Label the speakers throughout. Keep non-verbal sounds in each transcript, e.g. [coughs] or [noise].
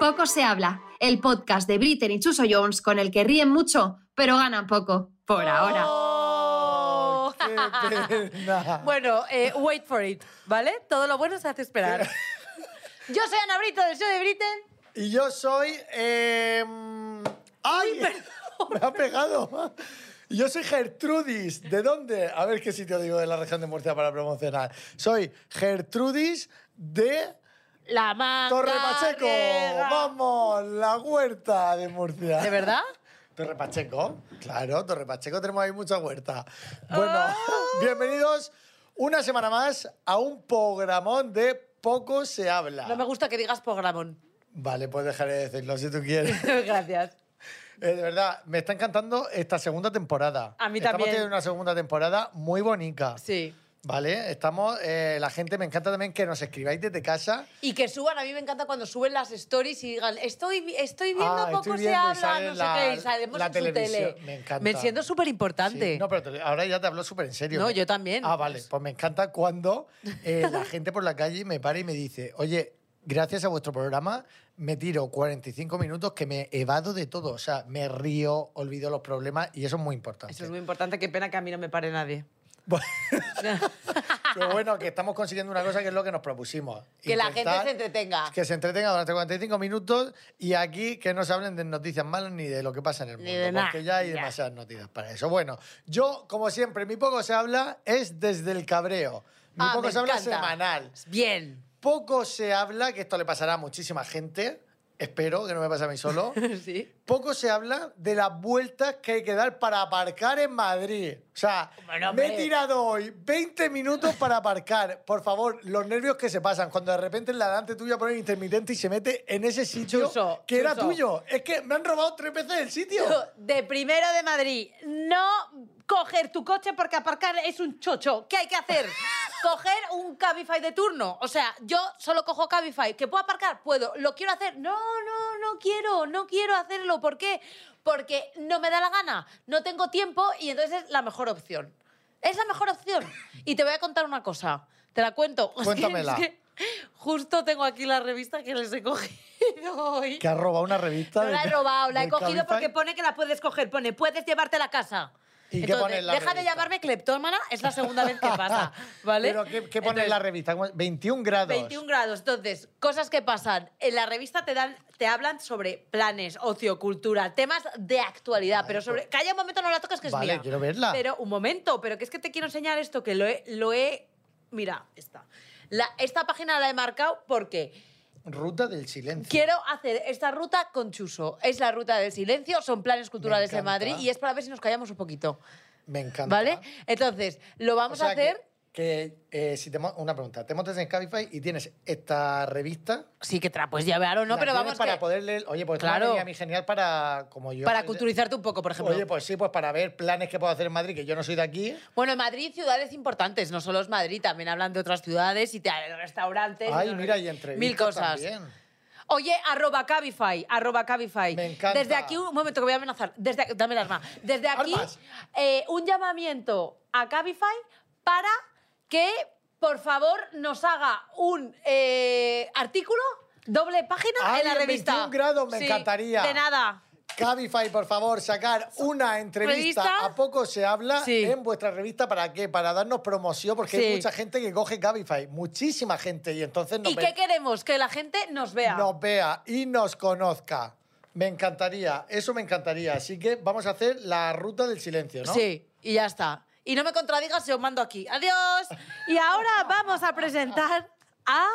Speaker 1: Poco se habla, el podcast de Britten y Chuso Jones con el que ríen mucho, pero ganan poco, por ahora.
Speaker 2: ¡Oh!
Speaker 3: ¡Qué pena!
Speaker 2: Bueno, eh, wait for it, ¿vale? Todo lo bueno se hace esperar. Yo soy Ana Brito del show de Britain.
Speaker 3: Y yo soy. eh, ¡Ay! Me ha pegado. Y Yo soy Gertrudis. ¿De dónde? A ver qué sitio digo de la región de Murcia para promocionar. Soy Gertrudis de
Speaker 2: La manga.
Speaker 3: Torre Pacheco.
Speaker 2: rega.
Speaker 3: Vamos, la huerta de Murcia.
Speaker 2: ¿De verdad?
Speaker 3: Torre Pacheco, claro, Torre Pacheco, tenemos ahí mucha huerta. Bueno, [laughs] bienvenidos una semana más a un programón de Poco se habla.
Speaker 2: No me gusta que digas programón. [laughs]
Speaker 3: Vale, pues dejaré de decirlo si tú quieres.
Speaker 2: Gracias.
Speaker 3: Eh, de verdad, me está encantando esta segunda temporada.
Speaker 2: A mí
Speaker 3: Estamos
Speaker 2: también.
Speaker 3: teniendo una segunda temporada muy bonita.
Speaker 2: Sí.
Speaker 3: Vale, estamos. eh, la gente me encanta también que nos escribáis desde casa.
Speaker 2: Y que suban, a mí me encanta cuando suben las stories y digan, estoy, estoy viendo
Speaker 3: Ah,
Speaker 2: poco
Speaker 3: estoy
Speaker 2: se
Speaker 3: viendo y
Speaker 2: habla,
Speaker 3: sale
Speaker 2: no
Speaker 3: la-
Speaker 2: sé qué, y salemos
Speaker 3: la
Speaker 2: en su
Speaker 3: televisión.
Speaker 2: tele.
Speaker 3: Me encanta.
Speaker 2: Me siento súper importante.
Speaker 3: Sí, No, pero te- ahora ya te hablo súper en serio.
Speaker 2: No, yo también.
Speaker 3: Ah, vale. Pues me encanta cuando
Speaker 2: [laughs]
Speaker 3: eh, la gente por la calle me para y me dice, oye, gracias a vuestro programa me tiro 45 minutos que me evado de todo. O sea, me río, olvido los problemas y eso es muy importante.
Speaker 2: Eso es muy importante, qué pena que a mí no me pare nadie.
Speaker 3: [laughs] Pero bueno, que estamos consiguiendo una cosa que es lo que nos propusimos.
Speaker 2: Que la
Speaker 3: Intentar
Speaker 2: gente se entretenga.
Speaker 3: Que se entretenga durante 45 minutos y aquí que no se hablen de noticias malas ni de lo que pasa en el
Speaker 2: Ni
Speaker 3: mundo.
Speaker 2: de nada,
Speaker 3: Porque ya hay
Speaker 2: ya.
Speaker 3: demasiadas noticias para eso. Bueno, yo, como siempre, mi poco se habla es desde el cabreo. Mi
Speaker 2: Ah,
Speaker 3: poco
Speaker 2: me
Speaker 3: se habla
Speaker 2: encanta.
Speaker 3: semanal.
Speaker 2: Bien.
Speaker 3: [laughs] Poco se habla, que esto le pasará a muchísima gente. Espero que no me pase a mí solo.
Speaker 2: Sí.
Speaker 3: Poco se habla de las vueltas que hay que dar para aparcar en Madrid. O sea,
Speaker 2: Bueno,
Speaker 3: me he
Speaker 2: hombre.
Speaker 3: tirado hoy 20 minutos para aparcar. Por favor, los nervios que se pasan cuando de repente en la delante tuya ponen intermitente y se mete en ese sitio
Speaker 2: Chuso,
Speaker 3: que era
Speaker 2: chuso.
Speaker 3: tuyo. Es que me han robado tres veces el sitio.
Speaker 2: De primero de Madrid, no coger tu coche porque aparcar es un chocho. ¿Qué hay que
Speaker 3: [laughs]
Speaker 2: hacer? coger un Cabify de turno. O sea, yo solo cojo Cabify. ¿Que puedo aparcar? Puedo. ¿Lo quiero hacer? No, no, no quiero. No quiero hacerlo. ¿Por qué? Porque no me da la gana. No tengo tiempo y entonces es la mejor opción. Es la mejor opción. Y te voy a contar una cosa. Te la cuento. [laughs] Es que-
Speaker 3: Cuéntamela.
Speaker 2: es que justo tengo aquí la revista que les he cogido [laughs] hoy.
Speaker 3: Que has robado una revista.
Speaker 2: No
Speaker 3: de-
Speaker 2: la he robado, la he
Speaker 3: del
Speaker 2: cogido
Speaker 3: Cabify.
Speaker 2: porque pone que la puedes coger. Pone, puedes llevarte a la casa.
Speaker 3: ¿Y qué
Speaker 2: Entonces,
Speaker 3: pone en la
Speaker 2: Deja de
Speaker 3: revista?
Speaker 2: llamarme cleptómana, es la segunda vez que
Speaker 3: [laughs]
Speaker 2: pasa, ¿vale?
Speaker 3: Pero ¿qué, qué pone en
Speaker 2: Entonces,
Speaker 3: la revista? ¿Cómo es? 21 grados.
Speaker 2: 21 grados. Entonces, cosas que pasan. En la revista te dan, te hablan sobre planes, ocio, cultura, temas de actualidad, pero sobre. Calla un momento, no la toques que es
Speaker 3: pues Vale,
Speaker 2: mía.
Speaker 3: quiero verla.
Speaker 2: Pero un momento, pero que es que te quiero enseñar esto que lo he, lo he. Mira, esta. La, esta página la he marcado porque.
Speaker 3: Ruta del silencio.
Speaker 2: Quiero hacer esta ruta con Chuso. Es la ruta del silencio, son planes culturales de
Speaker 3: encanta.
Speaker 2: Madrid y es para ver si nos callamos un poquito.
Speaker 3: Me encanta.
Speaker 2: ¿Vale? Entonces, lo vamos
Speaker 3: O
Speaker 2: a
Speaker 3: sea que-
Speaker 2: hacer.
Speaker 3: Que, eh, si te mo- una pregunta, te montas en Cabify y tienes esta revista.
Speaker 2: Sí, que te la puedes llevar o no,
Speaker 3: la
Speaker 2: pero
Speaker 3: tienes
Speaker 2: vamos
Speaker 3: para
Speaker 2: que-
Speaker 3: poder leer. Oye, pues claro.
Speaker 2: Claro.
Speaker 3: a mí genial para como yo.
Speaker 2: para
Speaker 3: soy de-
Speaker 2: culturizarte un poco, por ejemplo.
Speaker 3: Oye, pues sí, pues para ver planes que puedo hacer en Madrid, que yo no soy de aquí.
Speaker 2: Bueno, en Madrid, ciudades importantes, no solo es Madrid, también hablan de otras ciudades y te restaurantes.
Speaker 3: Ay,
Speaker 2: no-
Speaker 3: mira, y entrevistas
Speaker 2: Mil cosas.
Speaker 3: también.
Speaker 2: Oye, arroba Cabify, arroba Cabify.
Speaker 3: Me encanta.
Speaker 2: Desde aquí, un momento que voy a amenazar. Desde aquí- dame el arma. Desde aquí,
Speaker 3: Armas.
Speaker 2: eh, un llamamiento a Cabify para que, por favor, nos haga un eh, artículo, doble página
Speaker 3: Ay,
Speaker 2: en la
Speaker 3: en
Speaker 2: revista.
Speaker 3: 21 grados, me
Speaker 2: Sí,
Speaker 3: encantaría.
Speaker 2: De nada.
Speaker 3: Cabify, por favor, sacar una entrevista.
Speaker 2: ¿Revista?
Speaker 3: A poco se habla
Speaker 2: Sí.
Speaker 3: en vuestra revista. ¿Para qué? Para darnos promoción, porque hay
Speaker 2: Sí.
Speaker 3: mucha gente que coge Cabify. Muchísima gente. Y entonces nos
Speaker 2: ¿Y
Speaker 3: ven-
Speaker 2: qué queremos? Que la gente nos vea.
Speaker 3: nos vea y nos conozca. Me encantaría, eso me encantaría. Así que vamos a hacer la ruta del silencio, ¿no?
Speaker 2: Sí, y ya está. Y no me contradigas si os mando aquí. ¡Adiós! Y ahora vamos a presentar a...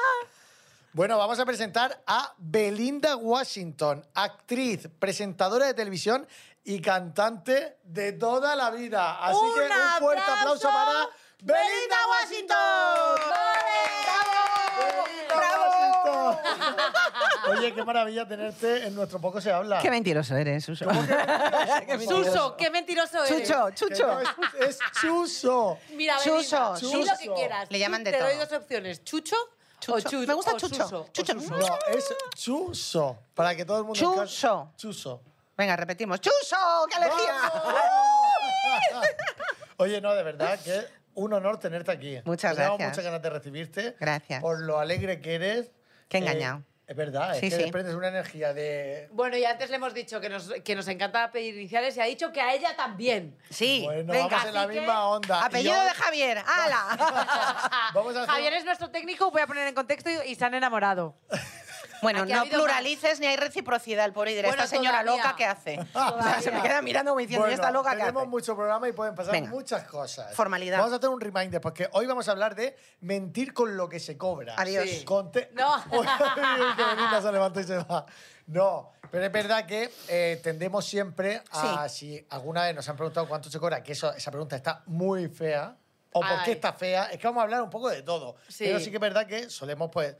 Speaker 3: Bueno, vamos a presentar a Belinda Washington, actriz, presentadora de televisión y cantante de toda la vida. Así que un fuerte aplauso, para Belinda Washington.
Speaker 2: ¡Vale!
Speaker 3: ¡Belinda Washington! Oye, qué maravilla tenerte en nuestro poco se habla. [laughs]
Speaker 4: Qué mentiroso eres, Suso.
Speaker 2: Suso, qué mentiroso eres.
Speaker 4: Chucho,
Speaker 3: Que
Speaker 4: [laughs] Chucho.
Speaker 3: no, es, es chuso.
Speaker 2: Mira,
Speaker 4: Chuso,
Speaker 2: Belinda, di lo que
Speaker 3: Chuso.
Speaker 2: quieras.
Speaker 4: Le llaman de
Speaker 2: Te doy
Speaker 4: todo.
Speaker 2: dos opciones, Chucho, o
Speaker 4: Chucho.
Speaker 2: Chucho.
Speaker 4: Me gusta
Speaker 2: o
Speaker 4: Chucho.
Speaker 2: Suso, o
Speaker 4: Chucho.
Speaker 2: Suso.
Speaker 3: No, es chuso. Para que todo el mundo. encaje.
Speaker 4: Chuso.
Speaker 3: Chuso. [laughs]
Speaker 4: Venga, repetimos. ¡Chuso! ¡Qué alegría!
Speaker 3: Oye, no, de verdad que es un honor tenerte aquí.
Speaker 4: Muchas
Speaker 3: Tenemos
Speaker 4: gracias.
Speaker 3: muchas ganas de recibirte.
Speaker 4: Gracias.
Speaker 3: Por lo alegre que eres. Eh,
Speaker 4: Qué engañado.
Speaker 3: Es verdad, es
Speaker 4: Sí,
Speaker 3: que
Speaker 4: sí.
Speaker 3: desprendes una energía de...
Speaker 2: Pues, Bueno, y antes le hemos dicho que nos, que nos encanta pedir iniciales y ha dicho que a ella también.
Speaker 4: [laughs] Sí.
Speaker 3: Bueno,
Speaker 2: venga,
Speaker 3: vamos en la
Speaker 2: así que-
Speaker 3: misma onda. Y
Speaker 4: Apellido
Speaker 3: yo-
Speaker 4: de Javier.
Speaker 2: [laughs]
Speaker 4: ¡Hala!
Speaker 3: Vamos a hacer-
Speaker 2: Javier es nuestro técnico, voy a poner en contexto y, y se han enamorado.
Speaker 4: bueno,
Speaker 2: Aquí ha
Speaker 4: no
Speaker 2: habido
Speaker 4: pluralices ni hay reciprocidad, el pobre dirá,
Speaker 2: Bueno,
Speaker 4: esta señora
Speaker 2: todavía.
Speaker 4: loca, ¿qué hace?
Speaker 2: [laughs]
Speaker 4: O sea, se me
Speaker 2: Todavía.
Speaker 4: queda mirando como diciendo,
Speaker 3: Bueno,
Speaker 4: ¿y esta loca qué
Speaker 3: tenemos
Speaker 4: hace?
Speaker 3: mucho programa y pueden pasar
Speaker 4: Venga.
Speaker 3: muchas cosas.
Speaker 4: Formalidad.
Speaker 3: Vamos a hacer un reminder porque hoy vamos a hablar de mentir con lo que se cobra.
Speaker 4: Adiós.
Speaker 2: Sí.
Speaker 3: Con te-
Speaker 2: [laughs] No.
Speaker 3: [laughs] Uy, qué bonita se levanta y se va. No, pero es verdad que eh, tendemos siempre a si alguna vez nos han preguntado cuánto se cobra, que eso, esa pregunta está muy fea. O por
Speaker 2: Ay.
Speaker 3: qué está fea. Es que vamos a hablar un poco de todo.
Speaker 2: Sí.
Speaker 3: Pero sí que es verdad que solemos, pues,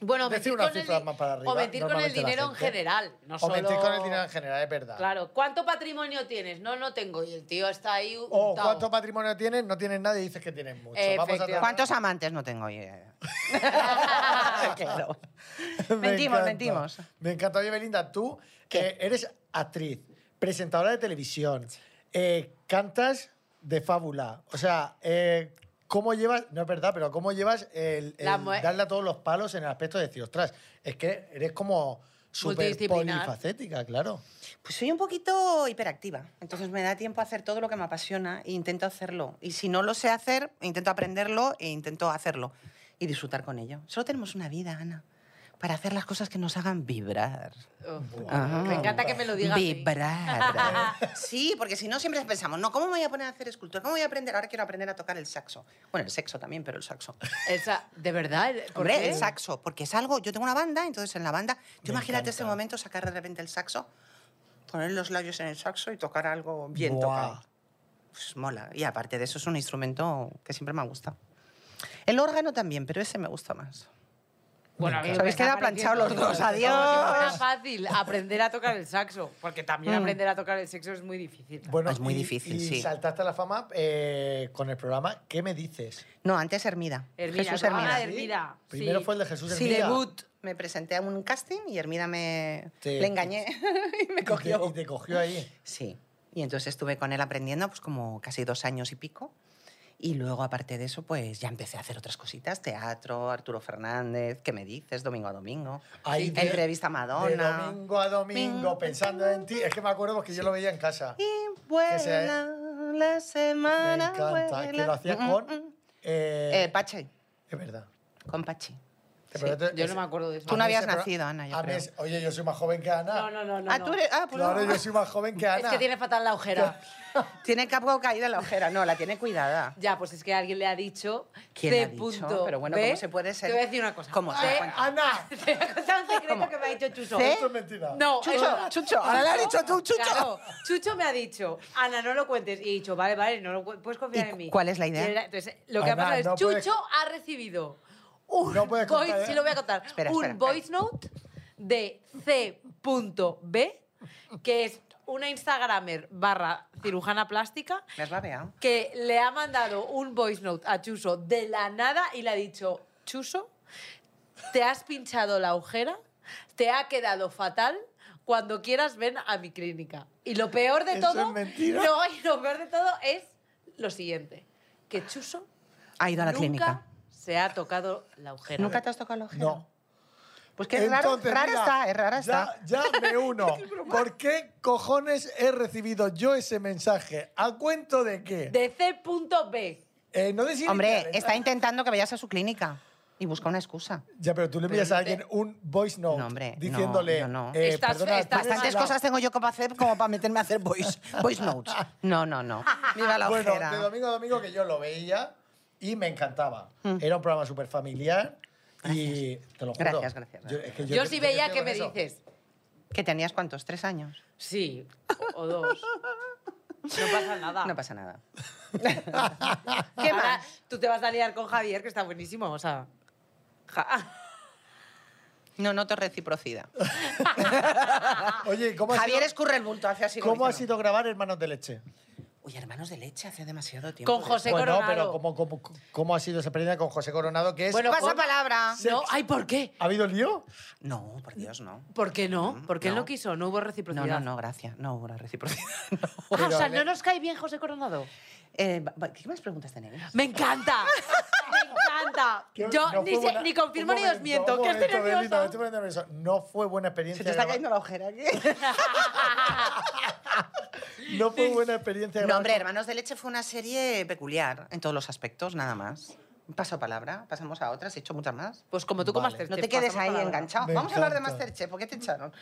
Speaker 2: Bueno, mentir
Speaker 3: Decir una
Speaker 2: con el,
Speaker 3: cifra
Speaker 2: di-
Speaker 3: más para arriba,
Speaker 2: o mentir con el
Speaker 3: normalmente la
Speaker 2: dinero en
Speaker 3: gente.
Speaker 2: general. No
Speaker 3: o
Speaker 2: solo...
Speaker 3: mentir con el dinero en general, es verdad.
Speaker 2: Claro, ¿cuánto patrimonio tienes? No, no tengo. Y el tío está ahí.
Speaker 3: O
Speaker 2: untao.
Speaker 3: Oh, cuánto patrimonio tienes, no tienes nada y dices que tienes mucho. Vamos a
Speaker 2: Efectivamente.
Speaker 3: tratar-
Speaker 4: ¿Cuántos amantes no tengo? yo?
Speaker 2: [laughs]
Speaker 4: [laughs] Claro.
Speaker 3: [laughs] Me
Speaker 4: Mentimos,
Speaker 3: encanta.
Speaker 4: mentimos.
Speaker 3: Me encanta. Oye, Belinda, tú eh, eres actriz, presentadora de televisión, eh, cantas de fábula. O sea, eh, ¿cómo llevas, no es verdad, pero cómo llevas el, el
Speaker 2: La mue-
Speaker 3: darle a todos los palos en el aspecto de decir, ostras, es que eres como súper
Speaker 2: Multidisciplinar.
Speaker 3: polifacética, claro.
Speaker 4: Pues soy un poquito hiperactiva, entonces me da tiempo a hacer todo lo que me apasiona e intento hacerlo. Y si no lo sé hacer, intento aprenderlo e intento hacerlo y disfrutar con ello. Solo tenemos una vida, Ana, para hacer las cosas que nos hagan vibrar.
Speaker 2: Uf,
Speaker 4: Ah.
Speaker 2: Oh, Me encanta que me lo digas. así.
Speaker 4: Vibrar.
Speaker 2: [laughs]
Speaker 4: Sí, porque si no siempre pensamos, no, ¿cómo me voy a poner a hacer escultura? ¿Cómo voy a aprender? Ahora quiero aprender a tocar el saxo. Bueno, el sexo también, pero el saxo.
Speaker 2: Esa- de verdad. ¿Por
Speaker 4: Hombre,
Speaker 2: qué?
Speaker 4: el saxo, porque es algo, yo tengo una banda, entonces en la banda, tú
Speaker 3: Me
Speaker 4: imagínate
Speaker 3: encanta.
Speaker 4: ese momento sacar de repente el saxo, poner los labios en el saxo y tocar algo bien
Speaker 3: Buah.
Speaker 4: tocado. Pues mola. Y aparte de eso es un instrumento que siempre me ha gustado. El órgano también, pero ese me gusta más.
Speaker 2: Bueno, a mí
Speaker 4: Os
Speaker 2: me
Speaker 4: habéis
Speaker 2: está
Speaker 4: quedado planchados los
Speaker 2: pareciendo-
Speaker 4: dos,
Speaker 2: Como si fuera
Speaker 4: adiós.
Speaker 2: fácil aprender a tocar el saxo, porque también
Speaker 4: Mm.
Speaker 2: aprender a tocar el sexo es muy difícil.
Speaker 3: Bueno,
Speaker 4: Es muy
Speaker 3: y-
Speaker 4: difícil,
Speaker 3: y
Speaker 4: sí.
Speaker 3: saltaste a la fama eh, con el programa ¿Qué me dices?
Speaker 4: No, antes Hermida.
Speaker 2: Hermida,
Speaker 4: Jesús
Speaker 2: ah,
Speaker 4: Hermida.
Speaker 2: Hermida. Hermida, sí.
Speaker 3: Primero fue el de Jesús
Speaker 4: Sí,
Speaker 3: Hermida.
Speaker 4: debut. Me presenté a un casting y Hermida me...
Speaker 3: Te-
Speaker 4: le engañé y me
Speaker 3: Y te-
Speaker 4: cogió.
Speaker 3: Y te cogió ahí.
Speaker 4: Sí. Y entonces estuve con él aprendiendo pues como casi dos años y pico. Y luego, aparte de eso, pues ya empecé a hacer otras cositas. Teatro, Arturo Fernández, ¿qué me dices? Domingo a domingo.
Speaker 3: Ahí de-
Speaker 4: Entrevista a
Speaker 3: De
Speaker 4: Madonna.
Speaker 3: domingo a domingo,
Speaker 4: Ping.
Speaker 3: pensando en ti. Es que me acuerdo porque yo lo veía en casa.
Speaker 4: Y vuela
Speaker 3: se-
Speaker 4: la
Speaker 3: Me
Speaker 4: semana,
Speaker 3: encanta. Que lo
Speaker 4: vuela.
Speaker 3: hacía
Speaker 4: Mm,
Speaker 3: con.
Speaker 4: mm, mm.
Speaker 3: eh,
Speaker 4: Eh, Pachi,
Speaker 3: es verdad.
Speaker 4: con Pachi.
Speaker 3: Pero te-
Speaker 2: Yo
Speaker 3: ese-
Speaker 2: no me acuerdo de
Speaker 3: a
Speaker 2: eso.
Speaker 4: Tú
Speaker 3: mí
Speaker 4: no habías
Speaker 3: ese pro-
Speaker 4: nacido, Ana, yo
Speaker 3: a mí
Speaker 4: creo.
Speaker 3: es- Oye, yo soy más joven que Ana.
Speaker 2: No, no, no. no,
Speaker 4: ah,
Speaker 2: no.
Speaker 4: tú eres... Ah, pues
Speaker 3: Claro,
Speaker 4: no.
Speaker 3: yo soy más joven que Ana.
Speaker 2: Es que tiene fatal la ojera.
Speaker 4: [laughs] Tiene capo caída en la ojera. No, la tiene cuidada.
Speaker 2: Ya, pues es que alguien le ha dicho
Speaker 4: ¿Quién
Speaker 2: C.
Speaker 4: le ha dicho?
Speaker 2: punto
Speaker 4: Pero bueno,
Speaker 2: B.
Speaker 4: ¿cómo se puede ser?
Speaker 2: Te voy a decir una cosa. C-
Speaker 4: ¿Cómo?
Speaker 2: [laughs]
Speaker 4: Cuenta.
Speaker 3: ¡Ana!
Speaker 4: eh,
Speaker 2: Te voy a contar un secreto que me ha dicho Chuso.
Speaker 4: ¿C?
Speaker 3: Esto es mentira.
Speaker 2: No, es
Speaker 4: Chucho,
Speaker 2: verdad.
Speaker 4: Chucho, ahora le has dicho tú, Chucho.
Speaker 2: Claro, Chucho me ha dicho, Ana, no lo cuentes. Y he dicho, vale, vale, no lo cu- puedes confiar
Speaker 4: ¿Y
Speaker 2: en mí.
Speaker 4: cuál es la idea?
Speaker 2: Y era- Entonces, lo que ha
Speaker 3: Ana,
Speaker 2: pasado es,
Speaker 3: no
Speaker 2: Chucho
Speaker 3: puedes-
Speaker 2: ha recibido un
Speaker 3: No puedes
Speaker 2: voice,
Speaker 3: contar, ¿eh?
Speaker 2: sí lo voy a contar,
Speaker 4: Espera,
Speaker 2: un
Speaker 4: espera.
Speaker 2: voice note de C.B, que es una Instagramer barra cirujana plástica,
Speaker 4: Me has babeado.
Speaker 2: que le ha mandado un voice note a Chuso de la nada y le ha dicho, Chuso, te has pinchado la ojera, te ha quedado fatal, cuando quieras ven a mi clínica. Y lo peor de
Speaker 3: Eso es
Speaker 2: todo...
Speaker 3: mentira.
Speaker 2: No, y lo peor de todo es lo siguiente, que Chuso
Speaker 4: Ha ido a la
Speaker 2: nunca
Speaker 4: clínica.
Speaker 2: se ha tocado la ojera.
Speaker 4: ¿Nunca te has tocado la ojera?
Speaker 3: No.
Speaker 4: Pues que es raro,
Speaker 3: Entonces,
Speaker 4: rara
Speaker 3: mira,
Speaker 4: está, es rara
Speaker 3: ya,
Speaker 4: está.
Speaker 3: Ya
Speaker 4: [laughs]
Speaker 3: me uno. ¿Por qué cojones he recibido yo ese mensaje? ¿A cuento de qué?
Speaker 2: De C.B.
Speaker 3: Eh, no decir
Speaker 4: Hombre,
Speaker 3: iniciales.
Speaker 4: está intentando que vayas a su clínica y busca una excusa.
Speaker 3: Ya, pero tú le envías a alguien un voice note
Speaker 4: No, hombre, no,
Speaker 3: diciéndole.
Speaker 4: yo no.
Speaker 3: eh,
Speaker 2: Estás-
Speaker 3: perdona,
Speaker 2: estás-
Speaker 3: ¿tienes
Speaker 4: Bastantes
Speaker 3: la-
Speaker 4: cosas tengo yo para hacer como para meterme a hacer voice, voice
Speaker 3: [laughs]
Speaker 4: notes. No, no, no. Viva la
Speaker 3: Bueno,
Speaker 4: ojera.
Speaker 3: de domingo a domingo que yo lo veía y me encantaba. Era un programa súper familiar y te lo juro.
Speaker 4: Mm. Gracias, gracias.
Speaker 3: es que
Speaker 2: Yo, sí
Speaker 3: yo
Speaker 2: veía
Speaker 3: quedo
Speaker 2: que
Speaker 3: con
Speaker 2: me
Speaker 3: eso.
Speaker 2: dices,
Speaker 4: ¿Que tenías cuántos? ¿Tres años?
Speaker 2: sí, o- o dos. No pasa
Speaker 3: Ah.
Speaker 2: nada.
Speaker 4: No
Speaker 3: [laughs]
Speaker 4: pasa nada.
Speaker 2: ¿Qué más? Tú te vas a liar con Javier, que está buenísimo, o sea... Ja-
Speaker 4: No noto reciprocidad.
Speaker 3: Oye, ¿y ¿cómo, ha
Speaker 4: Javier
Speaker 3: sido,
Speaker 4: escurre el bulto, hace así. como
Speaker 3: ¿cómo ha
Speaker 4: diciendo,
Speaker 3: sido grabar Hermanos de Leche?
Speaker 4: Uy, hermanos de leche, hace demasiado tiempo.
Speaker 2: Con José
Speaker 3: bueno,
Speaker 2: Coronado.
Speaker 3: pero ¿cómo, cómo, cómo ha sido esa experiencia con José Coronado? Que es,
Speaker 2: Bueno,
Speaker 4: Pasa
Speaker 2: con-
Speaker 4: palabra.
Speaker 2: No, ay, ¿por qué?
Speaker 3: ¿Ha habido lío?
Speaker 4: No, por Dios, no.
Speaker 2: ¿Por qué
Speaker 3: Mm,
Speaker 2: no? Porque él
Speaker 4: no.
Speaker 2: no quiso, no hubo
Speaker 4: No,
Speaker 2: reciprocidad.
Speaker 4: no, no, gracias. No hubo una reciprocidad. [laughs] no.
Speaker 2: Ah, o
Speaker 3: Pero
Speaker 2: sea,
Speaker 3: le-
Speaker 2: no nos cae bien José Coronado.
Speaker 4: Eh, va- va- ¿Qué más preguntas tenéis?
Speaker 2: [laughs] ¡Me encanta! Me encanta.
Speaker 3: Que
Speaker 2: Yo
Speaker 3: no
Speaker 2: ni,
Speaker 3: fue
Speaker 2: se-
Speaker 3: buena-
Speaker 2: ni confirmo
Speaker 3: un
Speaker 2: ni os
Speaker 3: momento,
Speaker 2: miento.
Speaker 3: un
Speaker 2: Que estoy
Speaker 3: momento, Belén, no,
Speaker 2: nerviosa.
Speaker 3: estoy poniendo nerviosa. No fue buena experiencia.
Speaker 4: Se te está
Speaker 3: grabar-
Speaker 4: cayendo la ojera aquí. [laughs]
Speaker 3: No fue buena experiencia.
Speaker 4: No,
Speaker 3: grabar
Speaker 4: hombre, Hermanos de Leche fue una serie peculiar en todos los aspectos, nada más. Paso palabra, pasamos a otras, he hecho muchas más.
Speaker 2: [laughs] Pues como tú con
Speaker 3: Vale.
Speaker 2: Masterchef.
Speaker 4: No te quedes
Speaker 2: pasamos
Speaker 4: ahí
Speaker 2: palabra.
Speaker 4: enganchado.
Speaker 3: Me
Speaker 4: Vamos a hablar de
Speaker 3: encanta.
Speaker 4: Masterchef, ¿por qué te [laughs] echaron?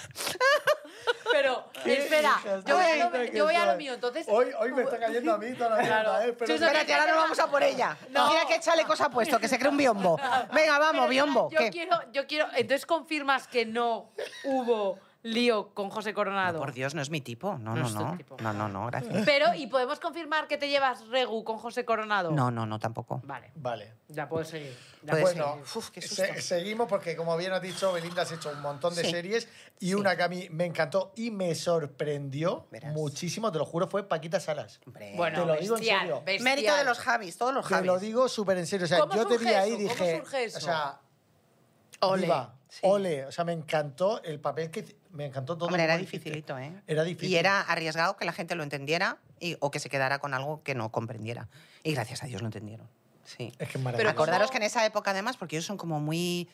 Speaker 3: [laughs]
Speaker 2: Pero,
Speaker 3: Qué
Speaker 2: espera,
Speaker 3: hijas
Speaker 2: yo voy,
Speaker 3: de
Speaker 2: a lo,
Speaker 3: puta
Speaker 2: yo
Speaker 3: que
Speaker 2: voy a lo
Speaker 3: soy.
Speaker 2: mío, entonces...
Speaker 3: Hoy, hoy me está cayendo a mí toda la mierda,
Speaker 2: Claro.
Speaker 3: ¿eh? Pero
Speaker 2: Sí, eso-
Speaker 4: Espérate, ahora no vamos a por [laughs] ella.
Speaker 2: No.
Speaker 4: Mira qué chalecos ha puesto, que se cree un biombo.
Speaker 2: [laughs]
Speaker 4: Venga, vamos,
Speaker 2: Pero,
Speaker 4: biombo.
Speaker 2: Yo
Speaker 4: ¿qué?
Speaker 2: quiero, yo quiero... Entonces confirmas que no hubo lío con José Coronado.
Speaker 4: Por Dios, no es mi tipo. No,
Speaker 2: No
Speaker 4: no,
Speaker 2: es tu
Speaker 4: no.
Speaker 2: tipo.
Speaker 4: No, no, no, gracias.
Speaker 2: Pero, ¿y podemos confirmar que te llevas Regu con José Coronado?
Speaker 4: No, no, no, tampoco.
Speaker 2: Vale,
Speaker 3: Vale.
Speaker 2: ya puedo seguir. Ya
Speaker 4: Puedes
Speaker 2: puedo
Speaker 4: seguir.
Speaker 3: Bueno,
Speaker 4: Uf, qué
Speaker 3: se-
Speaker 4: susto.
Speaker 3: seguimos porque, como bien has dicho, Belinda has hecho un montón de
Speaker 4: Sí.
Speaker 3: series y una que a mí me encantó y me sorprendió
Speaker 4: Verás.
Speaker 3: muchísimo, te lo juro, fue Paquita Salas.
Speaker 4: Hombre.
Speaker 2: Bueno,
Speaker 3: Te lo digo en
Speaker 2: bestial,
Speaker 3: serio.
Speaker 2: bestial.
Speaker 4: Mérito de los Javis, todos los
Speaker 3: Te
Speaker 4: Javis.
Speaker 3: lo digo súper en serio. O sea,
Speaker 2: ¿Cómo
Speaker 3: yo te vi
Speaker 2: surge
Speaker 3: ahí y
Speaker 2: eso? ¿Cómo
Speaker 3: dije.
Speaker 2: surge eso?
Speaker 3: O sea,
Speaker 2: Ole.
Speaker 3: viva,
Speaker 4: Sí.
Speaker 3: ole. O sea, me encantó el papel que. Me encantó todo.
Speaker 4: Hombre, era
Speaker 3: como hiciste.
Speaker 4: dificilito, ¿eh?
Speaker 3: Era difícil.
Speaker 4: Y era arriesgado que la gente lo entendiera y- o que se quedara con algo que no comprendiera. Y gracias a Dios lo entendieron. Sí.
Speaker 3: Es que es
Speaker 2: Pero
Speaker 3: maravilloso.
Speaker 4: Acordaros
Speaker 2: ¿cómo?
Speaker 4: que en esa época, además, porque ellos son como muy,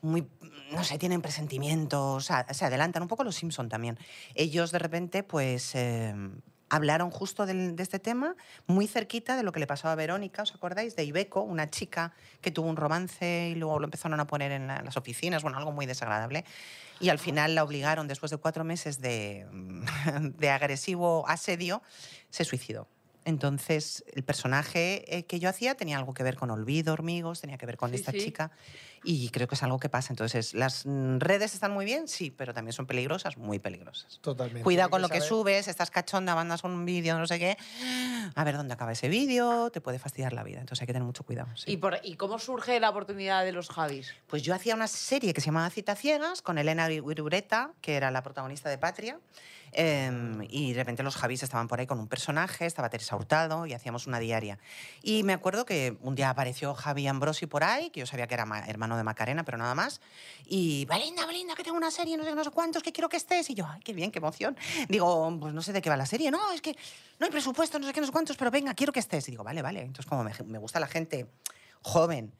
Speaker 4: muy no sé, tienen presentimientos, a- se adelantan un poco los Simpson también. Ellos de repente, pues, eh, hablaron justo del- de este tema, muy cerquita de lo que le pasó a Verónica, ¿os acordáis? De Ibeco, una chica que tuvo un romance y luego lo empezaron a poner en la- las oficinas, bueno, algo muy desagradable. Y al final la obligaron, después de cuatro meses de, [laughs] de agresivo asedio, se suicidó. Entonces, el personaje eh, que yo hacía tenía algo que ver con olvido, hormigos, tenía que ver con
Speaker 2: Sí,
Speaker 4: esta
Speaker 2: sí.
Speaker 4: chica. Y creo que es algo que pasa. Entonces, las mm, redes están muy bien, sí, pero también son peligrosas, muy peligrosas.
Speaker 3: Totalmente.
Speaker 4: Cuidado
Speaker 3: Hay
Speaker 4: con lo que
Speaker 3: saber-
Speaker 4: subes, estás cachonda, mandas un vídeo, no sé qué. A ver dónde acaba ese vídeo, te puede fastidiar la vida. Entonces, hay que tener mucho cuidado. sí.
Speaker 2: ¿Y, por, ¿Y cómo surge la oportunidad de los Javis?
Speaker 4: Pues yo hacía una serie que se llamaba Cita Ciegas con Elena Guirureta, que era la protagonista de Patria. em, y de repente los Javis estaban por ahí con un personaje, estaba Teresa Hurtado y hacíamos una diaria. Y me acuerdo que un día apareció Javi Ambrosi por ahí, que yo sabía que era ma- hermano de Macarena, pero nada más. Y, Belinda, Belinda, que tengo una serie, no sé, no sé cuántos, que quiero que estés. Y yo, ay, qué bien, qué emoción. Digo, pues no sé de qué va la serie. No, es que no hay presupuesto, no sé qué, no sé cuántos, pero venga, quiero que estés. Y digo, vale, vale. Entonces, como me- me gusta la gente joven,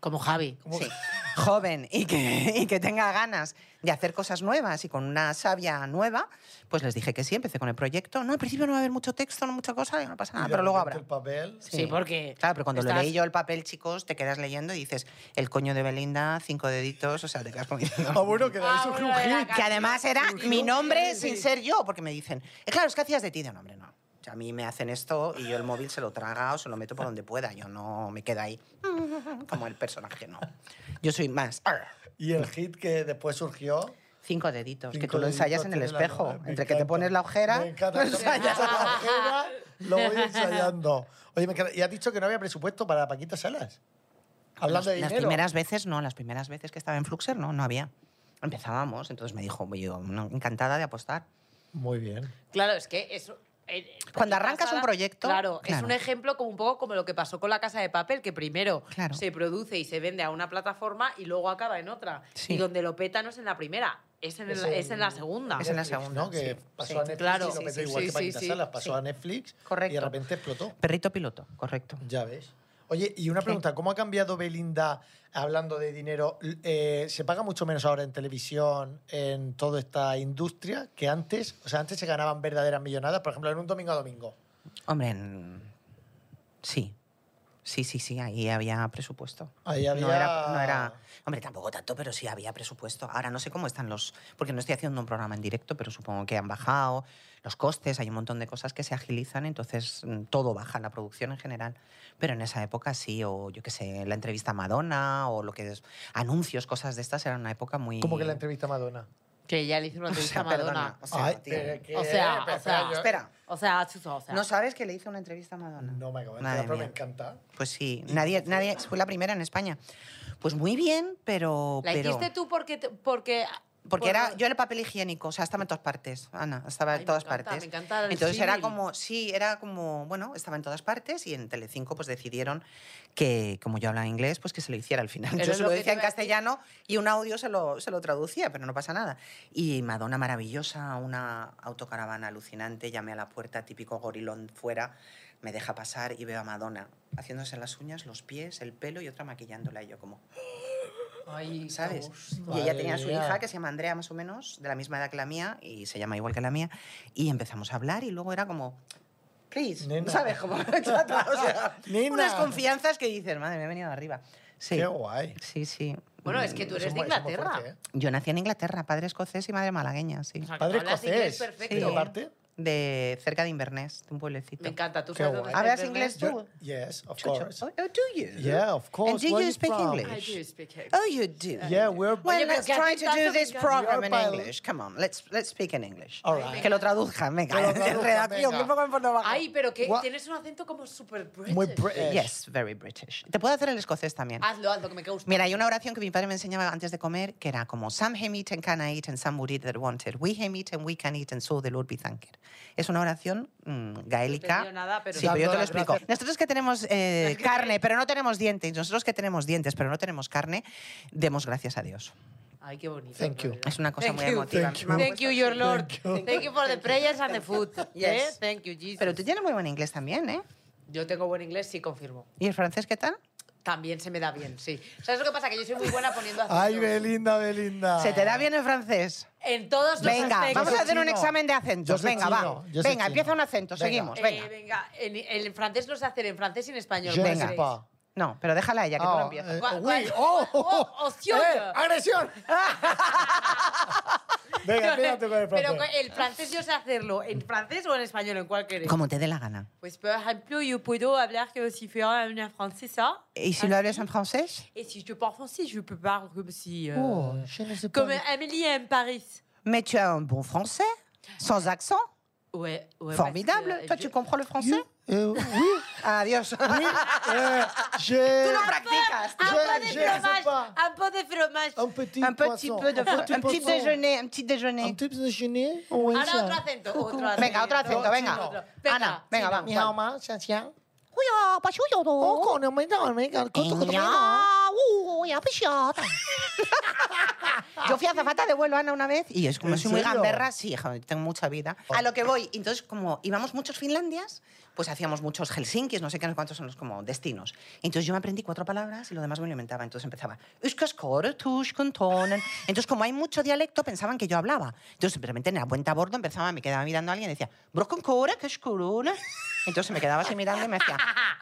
Speaker 2: Como Javi.
Speaker 4: Sí. [laughs] joven y que, y que tenga ganas de hacer cosas nuevas y con una savia nueva, pues les dije que sí, empecé con el proyecto. No, al principio no va a haber mucho texto, no mucha cosa, no pasa
Speaker 3: y
Speaker 4: nada,
Speaker 3: de
Speaker 4: Ah, pero luego
Speaker 3: repente
Speaker 4: habrá.
Speaker 3: El papel. [laughs]
Speaker 2: Sí, porque
Speaker 4: Claro, pero cuando lo
Speaker 2: estás-
Speaker 4: leí yo el papel, chicos, te quedas leyendo y dices, el coño de Belinda, cinco deditos, o sea, te quedas comiendo.
Speaker 3: Ah, bueno, que de ahí
Speaker 2: Ah,
Speaker 3: surgió
Speaker 2: bueno,
Speaker 3: un
Speaker 2: de la
Speaker 3: hit.
Speaker 4: [laughs] Que además era
Speaker 3: Surgió
Speaker 4: mi
Speaker 3: un
Speaker 4: nombre
Speaker 3: hit,
Speaker 4: sin
Speaker 3: sí.
Speaker 4: ser yo, porque me dicen, "Eh, claro, es que hacías de ti, de nombre, no. O sea, a mí me hacen esto y yo el móvil se lo traga o se lo meto por donde pueda. Yo no me quedo ahí [laughs] como el personaje, no. Yo soy más. "Arr".
Speaker 3: Y el hit que después surgió.
Speaker 4: Cinco deditos, que
Speaker 3: Cinco
Speaker 4: tú lo ensayas
Speaker 3: deditos
Speaker 4: en el
Speaker 3: tiene la
Speaker 4: espejo.
Speaker 3: nueva.
Speaker 4: Entre
Speaker 3: Me
Speaker 4: que te
Speaker 3: encanta.
Speaker 4: pones la ojera,
Speaker 3: Me encanta. Ah,
Speaker 4: lo
Speaker 3: Cuando me
Speaker 4: ensayas.
Speaker 3: pongo la ojera, lo
Speaker 4: [laughs]
Speaker 3: voy ensayando. Oye, me encanta. Y has dicho que no había presupuesto para Paquita Salas. Hablando de
Speaker 4: las
Speaker 3: dinero.
Speaker 4: primeras veces, no, las primeras veces que estaba en Fluxer, no, no había. Empezábamos, entonces me dijo, yo no, encantada de apostar.
Speaker 3: Muy bien.
Speaker 2: Claro, es que eso. eh, eh,
Speaker 4: Cuando
Speaker 2: Paquita
Speaker 4: arrancas un proyecto,
Speaker 2: Claro, es
Speaker 4: claro.
Speaker 2: un ejemplo como un poco como lo que pasó con la casa de papel, que primero
Speaker 4: Claro.
Speaker 2: se produce y se vende a una plataforma y luego acaba en otra.
Speaker 4: Sí.
Speaker 2: Y donde lo peta no es en la primera, es en,
Speaker 3: Es
Speaker 2: la,
Speaker 3: en-
Speaker 2: es en la segunda.
Speaker 4: Es en la
Speaker 3: Netflix,
Speaker 4: segunda,
Speaker 3: ¿no? Que
Speaker 4: sí.
Speaker 3: pasó
Speaker 4: Sí,
Speaker 3: a Netflix
Speaker 2: claro.
Speaker 3: y lo petó
Speaker 2: Sí, sí,
Speaker 3: igual
Speaker 2: sí,
Speaker 3: que Paquita
Speaker 2: sí, sí.
Speaker 3: Salas. Pasó
Speaker 4: Sí.
Speaker 3: a Netflix y de
Speaker 4: Correcto.
Speaker 3: repente explotó.
Speaker 4: Perrito piloto, correcto.
Speaker 3: Ya ves. Oye, y una pregunta, ¿cómo ha cambiado Belinda hablando de dinero? L- eh, ¿Se paga mucho menos ahora en televisión, en toda esta industria, que antes? O sea, antes se ganaban verdaderas millonadas, por ejemplo, en un domingo a domingo.
Speaker 4: Hombre, en- sí. Sí, sí, sí, ahí había presupuesto.
Speaker 3: Ahí había...
Speaker 4: No, era, no era- Hombre, tampoco tanto, pero sí había presupuesto. Ahora no sé cómo están los... Porque no estoy haciendo un programa en directo, pero supongo que han bajado los costes, hay un montón de cosas que se agilizan, entonces mm, todo baja, la producción en general. Pero en esa época sí, o yo qué sé, la entrevista a Madonna, o lo que es... Anuncios, cosas de estas, era una época muy...
Speaker 3: Como que la entrevista a Madonna.
Speaker 2: Que ya le hizo una
Speaker 4: [laughs] O
Speaker 2: entrevista
Speaker 4: sea,
Speaker 2: a Madonna.
Speaker 4: perdona, o sea,
Speaker 3: Ay,
Speaker 4: tío.
Speaker 3: pero que-
Speaker 2: O sea, o sea,
Speaker 3: yo-
Speaker 4: Espera,
Speaker 2: O sea, chuzo, o sea.
Speaker 4: ¿no sabes que le hice una entrevista a Madonna?
Speaker 3: No me acabo de
Speaker 4: Madre
Speaker 3: enterar, pero me
Speaker 4: mía.
Speaker 3: encanta.
Speaker 4: Pues sí, nadie, nadie fue la primera en España. Pues muy bien, pero...
Speaker 2: la
Speaker 4: pero...
Speaker 2: hiciste tú porque, te- porque
Speaker 4: Porque
Speaker 2: Por-
Speaker 4: era yo era el papel higiénico, o sea, estaba en todas partes, Ana, estaba
Speaker 2: Ay,
Speaker 4: en
Speaker 2: me
Speaker 4: todas
Speaker 2: encanta,
Speaker 4: partes.
Speaker 2: me encanta el
Speaker 4: Entonces era
Speaker 2: símil.
Speaker 4: como, sí, era como, bueno, estaba en todas partes y en Telecinco pues decidieron que, como yo hablaba inglés, pues que se lo hiciera al final.
Speaker 2: Pero
Speaker 4: yo
Speaker 2: es
Speaker 4: se
Speaker 2: lo
Speaker 4: lo
Speaker 2: que te
Speaker 4: decía en
Speaker 2: iba a decir.
Speaker 4: castellano y un audio se lo, se lo traducía, pero no pasa nada. Y Madonna maravillosa, una autocaravana alucinante, llamé a la puerta, típico gorilón fuera, me deja pasar y veo a Madonna haciéndose las uñas, los pies, el pelo y otra maquillándola y yo como...
Speaker 2: Ay,
Speaker 4: ¿sabes?
Speaker 2: Dios.
Speaker 4: Y ella tenía a su
Speaker 3: Madre mía.
Speaker 4: hija que se llama Andrea más o menos, de la misma edad que la mía, y se llama igual que la mía, y empezamos a hablar y luego era como, please,
Speaker 3: Nena.
Speaker 4: ¿sabes? Como, [laughs] chata, o sea,
Speaker 3: Nena.
Speaker 4: unas confianzas que dices, madre, me he venido arriba. Sí,
Speaker 3: Qué guay.
Speaker 4: sí, sí.
Speaker 2: Bueno, es que tú
Speaker 3: Eso
Speaker 2: eres
Speaker 3: es
Speaker 2: de
Speaker 3: muy- eso es muy
Speaker 2: Inglaterra.
Speaker 3: fuerte, ¿eh?
Speaker 4: Yo nací en Inglaterra, padre escocés y madre malagueña, sí.
Speaker 2: O sea, que
Speaker 3: Padre
Speaker 2: hablas inglés
Speaker 3: escocés.
Speaker 2: perfecto.
Speaker 3: ¿De
Speaker 4: Sí.
Speaker 3: qué parte?
Speaker 4: De cerca de Inverness, de un pueblecito.
Speaker 2: Me encanta, tú
Speaker 3: Qué
Speaker 2: sabes dónde
Speaker 3: guay.
Speaker 2: está
Speaker 4: ¿Hablas
Speaker 2: Inverness?
Speaker 4: inglés Tú.
Speaker 3: Yes, of
Speaker 4: Chucho.
Speaker 3: course.
Speaker 4: Oh, oh, do you?
Speaker 3: Yeah, of course.
Speaker 4: do
Speaker 3: Where
Speaker 4: you
Speaker 3: you
Speaker 4: speak
Speaker 3: from?
Speaker 4: English?
Speaker 2: I do speak English.
Speaker 4: Oh, you do.
Speaker 3: Yeah, we're [laughs]
Speaker 4: Well,
Speaker 2: Oye, pero
Speaker 4: let's
Speaker 2: que a
Speaker 4: try
Speaker 2: ti
Speaker 4: to
Speaker 2: tanto
Speaker 4: do
Speaker 2: me
Speaker 4: this
Speaker 2: encanta.
Speaker 4: program
Speaker 3: You're
Speaker 4: in
Speaker 3: pal-
Speaker 4: English. Come on, let's, let's speak in English.
Speaker 3: All right.
Speaker 4: Que lo traduzcan, venga. [laughs]
Speaker 3: Que lo traduzcan,
Speaker 4: Redacción,
Speaker 3: venga.
Speaker 4: que poco me pone abajo.
Speaker 2: Ay, pero que
Speaker 3: Gua-
Speaker 2: tienes un acento como súper British.
Speaker 3: Muy British.
Speaker 4: Eh, Yes, very British. Te puedo hacer el escocés también.
Speaker 3: Ah.
Speaker 2: Hazlo, hazlo, que me gusta.
Speaker 4: Mira, hay una oración que mi padre me enseñaba antes de comer que era como Some him eat and can I eat and some would eat that wanted. We him eat and we can eat and so the Lord be thanked. Es una oración mm, gaélica.
Speaker 2: entendido nada, pero-
Speaker 4: sí, pero yo
Speaker 3: Dando
Speaker 4: te lo
Speaker 3: las
Speaker 4: explico.
Speaker 3: gracias.
Speaker 4: Nosotros que tenemos
Speaker 3: [laughs]
Speaker 4: eh, carne, pero no tenemos dientes, nosotros que tenemos dientes, pero no tenemos carne, demos gracias a Dios.
Speaker 2: Ay, qué bonito.
Speaker 3: Thank
Speaker 2: en
Speaker 3: you.
Speaker 2: realidad.
Speaker 4: Es una cosa
Speaker 2: Thank
Speaker 4: muy
Speaker 2: you.
Speaker 4: emotiva.
Speaker 3: Thank
Speaker 4: Me
Speaker 2: Thank
Speaker 4: han puesto
Speaker 2: you,
Speaker 4: así.
Speaker 2: your Lord. Thank you for the prayers and the food.
Speaker 4: [laughs] Yes.
Speaker 2: Eh, Thank you, Jesus.
Speaker 4: Pero tú tienes muy buen inglés también, ¿eh?
Speaker 2: Yo tengo buen inglés, sí, confirmo.
Speaker 4: ¿Y el francés qué tal?
Speaker 2: También se me da bien, sí. ¿Sabes lo que pasa? Que yo soy muy buena poniendo acentos.
Speaker 3: Ay, Belinda, Belinda.
Speaker 4: ¿Se te da bien el francés?
Speaker 2: En todos los
Speaker 4: Venga,
Speaker 2: aspectos.
Speaker 4: vamos a hacer un
Speaker 3: chino.
Speaker 4: examen de
Speaker 3: Yo
Speaker 4: acentos.
Speaker 3: soy
Speaker 4: Venga,
Speaker 3: chino,
Speaker 4: va.
Speaker 3: yo soy chino.
Speaker 4: Venga, empieza un acento,
Speaker 3: Venga.
Speaker 4: seguimos.
Speaker 2: Eh,
Speaker 4: Venga.
Speaker 2: venga, en, en francés lo sé hacer en francés y en español.
Speaker 3: Je ne
Speaker 4: Venga.
Speaker 3: sais pas.
Speaker 4: No, pero déjala ella, que tú
Speaker 3: Ah,
Speaker 4: lo empiezas.
Speaker 3: eh,
Speaker 2: Gua-
Speaker 3: oui.
Speaker 2: gua-
Speaker 3: Oh,
Speaker 2: oh, oh, hostia.
Speaker 3: Eh,
Speaker 2: [laughs]
Speaker 3: agresión. Venga, espérate con el
Speaker 2: Pero
Speaker 3: francés.
Speaker 2: el francés yo sé hacerlo en francés o en español, en cuál queréis.
Speaker 4: Como te dé la gana.
Speaker 2: Pues, por ejemplo, yo puedo hablar como si fuera una francesa.
Speaker 4: ¿Y si lo hablas en francés?
Speaker 2: Et si je parle français, je peux parler comme si... euh,
Speaker 3: Oh, je ne sais pas.
Speaker 2: Comme Amélie aime Paris.
Speaker 4: Mais tu as un bon français, sans accent.
Speaker 2: Ouais, ouais,
Speaker 4: Formidable.
Speaker 2: parce que, euh,
Speaker 4: Toi,
Speaker 2: je-
Speaker 4: tu comprends le français
Speaker 3: You- eh, oui,
Speaker 4: Adiós.
Speaker 3: oui, eh, je-
Speaker 4: Tú lo practicas.
Speaker 2: Un
Speaker 3: Je-
Speaker 2: peu de
Speaker 3: je ne sais
Speaker 2: fromage,
Speaker 3: pas.
Speaker 2: un peu de fromage.
Speaker 3: Un petit
Speaker 4: Un petit
Speaker 3: poisson,
Speaker 4: peu de...
Speaker 3: un petit
Speaker 4: Un petit
Speaker 3: poisson.
Speaker 4: déjeuner, un petit
Speaker 3: Un
Speaker 4: déjeuner.
Speaker 3: petit déjeuner. oui,
Speaker 2: Ahora
Speaker 3: ça.
Speaker 2: otro acento, otro acento.
Speaker 4: Venga, otro acento, venga.
Speaker 2: Otro.
Speaker 4: Ana, venga,
Speaker 2: chino.
Speaker 4: va.
Speaker 3: Mi
Speaker 4: ¿cuál?
Speaker 3: mamá, se hacía,
Speaker 4: Cuya, pachuyo, do.
Speaker 3: "Oh, con el mental, venga, el coto, coto, venga".
Speaker 4: Ya, uy, apichata. Yo fui azafata de vuelo, Ana, una vez, y es como
Speaker 3: ¿En
Speaker 4: soy muy
Speaker 3: serio? Oh.
Speaker 4: gamberra, sí, joder, tengo mucha vida. A lo que voy, entonces, como íbamos muchos Finlandias, pues hacíamos muchos Helsinkis, no sé qué, no sé cuántos son los como destinos. Entonces yo me aprendí cuatro palabras y lo demás me lo inventaba. Entonces empezaba, "Yskaskore, tuskuntonen". Entonces, como hay mucho dialecto, pensaban que yo hablaba. Entonces, simplemente en la cuenta a bordo empezaba, me quedaba mirando a alguien y decía, "Brokonkore, kaskurune". Entonces me quedaba así mirando y me decía,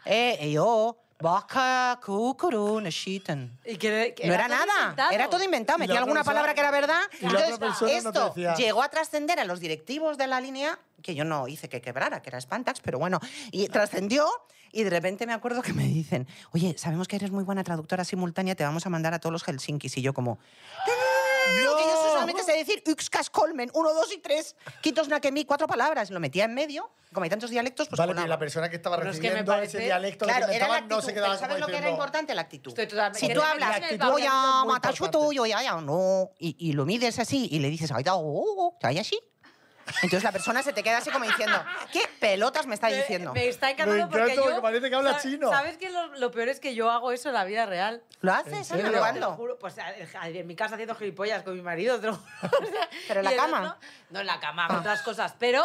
Speaker 4: eh, eh, yo, vaca, cucurú, neshiten.
Speaker 2: Y que- que
Speaker 4: No era
Speaker 2: todo
Speaker 4: nada,
Speaker 2: inventado.
Speaker 4: era todo inventado.
Speaker 3: Y la
Speaker 4: Metía
Speaker 3: otra
Speaker 4: alguna
Speaker 3: persona-
Speaker 4: palabra que era verdad.
Speaker 3: y la otra
Speaker 4: Entonces,
Speaker 3: persona no te
Speaker 4: esto
Speaker 3: decía.
Speaker 4: llegó a trascender a los directivos de la línea, que yo no hice que quebrara, que era Spantax, pero bueno, y trascendió. Y de repente me acuerdo que me dicen, oye, sabemos que eres muy buena traductora simultánea, te vamos a mandar a todos los Helsinkis. Y yo como, no, que yo solamente sé decir Uxcas Colmen, uno, dos y tres, Quitos Nakemi, cuatro palabras. Lo metía en medio, como hay tantos dialectos, pues
Speaker 3: Vale,
Speaker 4: colaba.
Speaker 3: pero la persona que estaba
Speaker 2: Pero es que me
Speaker 3: recibiendo
Speaker 2: parece-
Speaker 3: ese dialecto lo
Speaker 4: Claro,
Speaker 3: que
Speaker 4: era la
Speaker 3: inventaban,
Speaker 4: actitud.
Speaker 3: no se quedaba
Speaker 4: pero ¿Sabes
Speaker 3: como
Speaker 4: lo que era
Speaker 3: diciendo,
Speaker 4: importante? La actitud.
Speaker 2: Estoy totalmente-
Speaker 4: Si
Speaker 2: que
Speaker 4: tú
Speaker 2: la- la
Speaker 4: hablas,
Speaker 2: actitud
Speaker 4: voy
Speaker 3: también es
Speaker 4: a
Speaker 3: muy
Speaker 4: matar su
Speaker 3: importante.
Speaker 4: tuyo, ya, ya, no, y, y lo mides así y le dices, ay, da, oh, oh, oh, ay, así. Entonces la persona se te queda así como diciendo, ¿qué pelotas [laughs] me está
Speaker 2: Me-
Speaker 4: diciendo?
Speaker 2: Me está encantando
Speaker 3: Me encanta
Speaker 2: porque yo...
Speaker 3: porque parece que habla
Speaker 2: sa-
Speaker 3: chino.
Speaker 2: ¿Sabes que lo, lo peor es que yo hago eso en la vida real?
Speaker 4: ¿Lo
Speaker 3: ¿En
Speaker 4: haces? Ana?
Speaker 3: serio?
Speaker 2: Te lo
Speaker 4: ¿Cuándo?
Speaker 2: juro, pues a- a- en mi casa haciendo gilipollas con mi marido. te lo juro. O sea,
Speaker 4: ¿Pero en
Speaker 2: [laughs]
Speaker 4: la
Speaker 2: y el
Speaker 4: cama? Ah.
Speaker 2: otro- no, en la cama, hago otras cosas. Pero,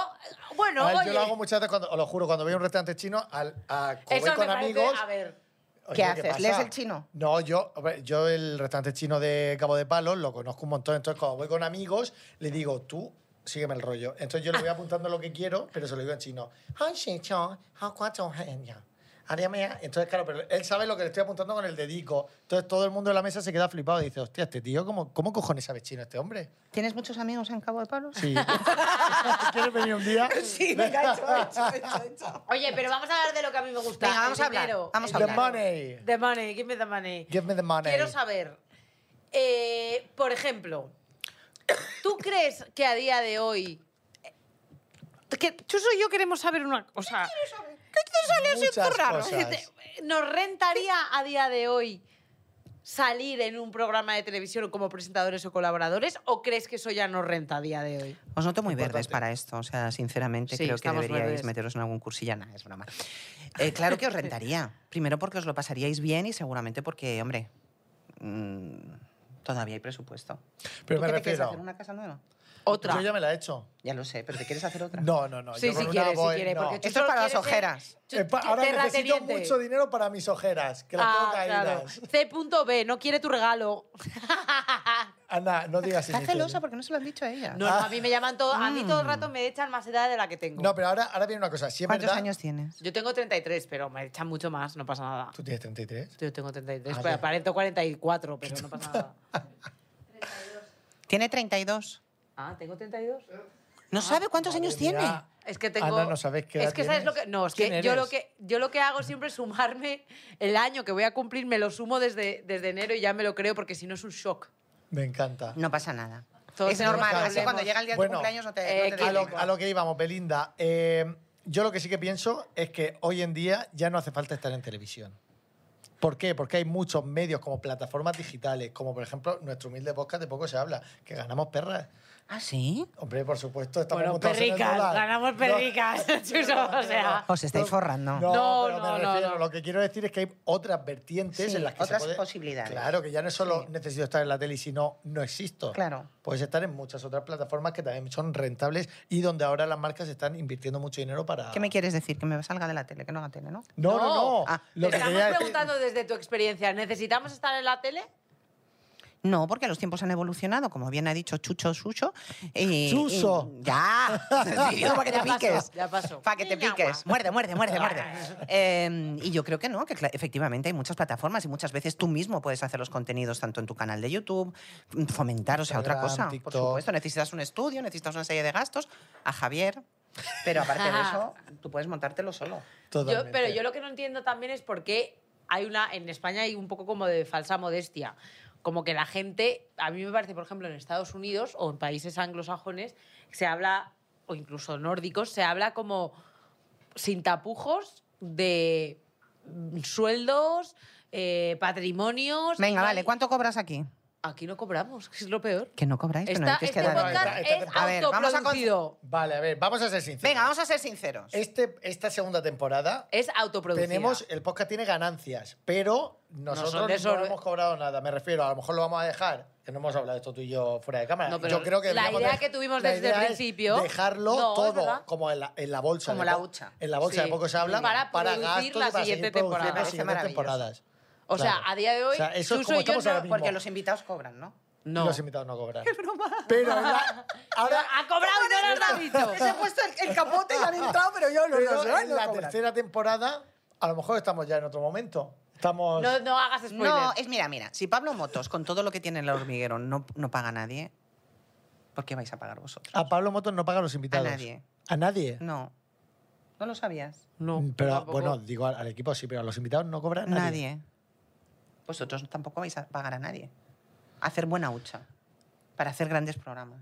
Speaker 2: bueno,
Speaker 3: A ver,
Speaker 2: oye,
Speaker 3: yo lo hago muchas veces, cuando, os lo juro, cuando voy a un restaurante chino, al, a como
Speaker 2: eso
Speaker 3: voy con
Speaker 2: me parece-
Speaker 3: amigos...
Speaker 2: A ver, [laughs]
Speaker 3: Oye,
Speaker 4: ¿Qué haces?
Speaker 3: pasa?
Speaker 4: ¿Lees el chino?
Speaker 3: No, yo, a ver, yo el restaurante chino de Cabo de Palos lo conozco un montón. Entonces, cuando voy con amigos, le digo, tú, sígueme el rollo. Entonces, yo le voy apuntando lo que quiero, pero se lo digo en chino. Han shi chong, han kua chong, han ya. Haría mea. Entonces, claro, pero él sabe lo que le estoy apuntando con el dedico. Entonces, todo el mundo en la mesa se queda flipado y dice, hostia, este tío, ¿cómo, cómo cojones sabe chino este hombre?
Speaker 4: ¿Tienes muchos amigos en Cabo de Palos?
Speaker 3: Sí. [laughs] ¿Quieres venir un día?
Speaker 4: Sí, venga, hecho, hecho, hecho, hecho.
Speaker 2: oye, pero vamos a hablar de lo que a mí me gusta.
Speaker 4: Venga, vamos
Speaker 2: el
Speaker 4: a hablar,
Speaker 2: dinero,
Speaker 4: vamos
Speaker 2: el
Speaker 4: a
Speaker 3: The
Speaker 4: hablar.
Speaker 2: dinero.
Speaker 3: money.
Speaker 2: The money, give me the money.
Speaker 3: Give me the money.
Speaker 2: Quiero saber, eh, por ejemplo, ¿tú crees que a día de hoy... eh, Que Chuso y yo queremos saber una cosa.
Speaker 3: Muchas
Speaker 4: raro.
Speaker 3: cosas.
Speaker 2: ¿Nos rentaría a día de hoy salir en un programa de televisión como presentadores o colaboradores o crees que eso ya no renta a día de hoy?
Speaker 4: Os noto muy
Speaker 3: Importante.
Speaker 4: verdes para esto, o sea, sinceramente
Speaker 2: Sí,
Speaker 4: creo que
Speaker 2: estamos
Speaker 4: deberíais
Speaker 2: verdes.
Speaker 4: meteros en algún cursillo, nada, es broma. Eh, claro
Speaker 2: [laughs]
Speaker 4: que os rentaría, primero porque os lo pasaríais bien y seguramente porque, hombre, mm, todavía hay presupuesto.
Speaker 3: Pero
Speaker 4: ¿Tú
Speaker 3: me
Speaker 4: qué te quieres
Speaker 3: refiero.
Speaker 4: hacer una casa nueva?
Speaker 2: Otra.
Speaker 3: Yo ya me la he hecho.
Speaker 4: Ya lo sé, pero ¿te quieres hacer otra?
Speaker 3: No, no, no.
Speaker 2: Sí,
Speaker 3: yo
Speaker 2: si
Speaker 3: con una
Speaker 2: quieres, si
Speaker 3: voy-
Speaker 2: quieres.
Speaker 3: no.
Speaker 2: Porque tú
Speaker 4: Esto es
Speaker 2: solo
Speaker 4: para las
Speaker 2: quieres ser-
Speaker 4: ojeras.
Speaker 2: Chu-
Speaker 3: Eh, pa- Ahora necesito
Speaker 2: terrateniente.
Speaker 3: mucho dinero para mis ojeras, que las
Speaker 2: Ah,
Speaker 3: tengo
Speaker 2: claro.
Speaker 3: caídas.
Speaker 2: C.B. no quiere tu regalo.
Speaker 3: Ana, no digas ¿eh?
Speaker 4: Está
Speaker 3: inútil.
Speaker 4: celosa porque no se lo han dicho a ella.
Speaker 2: No, no, a mí me llaman todo, a mí todo el rato me echan más edad de la que tengo.
Speaker 3: Ah. No, pero ahora, ahora viene una cosa. Si es
Speaker 4: ¿Cuántos
Speaker 3: verdad-
Speaker 4: años tienes?
Speaker 2: Yo tengo 33, pero me echan mucho más, no pasa nada.
Speaker 3: ¿Tú tienes 33?
Speaker 2: Yo tengo 33,
Speaker 3: Ah,
Speaker 2: pero
Speaker 3: ya.
Speaker 2: aparento 44, pero no pasa
Speaker 3: [laughs]
Speaker 2: nada.
Speaker 4: Tiene 32.
Speaker 2: Ah, tengo 32.
Speaker 4: No
Speaker 2: Ah,
Speaker 4: sabe cuántos años
Speaker 3: Madre mía.
Speaker 4: tiene.
Speaker 2: Es que tengo
Speaker 3: Ana, no sabes qué edad
Speaker 2: Es que sabes lo
Speaker 3: tienes.
Speaker 2: que no, es
Speaker 3: ¿Quién
Speaker 2: que yo
Speaker 3: eres?
Speaker 2: lo que yo lo que hago siempre es sumarme el año que voy a cumplir, me lo sumo desde desde enero y ya me lo creo porque si no es un shock.
Speaker 3: Me encanta.
Speaker 4: No pasa nada.
Speaker 2: Todos
Speaker 4: es
Speaker 2: tenemos
Speaker 4: normal, así
Speaker 2: problemas.
Speaker 4: cuando llega el día de tu
Speaker 3: Bueno,
Speaker 4: cumpleaños no te,
Speaker 2: eh,
Speaker 4: no te
Speaker 2: que-
Speaker 3: a,
Speaker 4: da
Speaker 3: lo,
Speaker 4: tiempo.
Speaker 3: a lo que íbamos, Belinda. eh, yo lo que sí que pienso es que hoy en día ya no hace falta estar en televisión. ¿Por qué? Porque hay muchos medios como plataformas digitales, como por ejemplo nuestro humilde podcast de poco se habla, que ganamos perras.
Speaker 4: ¿Ah, sí?
Speaker 3: Hombre, por supuesto, estamos
Speaker 2: Bueno,
Speaker 3: montados en el
Speaker 2: perricas,
Speaker 3: dólar.
Speaker 2: ganamos
Speaker 3: No, [laughs]
Speaker 2: perricas, [laughs] Chuso, o sea.
Speaker 4: Os estáis forrando.
Speaker 3: No,
Speaker 2: No,
Speaker 3: pero
Speaker 2: no,
Speaker 3: me
Speaker 2: no,
Speaker 3: refiero,
Speaker 2: no.
Speaker 3: lo que quiero decir es que hay otras vertientes
Speaker 4: Sí,
Speaker 3: en las que se
Speaker 4: otras
Speaker 3: puede-
Speaker 4: posibilidades.
Speaker 3: Claro, que ya no es solo necesito estar en la tele, sino no existo.
Speaker 4: Claro.
Speaker 3: Puedes estar en muchas otras plataformas que también son rentables y donde ahora las marcas están invirtiendo mucho dinero para...
Speaker 4: ¿Qué me quieres decir? Que me salga de la tele, que no haga tele, ¿no?
Speaker 3: No, no, no.
Speaker 2: No.
Speaker 4: Ah,
Speaker 3: lo
Speaker 2: Te
Speaker 3: que
Speaker 2: estamos
Speaker 3: quería decir-
Speaker 2: preguntando desde tu experiencia, ¿necesitamos estar en la tele?
Speaker 4: No, porque los tiempos han evolucionado, como bien ha dicho Chucho Sucho. y-
Speaker 3: Chuso. [laughs]
Speaker 4: y- ya. para que te
Speaker 2: Ya pasó,
Speaker 4: piques.
Speaker 2: ya pasó.
Speaker 4: Para que te
Speaker 2: Niña
Speaker 4: piques. Muerde, muerde,
Speaker 3: [laughs]
Speaker 4: muerde, muerde. Eh, y yo creo que no, que cla- efectivamente hay muchas plataformas y muchas veces tú mismo puedes hacer los contenidos tanto en tu canal de YouTube, mm, fomentar, o sea, otra
Speaker 3: Instagram,
Speaker 4: cosa. Por
Speaker 3: TikTok.
Speaker 4: supuesto, necesitas un estudio, necesitas una serie de gastos. A Javier. Pero
Speaker 3: [laughs]
Speaker 4: aparte de eso, tú puedes montártelo solo.
Speaker 2: Yo,
Speaker 3: Totalmente.
Speaker 2: pero yo lo que no entiendo también es por qué hay una. En España hay un poco como de falsa modestia. Como que la gente. A mí me parece, por ejemplo, en Estados Unidos o en países anglosajones, se habla, o incluso nórdicos, se habla como sin tapujos de mm, sueldos, eh, patrimonios.
Speaker 4: Venga,
Speaker 2: no hay-
Speaker 4: vale, ¿cuánto cobras aquí?
Speaker 2: Aquí no cobramos, que es lo peor.
Speaker 4: Que no cobráis, que no
Speaker 2: Está,
Speaker 4: hay que
Speaker 2: este
Speaker 4: dar-
Speaker 2: podcast
Speaker 3: Está-
Speaker 2: es
Speaker 3: está-
Speaker 4: a ver, vamos a con-
Speaker 2: autoproducido.
Speaker 3: Vale, a ver, vamos a ser sinceros.
Speaker 4: Venga, vamos a ser sinceros.
Speaker 3: Este, esta segunda temporada
Speaker 2: Es autoproducido.
Speaker 3: tenemos, el podcast tiene ganancias, pero nosotros
Speaker 2: son de
Speaker 3: no,
Speaker 2: sobre-
Speaker 3: hemos cobrado nada. Me refiero, a lo mejor lo vamos a dejar, que no hemos hablado de esto tú y yo fuera de cámara.
Speaker 2: No, pero
Speaker 3: yo creo que
Speaker 2: la
Speaker 3: deberíamos
Speaker 2: idea
Speaker 3: dej-
Speaker 2: que tuvimos
Speaker 3: la
Speaker 2: desde el
Speaker 3: idea es
Speaker 2: principio-
Speaker 3: Dejarlo
Speaker 2: No, es
Speaker 3: todo
Speaker 2: verdad.
Speaker 3: como en la, en la bolsa.
Speaker 4: Como
Speaker 3: de
Speaker 4: la
Speaker 3: po-
Speaker 4: hucha.
Speaker 3: En la bolsa
Speaker 2: Sí.
Speaker 3: de poco se habla
Speaker 2: Para producir
Speaker 3: gastos y
Speaker 2: la
Speaker 3: para
Speaker 2: siguiente
Speaker 3: seguir produciendo
Speaker 2: temporada.
Speaker 3: las
Speaker 4: Parece
Speaker 3: siguientes
Speaker 4: maravilloso.
Speaker 3: temporadas.
Speaker 2: O sea,
Speaker 3: Claro.
Speaker 2: a día de hoy,
Speaker 3: O sea, eso es
Speaker 2: Suso
Speaker 3: como
Speaker 2: y yo
Speaker 3: estamos
Speaker 2: no-
Speaker 3: ahora mismo.
Speaker 4: Porque los invitados cobran, ¿no?
Speaker 2: No.
Speaker 3: Los invitados no cobran. Pero la- ahora,
Speaker 2: ha cobrado y no nos lo ha dicho.
Speaker 4: Se ha puesto el, el capote y han entrado, pero yo no
Speaker 3: Pero
Speaker 4: no sé, no
Speaker 3: en la
Speaker 4: cobran.
Speaker 3: tercera temporada, a lo mejor estamos ya en otro momento. Estamos.
Speaker 2: No, no hagas spoiler.
Speaker 4: No, eh, es mira, mira, si Pablo Motos con todo lo que tiene el hormiguero no, no paga a nadie, ¿por qué vais a pagar vosotros?
Speaker 3: A Pablo Motos no paga los invitados.
Speaker 4: A nadie.
Speaker 3: ¿A nadie? Mm,
Speaker 4: No. ¿No lo sabías?
Speaker 2: No,
Speaker 3: pero
Speaker 2: tampoco.
Speaker 3: bueno, digo al, al equipo sí, pero a los invitados no cobra nadie.
Speaker 4: Nadie. Vosotros tampoco vais a pagar a nadie. A hacer buena hucha. Para hacer grandes programas.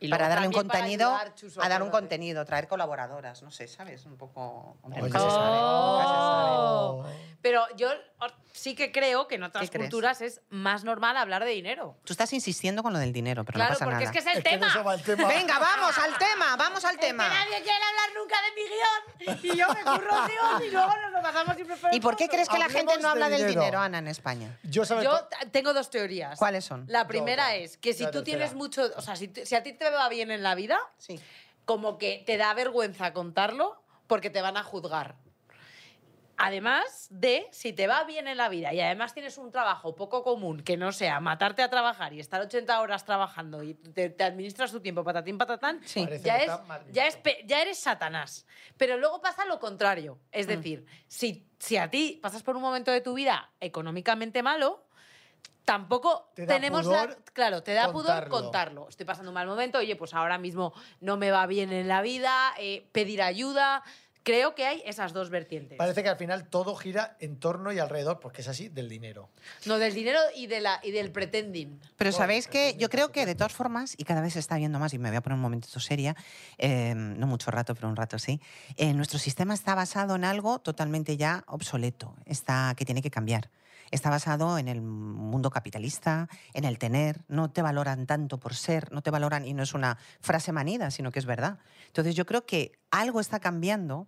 Speaker 2: Y luego
Speaker 4: para darle un
Speaker 2: también para
Speaker 4: contenido,
Speaker 2: ayudar, Chuso,
Speaker 4: a dar un
Speaker 2: acuérdate.
Speaker 4: contenido, traer colaboradoras, no sé, ¿sabes? Un poco... hombre,
Speaker 3: Oye.
Speaker 4: nunca se sabe, nunca se sabe.
Speaker 2: Oh. Pero yo o- sí que creo que en otras
Speaker 4: crees?
Speaker 2: culturas es más normal hablar de dinero.
Speaker 4: Tú estás insistiendo con lo del dinero, pero
Speaker 2: claro,
Speaker 4: no pasa
Speaker 2: porque
Speaker 4: nada.
Speaker 2: es que es el
Speaker 3: Es que
Speaker 2: tema.
Speaker 3: de eso va el tema.
Speaker 4: [laughs] Venga, vamos al tema, vamos al
Speaker 2: Es que
Speaker 4: tema.
Speaker 2: nadie quiere hablar nunca de mi guión. Y yo me curro un guión y luego nos lo pasamos siempre por el
Speaker 4: ¿Y por qué
Speaker 2: forro.
Speaker 4: crees que la gente
Speaker 3: Hablemos
Speaker 4: no habla
Speaker 3: de
Speaker 4: del
Speaker 3: dinero.
Speaker 4: dinero, Ana, en España?
Speaker 3: Yo sabes.
Speaker 2: Yo t- tengo dos teorías.
Speaker 4: ¿Cuáles son?
Speaker 2: La primera
Speaker 3: otra.
Speaker 2: es que si
Speaker 3: La
Speaker 2: tú
Speaker 3: tercera.
Speaker 2: tienes mucho, o sea, si, t- si a ti te va bien en la vida,
Speaker 4: Sí.
Speaker 2: como que te da vergüenza contarlo porque te van a juzgar. Además de, si te va bien en la vida y además tienes un trabajo poco común, que no sea matarte a trabajar y estar 80 horas trabajando y te, te administras tu tiempo patatín patatán,
Speaker 4: Sí.
Speaker 3: Parece
Speaker 2: ya,
Speaker 3: que
Speaker 2: es,
Speaker 3: está mal visto.
Speaker 2: ya, es pe- ya eres Satanás. Pero luego pasa lo contrario.
Speaker 3: Mm.
Speaker 2: Es decir, si, si a ti pasas por un momento de tu vida económicamente malo, tampoco
Speaker 3: Te da
Speaker 2: tenemos
Speaker 3: pudor
Speaker 2: la... Claro, te da pudor
Speaker 3: contarlo.
Speaker 2: contarlo. Estoy pasando un mal momento, oye, pues ahora mismo no me va bien en la vida, eh, pedir ayuda. Creo que hay esas dos vertientes.
Speaker 3: Parece que al final todo gira en torno y alrededor, porque es así, del dinero.
Speaker 2: No, del dinero y, de la, y del pretending.
Speaker 4: Pero sabéis que yo creo que de todas formas, y cada vez se está viendo más, y me voy a poner un momentito seria, eh, no mucho rato, pero un rato sí, eh, nuestro sistema está basado en algo totalmente ya obsoleto, está, que tiene que cambiar. Está basado en el mundo capitalista, en el tener, no te valoran tanto por ser, no te valoran, y no es una frase manida, sino que es verdad. Entonces yo creo que algo está cambiando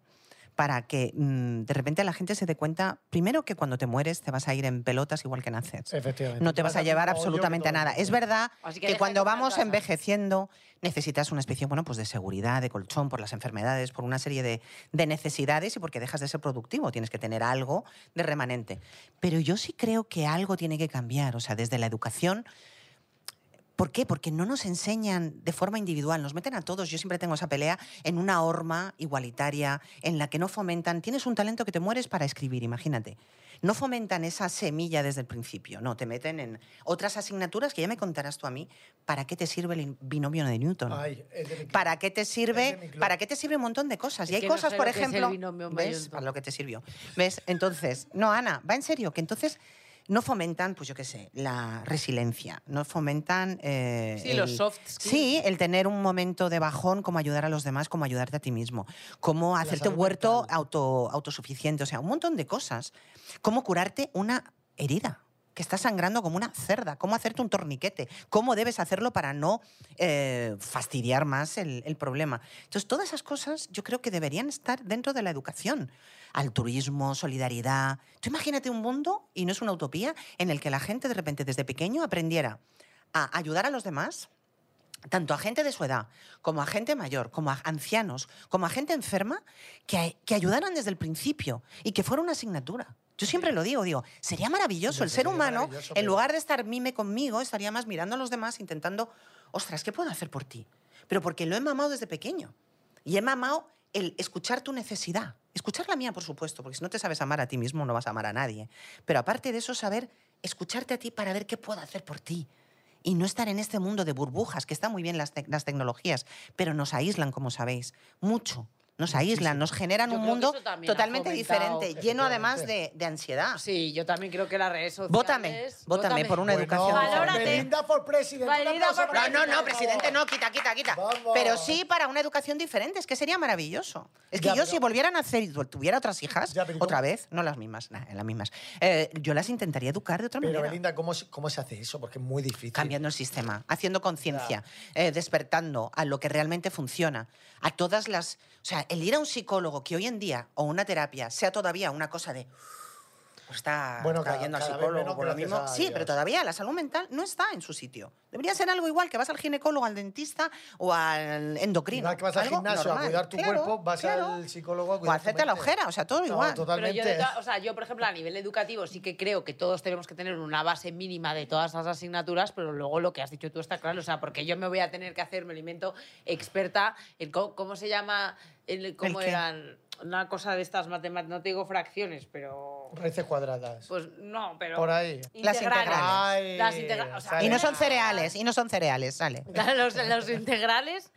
Speaker 4: para que mm, de repente la gente se dé cuenta, primero que cuando te mueres te vas a ir en pelotas igual que naces.
Speaker 3: Efectivamente.
Speaker 4: No te vas a llevar absolutamente a nada. Es verdad
Speaker 2: Así que
Speaker 4: que,
Speaker 2: deja de
Speaker 4: cuando
Speaker 2: comprar
Speaker 4: vamos
Speaker 2: cosas.
Speaker 4: envejeciendo necesitas una especie bueno, pues de seguridad, de colchón por las enfermedades, por una serie de, de necesidades y porque dejas de ser productivo. Tienes que tener algo de remanente. Pero yo sí creo que algo tiene que cambiar. O sea, desde la educación ¿Por qué? Porque no nos enseñan de forma individual, nos meten a todos, yo siempre tengo esa pelea, en una horma igualitaria, en la que no fomentan, tienes un talento que te mueres para escribir, imagínate. No fomentan esa semilla desde el principio, no, te meten en otras asignaturas que ya me contarás tú a mí, ¿para qué te sirve el in- binomio de Newton?
Speaker 3: Ay, es de mi-
Speaker 4: ¿Para qué te
Speaker 3: Es de mi
Speaker 4: sirve?
Speaker 3: club.
Speaker 4: ¿Para qué te sirve un montón de cosas?
Speaker 2: Es
Speaker 4: y hay
Speaker 2: que no
Speaker 4: cosas,
Speaker 2: sé
Speaker 4: por
Speaker 2: lo que es el
Speaker 4: ejemplo,
Speaker 2: binomio
Speaker 4: ¿ves?
Speaker 2: Mayol-Tom.
Speaker 4: Para lo que te sirvió. ¿Ves? Entonces, no, Ana, va en serio, que entonces no fomentan, pues yo qué sé, la resiliencia, no fomentan... eh,
Speaker 2: Sí, los soft skills.
Speaker 4: Sí, el tener un momento de bajón, como ayudar a los demás, como ayudarte a ti mismo, cómo hacerte
Speaker 3: salud
Speaker 4: huerto
Speaker 3: mental.
Speaker 4: auto, autosuficiente, o sea, un montón de cosas. Cómo curarte una herida que está sangrando como una cerda, cómo hacerte un torniquete, cómo debes hacerlo para no eh, fastidiar más el, el problema. Entonces, todas esas cosas yo creo que deberían estar dentro de la educación. Altruismo, solidaridad. Tú imagínate un mundo, y no es una utopía, en el que la gente de repente desde pequeño aprendiera a ayudar a los demás, tanto a gente de su edad, como a gente mayor, como a ancianos, como a gente enferma, que, que ayudaran desde el principio y que fuera una asignatura. Yo siempre lo digo, digo, sería maravilloso.
Speaker 3: Hombre,
Speaker 4: el ser
Speaker 3: sería
Speaker 4: humano,
Speaker 3: maravilloso,
Speaker 4: en
Speaker 3: pero-
Speaker 4: lugar de estar mime conmigo, estaría más mirando a los demás, intentando, ostras, ¿qué puedo hacer por ti? Pero porque lo he mamado desde pequeño. Y he mamado el escuchar tu necesidad. Escuchar la mía, por supuesto, porque si no te sabes amar a ti mismo, no vas a amar a nadie. Pero aparte de eso, saber escucharte a ti para ver qué puedo hacer por ti. Y no estar en este mundo de burbujas, que están muy bien las, tec- las tecnologías, pero nos aíslan, como sabéis, mucho. Nos aíslan, nos generan
Speaker 2: Yo creo
Speaker 4: un
Speaker 2: que
Speaker 4: mundo
Speaker 2: eso también ha
Speaker 4: totalmente
Speaker 2: fomentado,
Speaker 4: diferente, lleno además de,
Speaker 3: efectivamente.
Speaker 4: de ansiedad.
Speaker 2: Sí, yo también creo que las redes sociales...
Speaker 4: Vótame, vótame por una
Speaker 3: Bueno,
Speaker 4: educación.
Speaker 2: Valórate.
Speaker 4: diferente.
Speaker 3: Belinda for president. Un
Speaker 2: Belinda
Speaker 3: aplauso
Speaker 2: for
Speaker 3: para
Speaker 4: No, no,
Speaker 3: Belinda,
Speaker 4: no,
Speaker 3: por
Speaker 4: presidente,
Speaker 3: favor.
Speaker 4: no, quita, quita, quita.
Speaker 3: Vamos.
Speaker 4: Pero sí para una educación diferente, es que sería maravilloso. Es que
Speaker 3: Ya,
Speaker 4: yo
Speaker 3: pero-
Speaker 4: si volviera a nacer y tu- tuviera otras hijas,
Speaker 3: Ya, pero ¿y
Speaker 4: otra
Speaker 3: cómo?
Speaker 4: vez, no las mismas, nah, las mismas, eh, yo las intentaría educar de otra
Speaker 3: Pero
Speaker 4: manera.
Speaker 3: Belinda, ¿cómo, se- ¿cómo se hace eso? Porque es muy difícil.
Speaker 4: Cambiando el sistema, haciendo conciencia, eh, despertando a lo que realmente funciona, a todas las... O sea, el ir a un psicólogo que hoy en día, o una terapia, sea todavía una cosa de... "Pues Está,
Speaker 3: Bueno,
Speaker 4: está
Speaker 3: cada-
Speaker 4: yendo al
Speaker 3: cada vez menos
Speaker 4: psicólogo por lo
Speaker 3: gracias
Speaker 4: mismo.
Speaker 3: a
Speaker 4: Sí,
Speaker 3: Dios.
Speaker 4: pero todavía la salud mental no está en su sitio. Debería ser algo igual que vas al ginecólogo, al dentista o al endocrino.
Speaker 3: Igual que vas al
Speaker 4: Algo
Speaker 3: gimnasio
Speaker 4: normal.
Speaker 3: a cuidar tu
Speaker 4: Claro,
Speaker 3: cuerpo, vas
Speaker 4: claro.
Speaker 3: al psicólogo a
Speaker 4: O
Speaker 3: cuidar tu
Speaker 4: hacerte la
Speaker 3: mente.
Speaker 4: ojera, o sea, todo
Speaker 3: No,
Speaker 4: igual.
Speaker 2: Pero
Speaker 3: totalmente.
Speaker 2: yo, de todas- o sea, yo, por ejemplo, a nivel educativo sí que creo que todos tenemos que tener una base mínima de todas las asignaturas, pero luego lo que has dicho tú está claro, o sea, porque yo me voy a tener que hacer, me alimento experta en co- cómo se llama, el, cómo
Speaker 4: qué?
Speaker 2: eran, una cosa de estas matemáticas, no te digo fracciones, pero...
Speaker 3: Raíces cuadradas.
Speaker 2: Pues no, pero...
Speaker 3: Por ahí.
Speaker 4: Las
Speaker 3: integrales.
Speaker 2: Las
Speaker 3: Ay,
Speaker 2: integra- o sea,
Speaker 4: Y no son
Speaker 2: integrales.
Speaker 4: cereales, y no son cereales, sale.
Speaker 2: [laughs] los, los integrales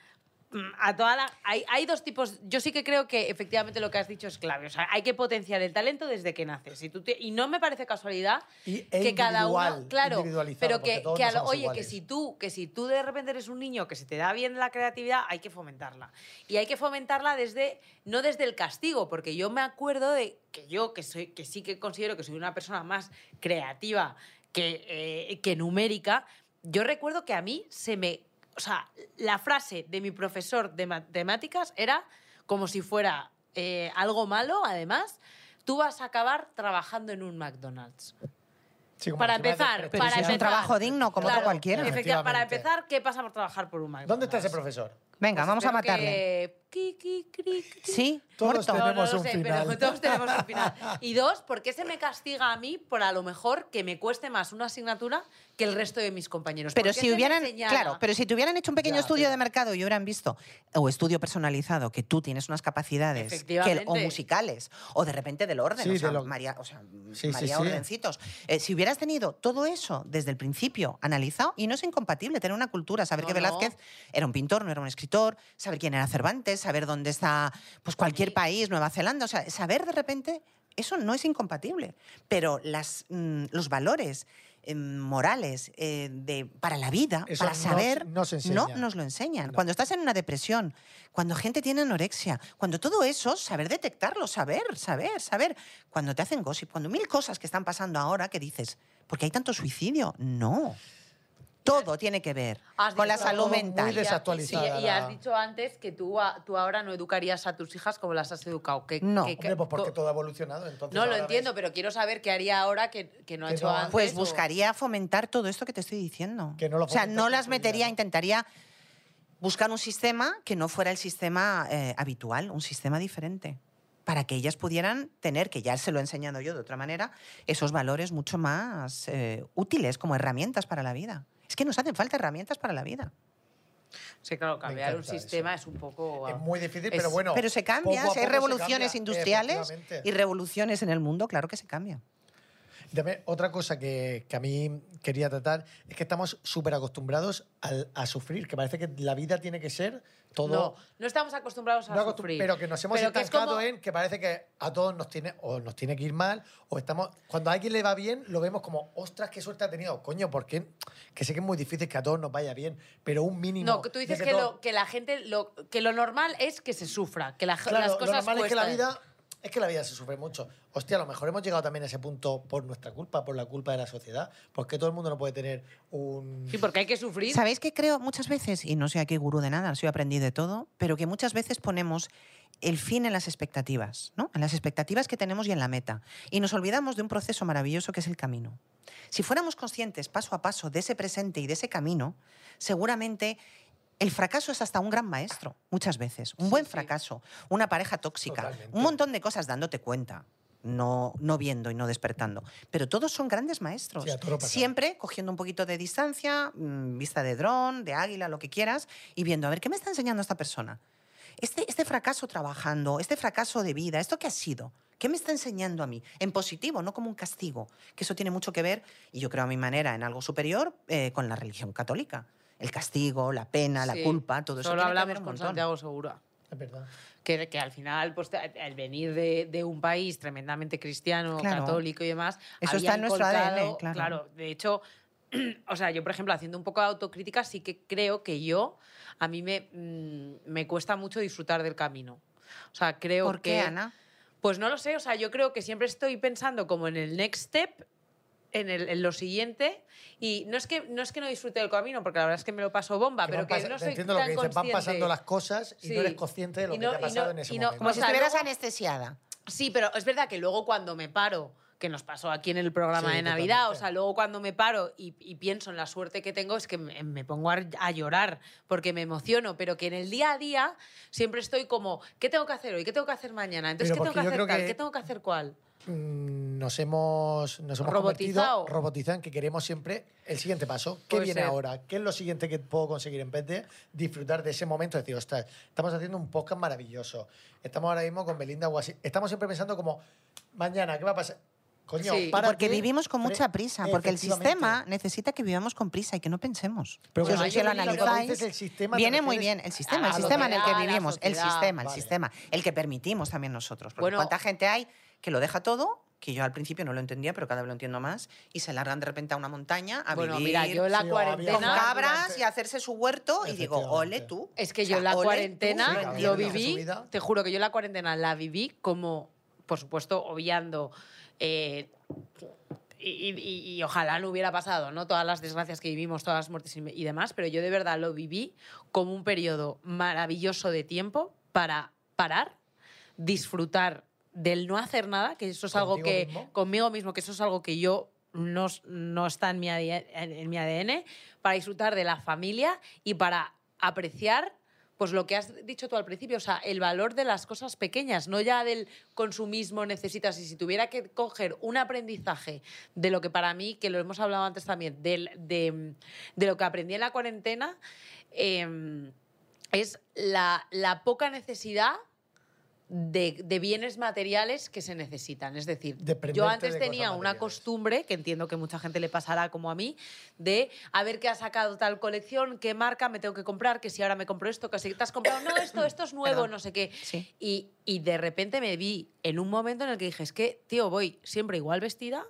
Speaker 2: mm, a toda la- hay, hay dos tipos yo sí que creo que efectivamente lo que has dicho es clave o sea hay que potenciar el talento desde que naces y, tú te- y no me parece casualidad
Speaker 3: Y- e
Speaker 2: que cada uno
Speaker 3: individual,
Speaker 2: claro
Speaker 3: individualizado,
Speaker 2: pero
Speaker 3: porque
Speaker 2: que,
Speaker 3: todos
Speaker 2: que
Speaker 3: no
Speaker 2: a lo-
Speaker 3: somos
Speaker 2: oye
Speaker 3: iguales.
Speaker 2: que si tú que si tú de repente eres un niño que se te da bien la creatividad hay que fomentarla y hay que fomentarla desde no desde el castigo porque yo me acuerdo de que yo que soy que sí que considero que soy una persona más creativa que, eh, que numérica, yo recuerdo que a mí se me... O sea, la frase de mi profesor de matemáticas era como si fuera eh, algo malo, además, tú vas a acabar trabajando en un McDonald's.
Speaker 3: Sí, como
Speaker 2: Para
Speaker 3: encima de
Speaker 2: empezar,
Speaker 4: Pero
Speaker 2: para
Speaker 4: si es un
Speaker 2: empezar.
Speaker 4: trabajo digno, como
Speaker 3: Claro.
Speaker 4: otro cualquiera.
Speaker 2: Efectivamente, para
Speaker 3: Efectivamente.
Speaker 2: empezar, ¿qué pasa por trabajar por un McDonald's?
Speaker 3: ¿Dónde está ese profesor?
Speaker 4: Venga,
Speaker 2: Pues
Speaker 4: vamos a
Speaker 2: espero que-
Speaker 4: matarle.
Speaker 2: Qui, qui, cri, cri.
Speaker 4: Sí,
Speaker 3: Todos
Speaker 4: muerto.
Speaker 3: tenemos-
Speaker 2: lo
Speaker 3: un
Speaker 2: sé,
Speaker 3: final.
Speaker 2: Pero
Speaker 3: [laughs]
Speaker 2: todos tenemos un final. Y dos, ¿por qué se me castiga a mí por a lo mejor que me cueste más una asignatura que el resto de mis
Speaker 3: Pues
Speaker 2: compañeros? ¿Por
Speaker 4: Pero
Speaker 2: qué
Speaker 4: si
Speaker 2: se me
Speaker 4: hubieran,
Speaker 2: señala?
Speaker 4: claro, pero si te hubieran hecho un pequeño
Speaker 3: Ya,
Speaker 4: estudio
Speaker 3: pero-
Speaker 4: de mercado y hubieran visto o estudio personalizado que tú tienes unas capacidades que- o
Speaker 2: Efectivamente.
Speaker 4: musicales o de repente del orden,
Speaker 3: Sí,
Speaker 4: o sea,
Speaker 3: de lo-
Speaker 4: María, o sea,
Speaker 3: Sí, sí,
Speaker 4: María
Speaker 3: sí.
Speaker 4: Ordencitos. Eh, si hubieras tenido todo eso desde el principio analizado y no es incompatible tener una cultura, saber
Speaker 2: No,
Speaker 4: que Velázquez
Speaker 2: no.
Speaker 4: era un pintor, no era un escritor, saber quién era Cervantes, saber dónde está pues cualquier país, Nueva Zelanda, o sea, saber de repente Eso no es incompatible. Pero las, mm, los valores eh, morales eh, de, para la vida,
Speaker 3: Eso
Speaker 4: para
Speaker 3: no
Speaker 4: saber,
Speaker 3: se- no se enseña.
Speaker 4: no nos lo enseñan.
Speaker 3: No.
Speaker 4: Cuando estás en una depresión, cuando gente tiene anorexia, cuando todo eso, saber detectarlo, saber, saber, saber. Cuando te hacen gossip, cuando mil cosas que están pasando ahora que dices, ¿por qué hay tanto suicidio? No. Todo tiene que ver
Speaker 2: Has
Speaker 4: con la
Speaker 2: dicho
Speaker 4: salud
Speaker 2: algo muy
Speaker 4: mental.
Speaker 3: de- desactualizada
Speaker 2: Sí, y has
Speaker 3: la-
Speaker 2: dicho antes que tú, a- tú ahora no educarías a tus hijas como las has educado. Que,
Speaker 4: No.
Speaker 2: que- que-
Speaker 3: Hombre, pues porque
Speaker 2: co-
Speaker 3: todo ha evolucionado. Entonces
Speaker 2: No, lo
Speaker 3: ahora
Speaker 2: entiendo,
Speaker 3: ves-
Speaker 2: pero quiero saber qué haría ahora que, que no ha
Speaker 3: Que
Speaker 2: hecho
Speaker 3: no
Speaker 2: antes.
Speaker 3: hace.
Speaker 4: Pues
Speaker 2: o-
Speaker 4: buscaría fomentar todo esto que te estoy diciendo.
Speaker 3: Que no lo
Speaker 4: o sea,
Speaker 3: fomentas
Speaker 4: no
Speaker 3: en
Speaker 4: las
Speaker 3: tu
Speaker 4: metería,
Speaker 3: vida, ¿no?
Speaker 4: intentaría buscar un sistema que no fuera el sistema eh, habitual, un sistema diferente, para que ellas pudieran tener, que ya se lo he enseñado yo de otra manera, esos valores mucho más eh, útiles como herramientas para la vida. Es que nos hacen falta herramientas para la vida.
Speaker 2: Sí, claro, cambiar un
Speaker 3: encanta eso.
Speaker 2: sistema es un poco...
Speaker 3: Es muy difícil,
Speaker 2: Es-
Speaker 3: pero bueno.
Speaker 4: Pero se cambia,
Speaker 3: poco a
Speaker 4: si hay
Speaker 3: poco se
Speaker 4: revoluciones
Speaker 3: cambia,
Speaker 4: industriales
Speaker 3: efectivamente.
Speaker 4: y revoluciones en el mundo, claro que se cambia.
Speaker 3: También, otra cosa que, que a mí quería tratar es que estamos súper acostumbrados al- a sufrir, que parece que la vida tiene que ser
Speaker 2: No,
Speaker 3: todo...
Speaker 2: no estamos acostumbrados a
Speaker 3: no acostum-
Speaker 2: sufrir.
Speaker 3: pero que nos hemos
Speaker 2: Pero que es
Speaker 3: estancado
Speaker 2: como-
Speaker 3: en que parece que a todos nos tiene o nos tiene que ir mal o estamos cuando a alguien le va bien lo vemos como ostras qué suerte ha tenido coño porque que sé que es muy difícil que a todos nos vaya bien pero un mínimo
Speaker 2: No, que tú
Speaker 3: de
Speaker 2: dices que,
Speaker 3: todo-
Speaker 2: lo, que la gente... Lo, que lo normal es que se sufra, que la-
Speaker 3: Claro,
Speaker 2: las
Speaker 3: lo
Speaker 2: cosas
Speaker 3: normal es que la
Speaker 2: cuestan.
Speaker 3: vida es que la vida se sufre mucho. Hostia, a lo mejor hemos llegado también a ese punto por nuestra culpa, por la culpa de la sociedad, porque todo el mundo no puede tener un
Speaker 2: Sí, porque hay que sufrir.
Speaker 4: ¿Sabéis que creo muchas veces, y no soy aquí gurú de nada, soy aprendí de todo, pero que muchas veces ponemos el fin en las expectativas, ¿no? En las expectativas que tenemos y en la meta. Y nos olvidamos de un proceso maravilloso que es el camino. Si fuéramos conscientes paso a paso de ese presente y de ese camino, seguramente el fracaso es hasta un gran maestro, muchas veces. Un
Speaker 2: Sí,
Speaker 4: buen
Speaker 2: sí.
Speaker 4: fracaso, una pareja tóxica,
Speaker 3: Totalmente.
Speaker 4: un montón de cosas dándote cuenta. No, no viendo y no despertando. Pero todos son grandes maestros.
Speaker 3: Sí, a toro pasado.
Speaker 4: Siempre cogiendo un poquito de distancia, mm, vista de dron, de águila, lo que quieras, y viendo, a ver, ¿qué me está enseñando esta persona? Este, este fracaso trabajando, este fracaso de vida, ¿esto qué ha sido? ¿Qué me está enseñando a mí? En positivo, no como un castigo. Que eso tiene mucho que ver, y yo creo a mi manera, en algo superior, eh, con la religión católica. El castigo, la pena, la
Speaker 2: Sí.
Speaker 4: culpa, todo eso.
Speaker 2: Solo
Speaker 4: tiene que
Speaker 2: hablamos
Speaker 4: ver un
Speaker 2: con
Speaker 4: montón.
Speaker 2: Santiago Segura.
Speaker 3: es verdad.
Speaker 2: que, que al final, pues, te- el venir de, de un país tremendamente cristiano,
Speaker 4: Claro.
Speaker 2: católico y demás,
Speaker 4: Eso
Speaker 2: había
Speaker 4: está en nuestro
Speaker 2: inculcado-
Speaker 4: ADN, claro.
Speaker 2: de hecho, [clears throat] o sea, yo, por ejemplo, haciendo un poco de autocrítica, sí que creo que yo, a mí me, mm, me cuesta mucho disfrutar del camino. O sea, creo
Speaker 4: ¿Por
Speaker 2: que...
Speaker 4: qué, Ana?
Speaker 2: Pues no lo sé, o sea, yo creo que siempre estoy pensando como en el next step, en, el- en lo siguiente, y no es, que, no es que no disfrute del camino, porque la verdad es que me lo paso bomba, Ah,
Speaker 3: Que
Speaker 2: pero
Speaker 3: van
Speaker 2: que
Speaker 3: pasa-
Speaker 2: no
Speaker 3: te
Speaker 2: soy
Speaker 3: entiendo lo
Speaker 2: tan
Speaker 3: que dices, van
Speaker 2: consciente.
Speaker 3: pasando las cosas y
Speaker 2: Sí.
Speaker 3: no eres consciente de lo
Speaker 2: Y no-
Speaker 3: que te
Speaker 2: y
Speaker 3: ha pasado
Speaker 2: no-
Speaker 3: en ese
Speaker 2: y no-
Speaker 3: momento.
Speaker 4: Como
Speaker 2: o
Speaker 4: si
Speaker 2: sea,
Speaker 4: estuvieras
Speaker 2: luego-
Speaker 4: anestesiada.
Speaker 2: Sí, pero es verdad que luego cuando me paro, que nos pasó aquí en el programa
Speaker 3: Sí,
Speaker 2: de Navidad, o
Speaker 3: totalmente.
Speaker 2: sea, luego cuando me paro y, y pienso en la suerte que tengo, es que me, me pongo a, a llorar porque me emociono, pero que en el día a día siempre estoy como, ¿qué tengo que hacer hoy? ¿Qué tengo que hacer mañana? Entonces,
Speaker 3: Pero
Speaker 2: ¿qué tengo que
Speaker 3: porque yo
Speaker 2: hacer
Speaker 3: creo
Speaker 2: tal?
Speaker 3: que-
Speaker 2: ¿Qué tengo que hacer cuál?
Speaker 3: Mm, Nos hemos, nos hemos
Speaker 2: Robotizado.
Speaker 3: convertido- robotizado en que queremos siempre el siguiente paso. ¿Qué
Speaker 2: Puede
Speaker 3: viene
Speaker 2: ser.
Speaker 3: ahora? ¿Qué es lo siguiente que puedo conseguir? En vez de disfrutar de ese momento, decir, ostras, estamos haciendo un podcast maravilloso. Estamos ahora mismo con Belinda Guasi. Estamos siempre pensando como, mañana, ¿qué va a pasar? Coño,
Speaker 2: Sí, y
Speaker 3: párate,
Speaker 4: Porque vivimos con
Speaker 3: fre-
Speaker 2: e-,
Speaker 4: mucha prisa, porque el
Speaker 3: Efectivamente.
Speaker 4: sistema necesita que vivamos con prisa y que no pensemos.
Speaker 3: Pero
Speaker 4: Yo
Speaker 3: bueno,
Speaker 4: sé
Speaker 2: ahí
Speaker 4: si lo
Speaker 2: yo creo que cuando
Speaker 4: analizáis,
Speaker 3: dices el sistema, te
Speaker 4: viene muy
Speaker 3: refieres
Speaker 4: bien el
Speaker 2: a
Speaker 4: sistema, el
Speaker 2: la
Speaker 4: sistema en el que
Speaker 2: sociedad, a la
Speaker 4: vivimos, el
Speaker 2: sociedad.
Speaker 4: sistema, el
Speaker 3: Vale.
Speaker 4: sistema, el que permitimos también nosotros. Porque
Speaker 2: Bueno.
Speaker 4: cuánta gente hay que lo deja todo, que yo al principio no lo entendía, pero cada vez lo entiendo más, y se largan de repente a una montaña a
Speaker 2: bueno,
Speaker 4: vivir
Speaker 2: mira, yo en la
Speaker 3: sí, o había
Speaker 4: con
Speaker 3: Nada,
Speaker 2: cuarentena...
Speaker 3: cab-
Speaker 4: cabras
Speaker 3: durante-
Speaker 4: y hacerse su huerto, y digo, ole
Speaker 3: Efectivamente.
Speaker 4: tú.
Speaker 2: Es que
Speaker 4: O sea,
Speaker 2: yo en la
Speaker 4: ole tú,
Speaker 3: Sí,
Speaker 2: cuarentena
Speaker 3: cada
Speaker 2: lo
Speaker 3: uno hace su
Speaker 2: viví,
Speaker 3: vida.
Speaker 2: te juro que yo en la cuarentena la viví como, por supuesto, obviando eh, y, y- y ojalá no hubiera pasado, ¿no? Todas las desgracias que vivimos, todas las muertes y, y demás, pero yo de verdad lo viví como un periodo maravilloso de tiempo para parar, disfrutar del no hacer nada, que eso es algo
Speaker 3: ¿Contigo
Speaker 2: que
Speaker 3: mismo?
Speaker 2: conmigo mismo, que eso es algo que yo no, s- no está en mi, ADN, en en mi ADN, para disfrutar de la familia y para apreciar pues lo que has dicho tú al principio, o sea, el valor de las cosas pequeñas, no ya del consumismo necesitas. Y si tuviera que coger un aprendizaje de lo que para mí, que lo hemos hablado antes también, del- de, de lo que aprendí en la cuarentena, em, es la, la poca necesidad de, de bienes materiales que se necesitan. Es decir,
Speaker 3: Dependerte
Speaker 2: yo antes
Speaker 3: de cosas
Speaker 2: tenía una
Speaker 3: materiales.
Speaker 2: costumbre, que entiendo que mucha gente le pasará como a mí, de a ver qué ha sacado tal colección, qué marca me tengo que comprar, que si ahora me compro esto, que si te has comprado, no,
Speaker 3: [coughs]
Speaker 2: esto, esto es nuevo,
Speaker 4: Perdón.
Speaker 2: no sé qué.
Speaker 4: Sí.
Speaker 2: Y, y de repente me vi en un momento en el que dije, es que, tío, voy siempre igual vestida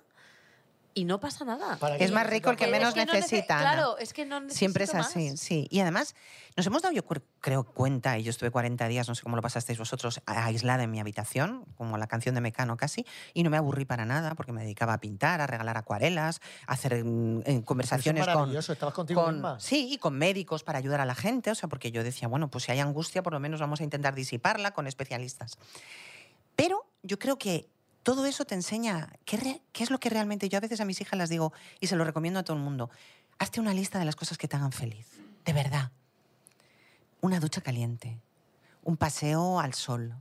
Speaker 2: y no pasa nada.
Speaker 3: Para
Speaker 4: Es
Speaker 3: que-
Speaker 4: más rico el que
Speaker 2: Es
Speaker 4: menos
Speaker 2: no nece-
Speaker 4: necesita, Ana.
Speaker 2: claro, es que no necesito
Speaker 4: Siempre es así,
Speaker 2: más.
Speaker 4: sí. Y además, nos hemos dado, yo cre- creo, cuenta, y yo estuve 40 días, no sé cómo lo pasasteis vosotros, a- aislada en mi habitación, como la canción de Mecano casi, y no me aburrí para nada, porque me dedicaba a pintar, a regalar acuarelas, a hacer mm, eh, conversaciones
Speaker 3: Eso es
Speaker 4: con...
Speaker 3: maravilloso, estabas contigo
Speaker 4: con-
Speaker 3: misma.
Speaker 4: Sí, y con médicos para ayudar a la gente, o sea, porque yo decía, bueno, pues si hay angustia, por lo menos vamos a intentar disiparla con especialistas. Pero yo creo que todo eso te enseña qué, re- qué es lo que realmente yo a veces a mis hijas las digo y se lo recomiendo a todo el mundo. Hazte una lista de las cosas que te hagan feliz, de verdad. Una ducha caliente, un paseo al sol,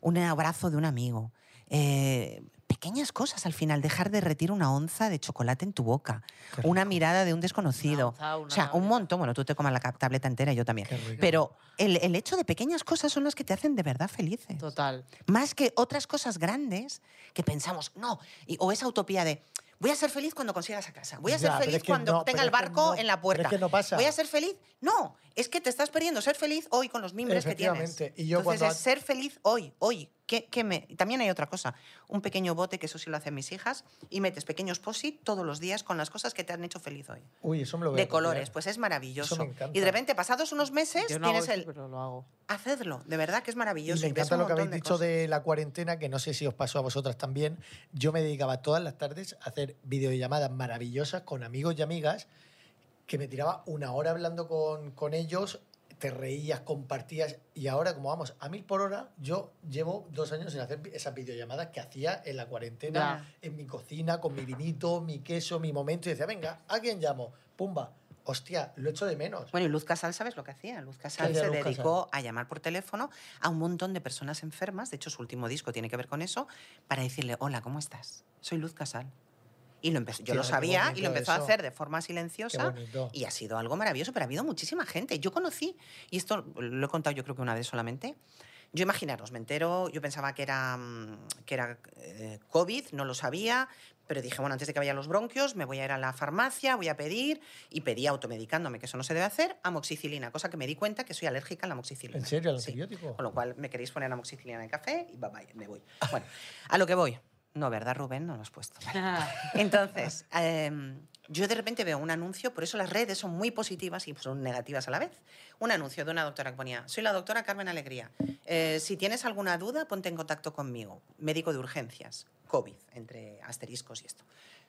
Speaker 4: un abrazo de un amigo. eh, pequeñas cosas al final, dejar derretir una onza de chocolate en tu boca,
Speaker 3: Qué
Speaker 4: una mirada de un desconocido.
Speaker 2: onza, una
Speaker 4: o sea, un
Speaker 2: tableta.
Speaker 4: montón. Bueno, tú te comas la ca- tableta entera, yo también.
Speaker 3: Qué rico.
Speaker 4: Pero el, el hecho de pequeñas cosas son las que te hacen de verdad felices
Speaker 2: Total.
Speaker 4: más que otras cosas grandes que pensamos, no, y- o esa utopía de voy a ser feliz cuando consigas a casa, voy a ser
Speaker 3: Ya, pero
Speaker 4: feliz
Speaker 3: es que
Speaker 4: cuando
Speaker 3: no,
Speaker 4: tenga
Speaker 3: pero
Speaker 4: el
Speaker 3: es que
Speaker 4: barco
Speaker 3: no,
Speaker 4: en la puerta.
Speaker 3: pero es que no pasa.
Speaker 4: Voy a ser feliz. No, es que te estás perdiendo ser feliz hoy con los mimbres que tienes.
Speaker 3: Efectivamente, y yo
Speaker 4: Entonces
Speaker 3: cuando-
Speaker 4: es ser feliz hoy, hoy. ¿Qué- qué me... y También hay otra cosa, un pequeño bote, que eso sí lo hacen mis hijas, y metes pequeños posit todos los días con las cosas que te han hecho feliz hoy.
Speaker 3: Uy, eso me lo voy a
Speaker 4: De
Speaker 3: copiar.
Speaker 4: colores, pues es maravilloso.
Speaker 3: Eso me encanta.
Speaker 4: y de repente, pasados unos meses,
Speaker 2: Yo no hago
Speaker 4: tienes
Speaker 2: eso,
Speaker 4: el...
Speaker 2: pero lo
Speaker 4: [laughs]
Speaker 2: hago.
Speaker 4: Hacedlo, de verdad que es
Speaker 3: Y
Speaker 4: maravilloso.
Speaker 3: me
Speaker 4: y ves
Speaker 3: encanta
Speaker 4: un
Speaker 3: lo que
Speaker 4: montón
Speaker 3: habéis dicho
Speaker 4: cosas.
Speaker 3: de la cuarentena, que no sé si os pasó a vosotras también. Yo me dedicaba todas las tardes a hacer videollamadas maravillosas con amigos y amigas, que me tiraba una hora hablando con, con ellos, te reías, compartías, y ahora, como vamos, a mil por hora, yo llevo dos años sin hacer esas videollamadas que hacía en la cuarentena, en mi cocina, con mi vinito, mi queso, mi momento, y decía, venga, ¿a quién llamo? Pumba, hostia, lo echo de menos.
Speaker 4: Bueno, y Luz Casal, ¿sabes lo que hacía? Luz Casal
Speaker 3: hacía
Speaker 4: se
Speaker 3: Luz Casal?
Speaker 4: dedicó a llamar por teléfono a un montón de personas enfermas, de hecho su último disco tiene que ver con eso, para decirle, hola, ¿cómo estás? Soy Luz Casal. Y lo empezó, yo
Speaker 3: Hostia,
Speaker 4: lo
Speaker 3: qué
Speaker 4: sabía y
Speaker 3: bonito
Speaker 4: lo empezó
Speaker 3: eso.
Speaker 4: a hacer de forma
Speaker 3: Qué
Speaker 4: silenciosa
Speaker 3: bonito.
Speaker 4: y ha sido algo maravilloso, pero ha habido muchísima gente. Yo conocí, y esto lo he contado yo creo que una vez solamente, yo imaginaros, me entero, yo pensaba que era, mm, que era eh, COVID, no lo sabía, pero dije, bueno, antes de que vaya a los bronquios, me voy a ir a la farmacia, voy a pedir, y pedí automedicándome, que eso no se debe hacer, amoxicilina, cosa que me di cuenta que soy alérgica a la amoxicilina.
Speaker 3: ¿En serio, al
Speaker 4: Sí.
Speaker 3: antibiótico?
Speaker 4: Con lo cual, me queréis poner amoxicilina en el café y bye, bye, me voy. Bueno, a lo que voy. No, ¿verdad, Rubén? No lo has puesto. Vale. Entonces, eh, yo de repente veo un anuncio, por eso las redes son muy positivas y son negativas a la vez. Un anuncio de una doctora que ponía, soy la doctora Carmen Alegría. Eh, si tienes alguna duda, ponte en contacto conmigo. Médico de urgencias, COVID, entre asteriscos y esto.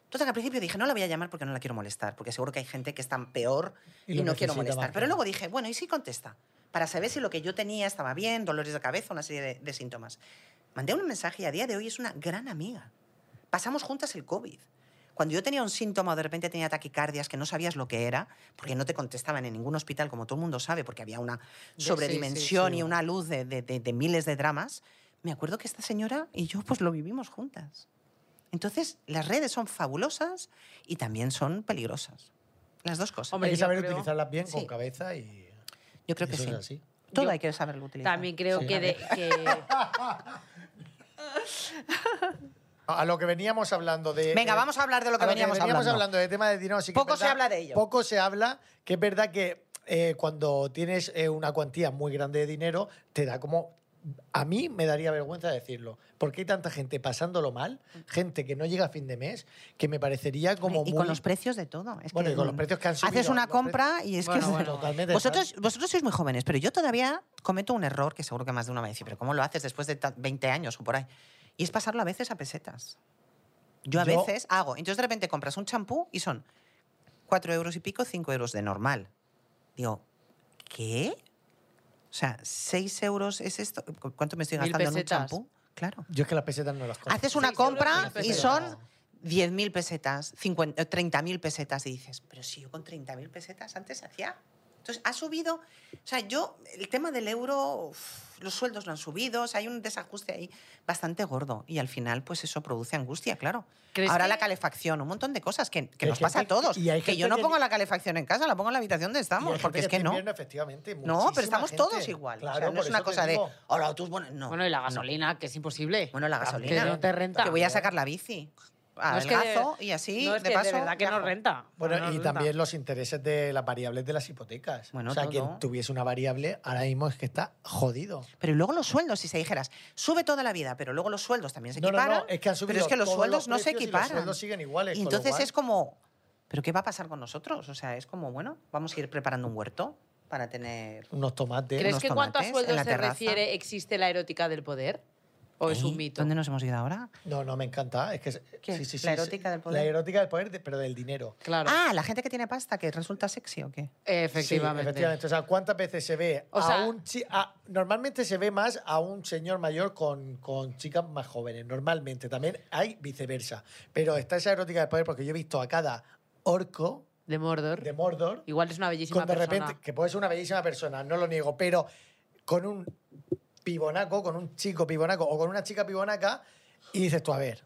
Speaker 4: Entonces, al principio dije, no la voy a llamar porque no la quiero molestar, porque seguro que hay gente que está peor
Speaker 3: Y
Speaker 4: y,
Speaker 3: lo
Speaker 4: no quiero
Speaker 3: necesita
Speaker 4: molestar.
Speaker 3: más,
Speaker 4: Pero
Speaker 3: claro.
Speaker 4: luego dije, bueno, ¿y si contesta? Para saber si lo que yo tenía estaba bien, dolores de cabeza, una serie de, de síntomas. Mandé un mensaje y a día de hoy es una gran amiga. Pasamos juntas el COVID. Cuando yo tenía un síntoma o de repente tenía taquicardias que no sabías lo que era, porque no te contestaban en ningún hospital, como todo el mundo sabe, porque había una
Speaker 2: sí,
Speaker 4: sobredimensión
Speaker 2: sí, sí.
Speaker 4: y una luz de, de- de- de miles de dramas, me acuerdo que esta señora y yo pues lo vivimos juntas. Entonces, las redes son fabulosas y también son peligrosas. Las dos cosas.
Speaker 2: Hombre,
Speaker 3: Hay que
Speaker 2: yo
Speaker 3: saber
Speaker 2: creo-
Speaker 3: utilizarlas bien, con
Speaker 4: Sí.
Speaker 3: cabeza y...
Speaker 4: yo creo que
Speaker 3: eso
Speaker 4: sí.
Speaker 3: es así.
Speaker 4: Todo
Speaker 2: Yo
Speaker 4: hay que saberlo utilizar.
Speaker 2: También creo
Speaker 3: Sí.
Speaker 2: que, de- que-
Speaker 3: A lo que veníamos hablando de...
Speaker 4: Venga,
Speaker 3: de-
Speaker 4: vamos a hablar de lo que
Speaker 3: a
Speaker 4: veníamos, hablando.
Speaker 3: de tema de dinero. sí que
Speaker 4: Poco
Speaker 3: es
Speaker 4: se habla de ello.
Speaker 3: Poco se habla, que es verdad que eh, cuando tienes eh, una cuantía muy grande de dinero, te da como... A mí me daría vergüenza decirlo, porque hay tanta gente pasándolo mal, gente que no llega a fin de mes, que me parecería como
Speaker 4: y
Speaker 3: muy...
Speaker 4: con los precios de todo. Es
Speaker 3: Bueno,
Speaker 4: que,
Speaker 3: y con los
Speaker 4: mm,
Speaker 3: precios que han
Speaker 4: Haces
Speaker 3: subido,
Speaker 4: una
Speaker 3: los pre-
Speaker 4: compra y es
Speaker 2: Bueno,
Speaker 4: que...
Speaker 2: bueno.
Speaker 3: Totalmente
Speaker 4: [laughs] Vosotros, vosotros sois muy jóvenes, pero yo todavía cometo un error que seguro que más de una me dice, pero ¿cómo lo haces después de ta- 20 años o por ahí? Y es pasarlo a veces a pesetas. Yo a
Speaker 3: Yo-
Speaker 4: veces hago. Entonces de repente compras un champú y son 4 euros y pico, 5 euros de normal. Digo, ¿qué? O sea, 6 euros es esto. ¿Cu- ¿Cuánto me estoy
Speaker 2: Mil
Speaker 4: gastando en un
Speaker 2: pesetas.
Speaker 4: champú? Claro.
Speaker 3: Yo es que las pesetas no las compro.
Speaker 4: Haces una
Speaker 2: Seis euros
Speaker 4: compra
Speaker 2: mil
Speaker 4: y
Speaker 2: pesetas.
Speaker 4: son 10.000 pesetas, 50 eh, 30.000 pesetas. Y dices, pero si yo con 30.000 pesetas antes hacía Entonces, ha subido, o sea, yo, el tema del euro, uf, los sueldos lo han subido, o sea, hay un desajuste ahí bastante gordo y al final, pues eso produce angustia, claro.
Speaker 2: ¿Crees
Speaker 4: Ahora
Speaker 2: que-
Speaker 4: la calefacción, un montón de cosas que, que
Speaker 3: Y hay
Speaker 4: nos pasa a
Speaker 3: gente-
Speaker 4: todos.
Speaker 3: y hay
Speaker 4: que
Speaker 3: gente
Speaker 4: yo no
Speaker 3: que-
Speaker 4: pongo la calefacción en casa, la pongo en la habitación donde
Speaker 3: Y hay
Speaker 4: estamos,
Speaker 3: gente
Speaker 4: porque es que
Speaker 3: está
Speaker 4: no.
Speaker 3: invierno, efectivamente,
Speaker 4: No, pero
Speaker 3: muchísima
Speaker 4: estamos
Speaker 3: gente.
Speaker 4: todos igual. O sea,
Speaker 3: Claro,
Speaker 4: no
Speaker 3: por
Speaker 4: es una
Speaker 3: eso te
Speaker 4: cosa de,
Speaker 3: digo.
Speaker 4: hola, tú, bueno, no.
Speaker 2: Bueno, y la
Speaker 4: no.
Speaker 2: gasolina, que es imposible.
Speaker 4: Bueno, la
Speaker 2: Que
Speaker 4: gasolina.
Speaker 2: no te renta.
Speaker 4: Que voy a sacar la bici.
Speaker 2: No, es que de-
Speaker 4: Adelgazo y así,
Speaker 2: No, es
Speaker 4: de
Speaker 2: que
Speaker 4: paso.
Speaker 2: de verdad que no
Speaker 4: viajo.
Speaker 2: renta.
Speaker 3: Bueno,
Speaker 2: No, no
Speaker 3: y
Speaker 2: renta.
Speaker 3: también los intereses de las variables de las hipotecas.
Speaker 4: Bueno,
Speaker 3: o sea,
Speaker 4: todo.
Speaker 3: quien tuviese una variable ahora mismo es que está jodido.
Speaker 4: Pero y luego los sueldos, si se dijeras, sube toda la vida, pero luego los sueldos también se
Speaker 3: No, no,
Speaker 4: equiparan.
Speaker 3: no, es que han subido
Speaker 4: Pero es que los
Speaker 3: todos
Speaker 4: sueldos no se
Speaker 3: precios y
Speaker 4: equiparan.
Speaker 3: Los sueldos siguen iguales.
Speaker 4: Y
Speaker 3: con lo
Speaker 4: entonces
Speaker 3: cual-
Speaker 4: es como, ¿pero qué va a pasar con nosotros? O sea, es como, bueno, vamos a ir preparando un huerto para tener.
Speaker 3: unos tomates.
Speaker 2: ¿Crees
Speaker 4: unos
Speaker 2: que en cuanto a
Speaker 4: tomates en
Speaker 2: sueldos
Speaker 4: la
Speaker 2: se
Speaker 4: terraza.
Speaker 2: refiere existe la erótica del poder? ¿O es
Speaker 4: Ey,
Speaker 2: un mito?
Speaker 4: ¿Dónde nos hemos ido ahora?
Speaker 3: No, no, me encanta. Es que es-
Speaker 4: ¿Qué?
Speaker 3: sí, sí, sí,
Speaker 4: La
Speaker 3: sí.
Speaker 4: erótica del poder.
Speaker 3: La erótica del poder, de- pero del dinero.
Speaker 2: Claro.
Speaker 4: Ah, la gente que tiene pasta, que resulta sexy o qué.
Speaker 2: efectivamente.
Speaker 3: Sí, efectivamente. O sea, ¿cuántas veces se ve
Speaker 2: O
Speaker 3: a
Speaker 2: sea-
Speaker 3: un chi- a- Normalmente se ve más a un señor mayor con, con chicas más jóvenes. Normalmente también hay viceversa. Pero está esa erótica del poder porque yo he visto a cada orco
Speaker 2: De Mordor.
Speaker 3: de Mordor
Speaker 2: Igual es una bellísima
Speaker 3: con de
Speaker 2: persona.
Speaker 3: repente, que puede ser una bellísima persona, no lo niego, pero con un pibonaco, con un chico pibonaco o con una chica pibonaca y dices tú, a ver,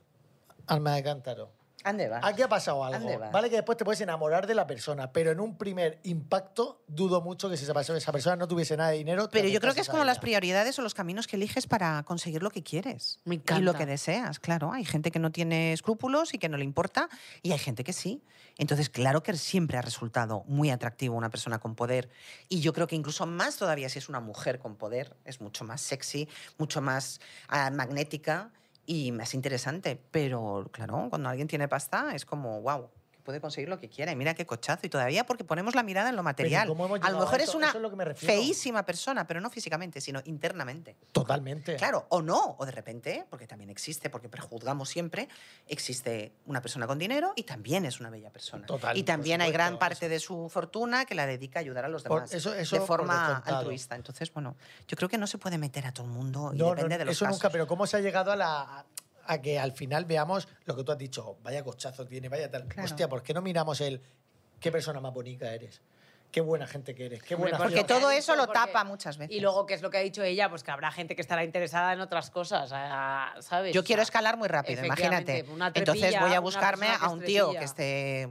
Speaker 3: alma de cántaro.
Speaker 4: ¿Ande vas?
Speaker 3: Aquí Ah, ha pasado
Speaker 4: ¿Dónde
Speaker 3: algo.
Speaker 4: vas?
Speaker 3: Vale que después te puedes enamorar de la persona, pero en un primer impacto dudo mucho que si esa persona, esa persona no tuviese nada de dinero... te
Speaker 4: Pero yo creo que
Speaker 3: acercas
Speaker 4: es
Speaker 3: a
Speaker 4: como
Speaker 3: ella.
Speaker 4: las prioridades o los caminos que eliges para conseguir lo que quieres.
Speaker 2: Me
Speaker 4: Y lo
Speaker 2: encanta.
Speaker 4: que deseas, claro. Hay gente que no tiene escrúpulos y que no le importa, y hay gente que sí. Entonces, claro que siempre ha resultado muy atractivo una persona con poder. Y yo creo que incluso más todavía si es una mujer con poder, es mucho más sexy, mucho más ah, magnética y más interesante. Pero, claro, cuando alguien tiene pasta es como, wow, puede conseguir lo que quiera. Y mira qué cochazo. Y todavía porque ponemos la mirada en lo
Speaker 3: Pero ¿y
Speaker 4: material.
Speaker 3: cómo hemos
Speaker 4: A lo
Speaker 3: llegado
Speaker 4: mejor
Speaker 3: esto?
Speaker 4: es una
Speaker 3: Eso es lo que me refiero.
Speaker 4: feísima persona, pero no físicamente, sino internamente.
Speaker 3: Totalmente.
Speaker 4: Claro, o no, o de repente, porque también existe, porque prejuzgamos siempre, existe una persona con dinero y también es una bella persona.
Speaker 3: Total,
Speaker 4: y
Speaker 3: por
Speaker 4: también hay
Speaker 3: supuesto,
Speaker 4: gran parte de su fortuna que la dedica a ayudar a los
Speaker 3: Por-
Speaker 4: demás
Speaker 3: eso- eso
Speaker 4: de
Speaker 3: por
Speaker 4: forma
Speaker 3: descontado.
Speaker 4: altruista. Entonces, bueno, yo creo que no se puede meter a todo el mundo y
Speaker 3: No, no,
Speaker 4: depende de los
Speaker 3: eso
Speaker 4: casos.
Speaker 3: nunca, pero ¿cómo se ha llegado a la a que al final veamos lo que tú has dicho? Vaya cochazo tiene, vaya tal.
Speaker 4: Claro.
Speaker 3: Hostia, ¿por qué no miramos el qué persona más bonita eres? Qué buena gente que eres, qué
Speaker 2: Hombre,
Speaker 3: buena
Speaker 2: porque
Speaker 4: Porque
Speaker 3: gente.
Speaker 2: lo que
Speaker 4: todo
Speaker 2: ha
Speaker 4: eso
Speaker 2: dicho,
Speaker 4: lo
Speaker 2: porque-
Speaker 4: tapa muchas veces.
Speaker 2: Y luego, ¿qué es lo que ha dicho ella? Pues que habrá gente que estará interesada en otras cosas, ah, ¿sabes?
Speaker 4: Yo
Speaker 2: O sea,
Speaker 4: quiero escalar muy rápido, imagínate.
Speaker 2: efectivamente, una
Speaker 4: Entonces
Speaker 2: trepilla,
Speaker 4: voy a
Speaker 2: una
Speaker 4: buscarme
Speaker 2: persona que
Speaker 4: a un tío
Speaker 2: estrepilla.
Speaker 4: que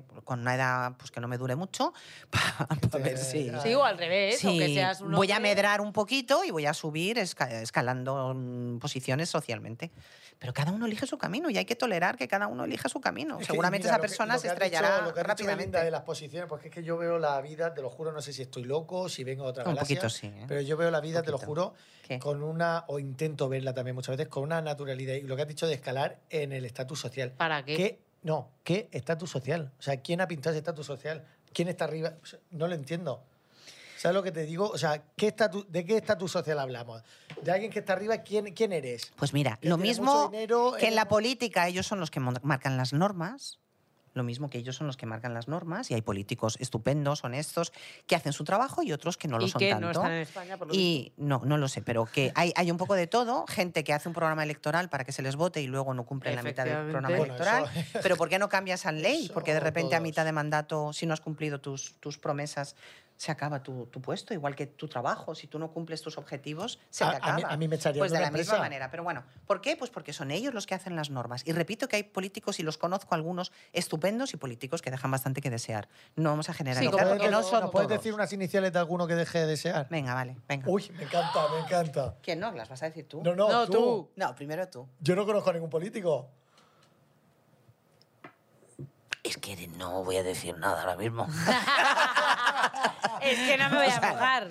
Speaker 4: esté con una edad pues que no me dure mucho [laughs] para
Speaker 3: te-
Speaker 4: ver si...
Speaker 3: Ah,
Speaker 2: Sí, o al revés, o que
Speaker 4: Sí,
Speaker 2: seas un
Speaker 4: voy a
Speaker 2: hombre.
Speaker 4: medrar un poquito y voy a subir esca- escalando mm, posiciones socialmente. Pero cada uno elige su camino y hay que tolerar que cada uno elija su camino.
Speaker 3: Es que,
Speaker 4: Seguramente
Speaker 3: mira,
Speaker 4: esa
Speaker 3: lo que-
Speaker 4: persona
Speaker 3: lo
Speaker 4: se
Speaker 3: que has dicho-
Speaker 4: estrellará
Speaker 3: lo que has dicho, Belinda, de
Speaker 4: rápidamente.
Speaker 3: las posiciones, porque es que yo veo la vida, te lo juro, no sé si estoy loco, si vengo de otra
Speaker 4: Un
Speaker 3: galaxia,
Speaker 4: poquito sí, ¿eh?
Speaker 3: pero yo veo la vida, te lo
Speaker 4: poquito.
Speaker 3: juro,
Speaker 4: ¿Qué?
Speaker 3: con una, o intento verla también muchas veces, con una naturalidad. Y lo que has dicho de escalar en el estatus social.
Speaker 2: ¿Para qué?
Speaker 3: ¿Qué? No, ¿qué estatus social? O sea, ¿quién ha pintado ese estatus social? ¿Quién está arriba? O sea, no lo entiendo. ¿Sabes lo que te digo? O sea, ¿qué estatus- ¿de qué estatus social hablamos? ¿De alguien que está arriba? ¿Quién, quién eres?
Speaker 4: Pues mira,
Speaker 3: Que
Speaker 4: lo
Speaker 3: tiene
Speaker 4: mismo
Speaker 3: mucho dinero,
Speaker 4: que en la
Speaker 3: eh,
Speaker 4: política ellos son los que mon- marcan las normas, lo mismo que ellos son los que marcan las normas, y hay políticos estupendos, honestos, que hacen su trabajo y otros que no lo
Speaker 2: y
Speaker 4: son
Speaker 2: que
Speaker 4: tanto.
Speaker 2: no están en España, por lo visto.
Speaker 4: Y no, no lo sé, pero que hay, hay un poco de todo. Gente que hace un programa electoral para que se les vote y luego no cumplen la mitad del programa
Speaker 2: Efectivamente.
Speaker 4: electoral.
Speaker 3: Bueno, eso-
Speaker 4: Pero ¿por qué no cambias a ley?
Speaker 3: Eso
Speaker 4: Porque de repente a
Speaker 3: todos.
Speaker 4: mitad de mandato, si no has cumplido tus, tus promesas, se acaba tu, tu puesto, igual que tu trabajo. Si tú no cumples tus objetivos, se
Speaker 3: A-
Speaker 4: te
Speaker 3: a
Speaker 4: acaba.
Speaker 3: mí- a mí me echarían
Speaker 4: Pues
Speaker 3: de una
Speaker 4: de la
Speaker 3: empresa.
Speaker 4: misma manera. Pero bueno, ¿por qué? Pues porque son ellos los que hacen las normas. Y repito que hay políticos, y los conozco algunos, estupendos y políticos que dejan bastante que desear. No vamos a
Speaker 2: Sí,
Speaker 4: generalizar
Speaker 2: como
Speaker 4: porque
Speaker 3: ¿Puedes,
Speaker 4: no
Speaker 2: todos,
Speaker 4: son
Speaker 3: ¿nos puedes
Speaker 4: todos.
Speaker 3: decir unas iniciales de alguno que deje de desear?
Speaker 4: Venga, vale, venga.
Speaker 3: Uy, me encanta, me encanta.
Speaker 4: ¿Quién no hablas? ¿Vas a decir tú?
Speaker 3: No, no,
Speaker 2: No,
Speaker 3: tú.
Speaker 2: tú.
Speaker 4: No, primero tú.
Speaker 3: Yo no conozco a ningún político.
Speaker 4: Es que no voy a decir nada ahora [laughs] mismo. [laughs]
Speaker 2: Es que no me voy a mojar.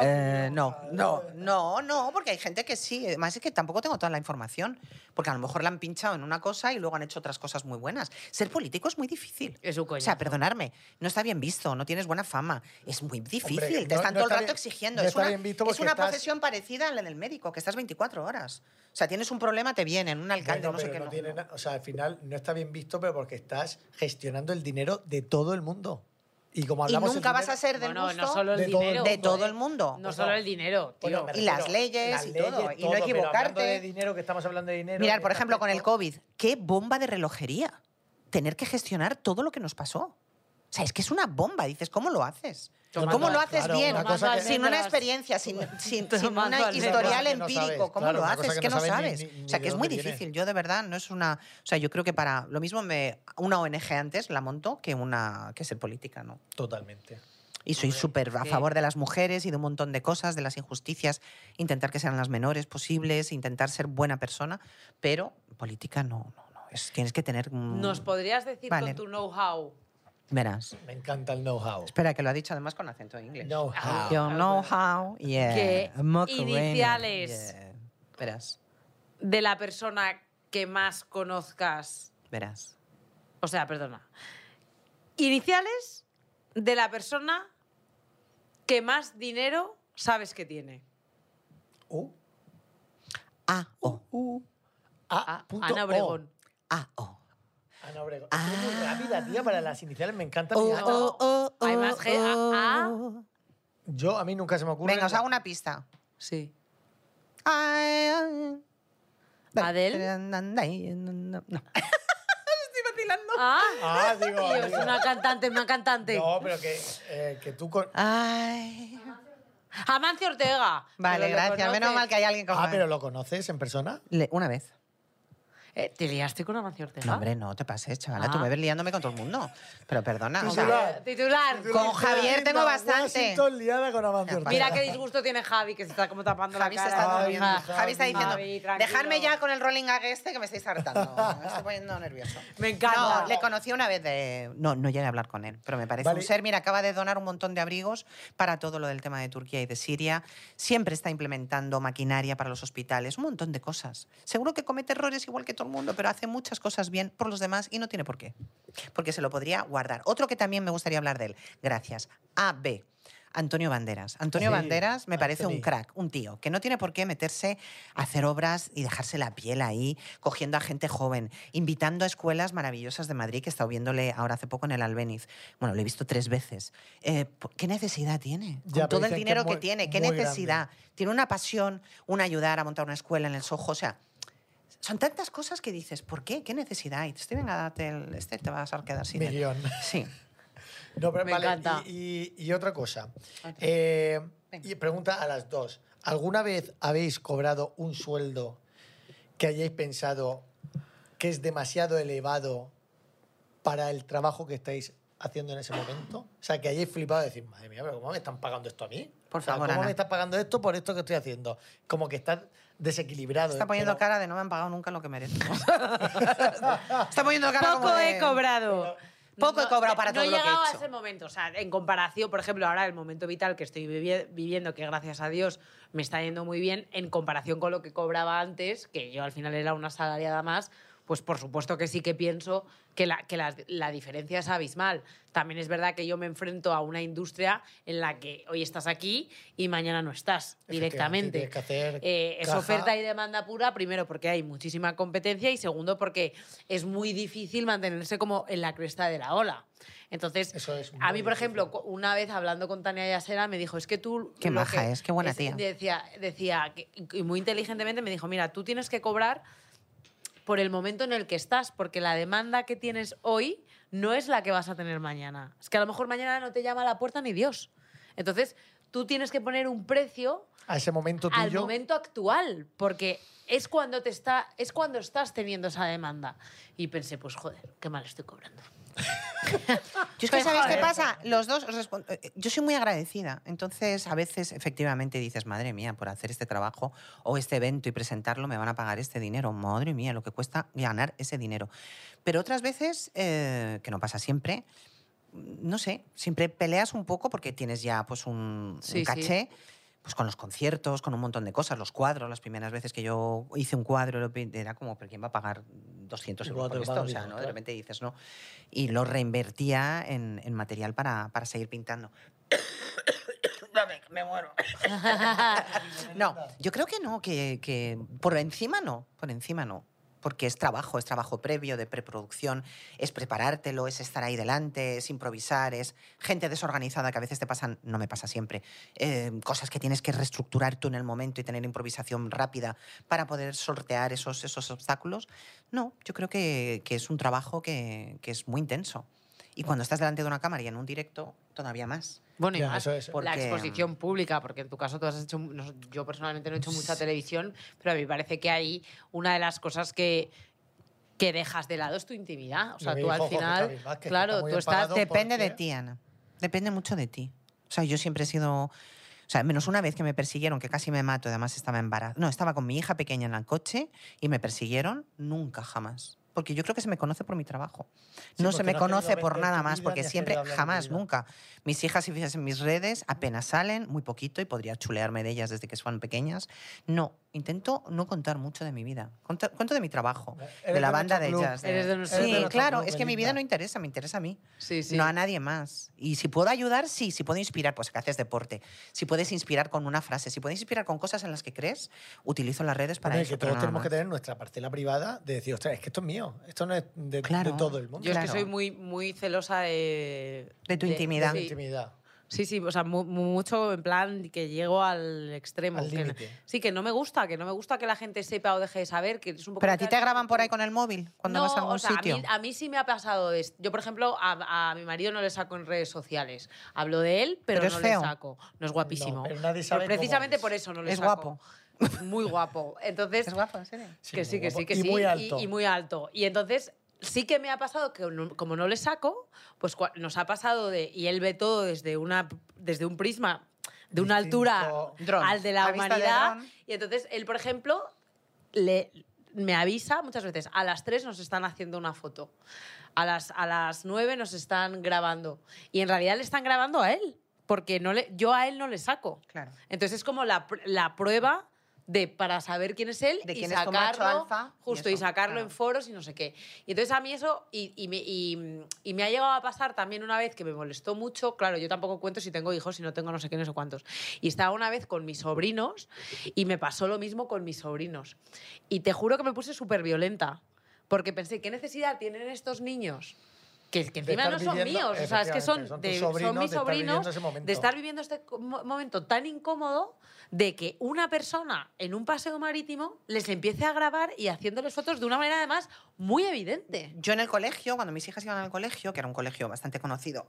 Speaker 4: Eh, no, no, no, no, porque hay gente que sí. Además es que tampoco tengo toda la información, porque a lo mejor la han pinchado en una cosa y luego han hecho otras cosas muy buenas. Ser político es muy difícil.
Speaker 2: Es un
Speaker 4: O sea,
Speaker 2: coñazo.
Speaker 4: perdonarme, no está bien visto, no tienes buena fama. Es muy difícil,
Speaker 3: Hombre,
Speaker 4: te
Speaker 3: no-
Speaker 4: están
Speaker 3: no
Speaker 4: todo el
Speaker 3: está
Speaker 4: rato
Speaker 3: bien-
Speaker 4: exigiendo.
Speaker 3: no
Speaker 4: es
Speaker 3: está
Speaker 4: una,
Speaker 3: bien visto
Speaker 4: es
Speaker 3: porque
Speaker 4: una
Speaker 3: estás-
Speaker 4: profesión parecida a la del médico, que estás 24 horas. O sea, tienes un problema, te vienen, un alcalde,
Speaker 3: Bueno,
Speaker 4: no sé
Speaker 3: pero
Speaker 4: qué.
Speaker 3: no
Speaker 4: no,
Speaker 3: tiene
Speaker 4: no.
Speaker 3: na- O sea, al final no está bien visto, pero porque estás gestionando el dinero de todo el mundo. Y como
Speaker 4: Y
Speaker 3: hablamos. el
Speaker 4: nunca vas
Speaker 3: dinero-
Speaker 4: a ser del
Speaker 2: Bueno,
Speaker 4: gusto
Speaker 2: no solo el
Speaker 3: de todo el
Speaker 2: dinero.
Speaker 3: mundo,
Speaker 4: de todo
Speaker 2: joder.
Speaker 4: el mundo.
Speaker 2: No solo el dinero, tío.
Speaker 3: Bueno, me
Speaker 4: Y las
Speaker 3: refiero,
Speaker 4: leyes y todo, y no
Speaker 3: pero
Speaker 4: equivocarte.
Speaker 3: hablando de dinero, que estamos hablando de dinero.
Speaker 4: Mirar,
Speaker 3: en
Speaker 4: por
Speaker 3: este
Speaker 4: ejemplo, con el
Speaker 3: aspecto,
Speaker 4: COVID, qué bomba de relojería. Tener que gestionar todo lo que nos pasó. O O sea, es que es una bomba. Dices, ¿cómo lo haces?
Speaker 2: Tomando
Speaker 4: ¿Cómo lo
Speaker 2: al-
Speaker 4: haces
Speaker 3: claro,
Speaker 4: bien?
Speaker 3: una cosa que-
Speaker 4: sin una experiencia,
Speaker 3: [laughs]
Speaker 4: sin, sin, sin
Speaker 2: Tomando
Speaker 4: una
Speaker 2: al-
Speaker 4: historial
Speaker 3: Una cosa que no
Speaker 4: empírico.
Speaker 3: sabes,
Speaker 4: ¿Cómo
Speaker 3: claro,
Speaker 4: lo
Speaker 3: una
Speaker 4: haces?
Speaker 3: cosa
Speaker 4: Es
Speaker 3: que
Speaker 4: que
Speaker 3: no
Speaker 4: no
Speaker 3: sabes ni-
Speaker 4: sabes.
Speaker 3: ni- ni
Speaker 4: o sea,
Speaker 3: de
Speaker 4: que es muy
Speaker 3: dónde viene.
Speaker 4: difícil. Yo, de verdad, no es una... O sea, yo creo que para... Lo mismo me... Una ONG antes la monto que una... que ser política, ¿no?
Speaker 3: Totalmente.
Speaker 4: Y soy súper a
Speaker 2: sí.
Speaker 4: favor de las mujeres y de un montón de cosas, de las injusticias, intentar que sean las menores posibles, intentar ser buena persona, pero política no, no, no. Es, tienes que tener... mm,
Speaker 2: ¿Nos podrías decir
Speaker 4: Vale.
Speaker 2: con tu know-how?
Speaker 4: Verás.
Speaker 3: Me encanta el know-how.
Speaker 4: Espera, que lo ha dicho además con acento inglés.
Speaker 3: Know-how.
Speaker 4: Yo know how, yeah.
Speaker 2: Ah, pues, ¿Qué
Speaker 4: macarena,
Speaker 2: iniciales?
Speaker 4: yeah. Verás,
Speaker 2: De la persona que más conozcas.
Speaker 4: verás.
Speaker 2: O sea, perdona. Iniciales de la persona que más dinero sabes que tiene.
Speaker 3: Uh,
Speaker 4: A, O,
Speaker 3: uh.
Speaker 2: A-
Speaker 4: Ah,
Speaker 3: A, punto
Speaker 2: Ana
Speaker 3: O.
Speaker 2: Obregón.
Speaker 4: A, O.
Speaker 3: Ana Obregón. Es que es
Speaker 2: Ah.
Speaker 3: muy rápida, tía, para las iniciales. Me encanta.
Speaker 2: Oh,
Speaker 3: mi
Speaker 4: O,
Speaker 3: Ana.
Speaker 4: O, O,
Speaker 2: Hay
Speaker 4: O,
Speaker 2: más G, A, A.
Speaker 4: O.
Speaker 3: Yo, a mí nunca se me ocurre.
Speaker 4: Venga, os hago una pista.
Speaker 2: Sí.
Speaker 4: Ay, ay.
Speaker 2: ¿Adele?
Speaker 4: No. [laughs]
Speaker 2: Ah,
Speaker 3: Ah, digo.
Speaker 2: tío, es
Speaker 3: digo.
Speaker 2: una cantante, una cantante.
Speaker 3: No, pero que, eh, que tú con...
Speaker 4: Ay.
Speaker 2: Amancio Ortega.
Speaker 4: Vale,
Speaker 2: Pero lo
Speaker 4: gracias. Menos
Speaker 2: conoces.
Speaker 4: mal que hay alguien con
Speaker 3: Ah, pero ¿lo conoces en persona?
Speaker 4: Le- Una vez.
Speaker 2: Eh, ¿Te liaste con Amancio Ortega?
Speaker 3: Ah.
Speaker 4: No, hombre, no te pases, chavala. Tú
Speaker 2: Ah.
Speaker 4: me ves liándome con todo el mundo. Pero perdona. o
Speaker 3: Titular.
Speaker 4: sea,
Speaker 2: Titular.
Speaker 4: Con Javier tengo
Speaker 3: Linda
Speaker 4: bastante.
Speaker 3: Washington liada con Amancio Ortega.
Speaker 2: Mira qué disgusto tiene Javi, que se está como tapando
Speaker 4: Javi
Speaker 2: la
Speaker 4: se
Speaker 2: cara.
Speaker 4: está
Speaker 3: Ay,
Speaker 4: durmiendo.
Speaker 3: Javi.
Speaker 4: Javi está diciendo,
Speaker 2: Javi, tranquilo.
Speaker 4: dejadme ya con el rolling gag este que me estáis hartando. Me estoy poniendo nervioso.
Speaker 2: [laughs] Me encanta.
Speaker 4: No, le conocí una vez de... No, no llegué a hablar con él, pero me parece
Speaker 3: Vale.
Speaker 4: un ser. Mira, acaba de donar un montón de abrigos para todo lo del tema de Turquía y de Siria. Siempre está implementando maquinaria para los hospitales, un montón de cosas. Seguro que comete errores igual que todo el mundo, pero hace muchas cosas bien por los demás y no tiene por qué. Porque se lo podría guardar. Otro que también me gustaría hablar de él. Gracias. A.B. Antonio Banderas. Antonio
Speaker 3: Sí,
Speaker 4: Banderas me parece
Speaker 3: Antoni.
Speaker 4: un crack, un tío, que no tiene por qué meterse a hacer obras y dejarse la piel ahí, cogiendo a gente joven, invitando a escuelas maravillosas de Madrid, que he estado viéndole ahora hace poco en el Albéniz. Bueno, lo he visto tres veces. Eh, po- ¿Qué necesidad tiene? Con
Speaker 3: Ya, pero
Speaker 4: todo
Speaker 3: dicen
Speaker 4: el
Speaker 3: que
Speaker 4: dinero
Speaker 3: es
Speaker 4: que,
Speaker 3: muy-
Speaker 4: tiene, ¿qué
Speaker 3: muy grande.
Speaker 4: necesidad? Tiene una pasión, una ayudar a montar una escuela en el Soho, o sea... Son tantas cosas que dices, ¿por qué? ¿Qué necesidad hay? Este, venga, date el, este te vas a quedar sin
Speaker 3: Mi
Speaker 4: él.
Speaker 3: guión.
Speaker 4: Sí.
Speaker 3: No, pero
Speaker 2: Me
Speaker 3: vale,
Speaker 2: encanta.
Speaker 3: Y, y- y otra cosa. Eh,
Speaker 4: Venga.
Speaker 3: y pregunta a las dos. ¿Alguna vez habéis cobrado un sueldo que hayáis pensado que es demasiado elevado para el trabajo que estáis haciendo en ese momento? O sea, que hayáis flipado de decir, madre mía, pero ¿cómo me están pagando esto a mí?
Speaker 4: Por
Speaker 3: O sea,
Speaker 4: favor,
Speaker 3: ¿Cómo
Speaker 4: Ana.
Speaker 3: me estás pagando esto por esto que estoy haciendo? Como que estás desequilibrado. ¿eh?
Speaker 4: Está poniendo
Speaker 3: pero-
Speaker 4: cara de no me han pagado nunca lo que merezco. [laughs] Está poniendo cara
Speaker 2: Poco
Speaker 4: como de-
Speaker 2: he cobrado.
Speaker 4: Poco he cobrado para
Speaker 2: no
Speaker 4: todo lo que he
Speaker 2: llegado a
Speaker 4: hecho.
Speaker 2: ese momento. O sea, en comparación, por ejemplo, ahora el momento vital que estoy vivi- viviendo, que gracias a Dios me está yendo muy bien, en comparación con lo que cobraba antes, que yo al final era una salariada más, pues por supuesto que sí que pienso que la, que las- la diferencia es abismal. También es verdad que yo me enfrento a una industria en la que hoy estás aquí y mañana no estás
Speaker 3: Efectivamente,
Speaker 2: directamente.
Speaker 3: tienes que hacer
Speaker 2: Eh, es
Speaker 3: caja.
Speaker 2: oferta y demanda pura, primero porque hay muchísima competencia y segundo porque es muy difícil mantenerse como en la cresta de la ola. Entonces,
Speaker 3: Eso es
Speaker 2: a mí,
Speaker 3: muy
Speaker 2: por
Speaker 3: difícil.
Speaker 2: ejemplo, cu- una vez hablando con Tania Yasera, me dijo, es que tú...
Speaker 4: Qué
Speaker 2: lo
Speaker 4: maja es, qué buena tía.
Speaker 2: Decía, decía que- y muy inteligentemente me dijo, mira, tú tienes que cobrar por el momento en el que estás, porque la demanda que tienes hoy no es la que vas a tener mañana. Es que a lo mejor mañana no te llama a la puerta ni Dios. Entonces, tú tienes que poner un precio
Speaker 3: A ese momento tuyo.
Speaker 2: al momento actual, porque es cuando te está, es cuando estás teniendo esa demanda. Y pensé, pues joder, qué mal estoy
Speaker 4: [laughs]
Speaker 2: cobrando.
Speaker 4: Yo es que,
Speaker 2: Pues,
Speaker 4: ¿sabes qué
Speaker 2: joder.
Speaker 4: pasa? Los dos os respon- eh, Yo soy muy agradecida. Entonces, a veces, efectivamente, dices, madre mía, por hacer este trabajo o este evento y presentarlo me van a pagar este dinero. Madre mía, lo que cuesta ganar ese dinero. Pero otras veces, eh, que no pasa siempre, no sé, siempre peleas un poco porque tienes ya pues un, un
Speaker 2: Sí, sí.
Speaker 4: caché. Pues con los conciertos, con un montón de cosas, los cuadros, las primeras veces que yo hice un cuadro lo pe- era como, ¿pero quién va a pagar 200 euros
Speaker 3: Igual
Speaker 4: por
Speaker 3: te lo
Speaker 4: esto?
Speaker 3: pagan
Speaker 4: O sea,
Speaker 3: igual,
Speaker 4: ¿no? De
Speaker 3: claro.
Speaker 4: repente dices, no y lo reinvertía en, en material para, para seguir pintando. [coughs] No, yo creo que no, que, que por encima no, por encima no. Porque es trabajo, es trabajo previo, de preproducción, es preparártelo, es estar ahí delante, es improvisar, es gente desorganizada que a veces te pasan, no me pasa siempre, eh, cosas que tienes que reestructurar tú en el momento y tener improvisación rápida para poder sortear esos, esos obstáculos. No, yo creo que, que es un trabajo que, que es muy intenso. Y cuando estás delante de una cámara y en un directo, todavía más.
Speaker 2: Bueno, y
Speaker 3: Ya,
Speaker 2: más
Speaker 3: eso es.
Speaker 2: la
Speaker 4: Porque-
Speaker 2: exposición pública, porque en tu caso tú has hecho. no sé, yo personalmente no he hecho mucha televisión, pero a mí me parece que ahí una de las cosas que que dejas de lado es tu intimidad. O sea,
Speaker 3: Lo
Speaker 2: tú
Speaker 3: dijo
Speaker 2: al
Speaker 3: Jorge
Speaker 2: final,
Speaker 3: Javier Vázquez, que
Speaker 2: claro,
Speaker 3: está muy
Speaker 2: tú estás...
Speaker 3: enfadado
Speaker 4: Depende de
Speaker 3: porque-
Speaker 4: ti, Ana. Depende mucho de ti. O sea, yo siempre he sido... O sea, menos una vez que me persiguieron, que casi me mato, además estaba embarazada. No, estaba con mi hija pequeña en el coche y me persiguieron nunca jamás. Porque yo creo que se me conoce por mi trabajo.
Speaker 3: Sí,
Speaker 4: no se
Speaker 3: porque
Speaker 4: me
Speaker 3: no has
Speaker 4: conoce
Speaker 3: querido
Speaker 4: por
Speaker 3: vender
Speaker 4: nada
Speaker 3: tu
Speaker 4: más,
Speaker 3: vida
Speaker 4: porque
Speaker 3: ni has
Speaker 4: siempre,
Speaker 3: querido hablar de tu
Speaker 4: jamás,
Speaker 3: vida.
Speaker 4: nunca. Mis hijas, si fijas en mis redes, apenas salen, muy poquito, y podría chulearme de ellas desde que son pequeñas. No, intento no contar mucho de mi vida. Conto, cuento de mi trabajo,
Speaker 3: Eres
Speaker 4: de la
Speaker 3: de
Speaker 4: banda
Speaker 3: nuestro
Speaker 4: de
Speaker 3: club.
Speaker 4: jazz. de-
Speaker 2: Eres de nuestro
Speaker 4: sí,
Speaker 2: club.
Speaker 4: claro,
Speaker 3: Club,
Speaker 4: es que mi vida
Speaker 3: Belinda.
Speaker 4: no interesa, me interesa a mí
Speaker 2: Sí, sí.
Speaker 4: no a nadie más. Y si puedo ayudar, sí. Si puedo inspirar, pues que haces deporte. Si puedes inspirar con una frase, si puedes inspirar con cosas en las que crees, utilizo las redes para
Speaker 3: Bueno, y
Speaker 4: eso.
Speaker 3: que
Speaker 4: pero
Speaker 3: todos
Speaker 4: nada
Speaker 3: tenemos que
Speaker 4: más.
Speaker 3: tener nuestra parcela privada de decir, ostras, es que esto es mío, esto no es de, de
Speaker 4: Claro.
Speaker 3: todo el mundo.
Speaker 2: Yo es
Speaker 4: Claro.
Speaker 2: que soy muy, muy celosa de...
Speaker 4: De tu intimidad.
Speaker 2: sí.
Speaker 3: Intimidad.
Speaker 2: Sí, sí, o sea, mu- mucho en plan que llego al extremo.
Speaker 3: Al
Speaker 2: que no-
Speaker 3: límite.
Speaker 2: sí, que no me gusta, que no me gusta que la gente sepa o deje de saber que es un poco...
Speaker 4: Pero a ti te graban por ahí con el móvil cuando
Speaker 2: No,
Speaker 4: vas a algún
Speaker 2: o sea,
Speaker 4: sitio.
Speaker 2: A mí, a mí sí me ha pasado. de- yo, por ejemplo, a, a mi marido no le saco en redes sociales. Hablo de él, pero,
Speaker 4: Pero es
Speaker 2: no
Speaker 4: feo.
Speaker 2: le saco. No es guapísimo.
Speaker 3: No, pero nadie sabe cómo
Speaker 2: precisamente
Speaker 3: es.
Speaker 2: por eso no le
Speaker 4: Es [laughs]
Speaker 2: saco. guapo. Muy guapo. Entonces,
Speaker 4: Es guapo, en serio.
Speaker 3: Sí,
Speaker 2: que
Speaker 3: muy
Speaker 2: sí, que
Speaker 3: guapo.
Speaker 2: sí, que
Speaker 3: Y
Speaker 2: sí.
Speaker 3: muy alto.
Speaker 2: Y, muy alto. Y entonces sí que me ha pasado que no- como no le saco, pues cua- nos ha pasado de... Y él ve todo desde, una, desde un prisma, de una
Speaker 3: Distinto.
Speaker 2: altura
Speaker 4: Dron.
Speaker 2: al de la
Speaker 4: A vista de
Speaker 2: humanidad.
Speaker 4: dron.
Speaker 2: y entonces él, por ejemplo, le, me avisa muchas veces, a las 3 nos están haciendo una foto, a las, a las 9 nos están grabando. Y en realidad le están grabando a él, porque no le, yo a él no le saco.
Speaker 4: Claro.
Speaker 2: Entonces es como la, pr- la prueba de para saber quién es él
Speaker 4: De
Speaker 2: y
Speaker 4: quién es tu
Speaker 2: sacarlo
Speaker 4: macho alfa y
Speaker 2: justo y,
Speaker 4: eso,
Speaker 2: sacarlo
Speaker 4: claro.
Speaker 2: en foros y no sé qué y entonces a mí eso y, y me, y- y me ha llegado a pasar también una vez que me molestó mucho claro yo tampoco cuento si tengo hijos si no tengo no sé qué no sé cuántos y estaba una vez con mis sobrinos y me pasó lo mismo con mis sobrinos y te juro que me puse súper violenta porque pensé qué necesidad tienen estos niños que, que
Speaker 3: De
Speaker 2: encima
Speaker 3: estar
Speaker 2: no son
Speaker 3: viviendo-
Speaker 2: míos, o sea, es que son,
Speaker 3: efectivamente, son tus
Speaker 2: de- son mis
Speaker 3: sobrinos, de estar viviendo
Speaker 2: sobrinos
Speaker 3: ese momento.
Speaker 2: de estar viviendo este co- mo- momento tan incómodo de que una persona en un paseo marítimo les empiece a grabar y haciéndoles fotos de una manera además muy evidente.
Speaker 4: Yo en el colegio, cuando mis hijas iban al colegio, que era un colegio
Speaker 2: [laughs]
Speaker 4: bastante conocido,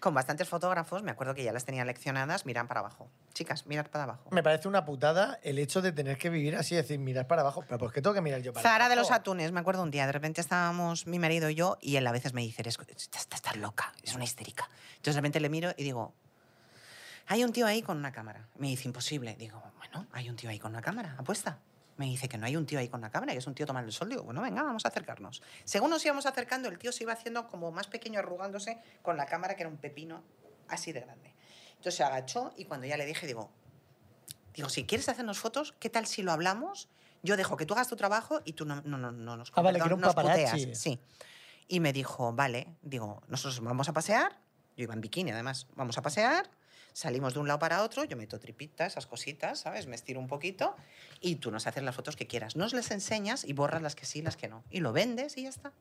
Speaker 4: con bastantes fotógrafos, me acuerdo que ya las tenía leccionadas, miran para abajo. Chicas, mirad para abajo.
Speaker 3: [laughs] Me parece una putada el hecho de tener que vivir así, decir, mirar para abajo. Pero ¿por qué tengo que mirar yo para
Speaker 4: Zara de
Speaker 3: abajo?
Speaker 4: los atunes, me acuerdo un día, de repente estábamos mi marido y yo, y él a veces me dice, "Eres- estás, estás- estás loca, es una histérica. Entonces de repente le miro y digo, hay un tío ahí con una cámara. Me dice, imposible. Digo, bueno, hay un tío ahí con una cámara, apuesta. Me dice que no hay un tío ahí con una cámara, que es un tío tomando el sol. Digo, bueno, venga, vamos a acercarnos. Según nos íbamos acercando, el tío se iba haciendo como más pequeño, arrugándose con la cámara, que era un pepino así de grande. Entonces se agachó y cuando ya le dije, digo, digo, si quieres hacernos fotos, ¿qué tal si lo hablamos? Yo dejo que tú hagas tu trabajo y tú no, no, no, no nos,
Speaker 3: Ah, vale, que era un
Speaker 4: nos puteas.
Speaker 3: paparazzi.
Speaker 4: Sí. Y me dijo, vale, digo, nosotros vamos a pasear, yo iba en bikini además, vamos a pasear, salimos de un lado para otro, yo meto tripita, esas cositas, ¿sabes? Me estiro un poquito y tú nos haces las fotos que quieras. Nos las enseñas y borras las que sí, las que no. Y lo vendes y ya está.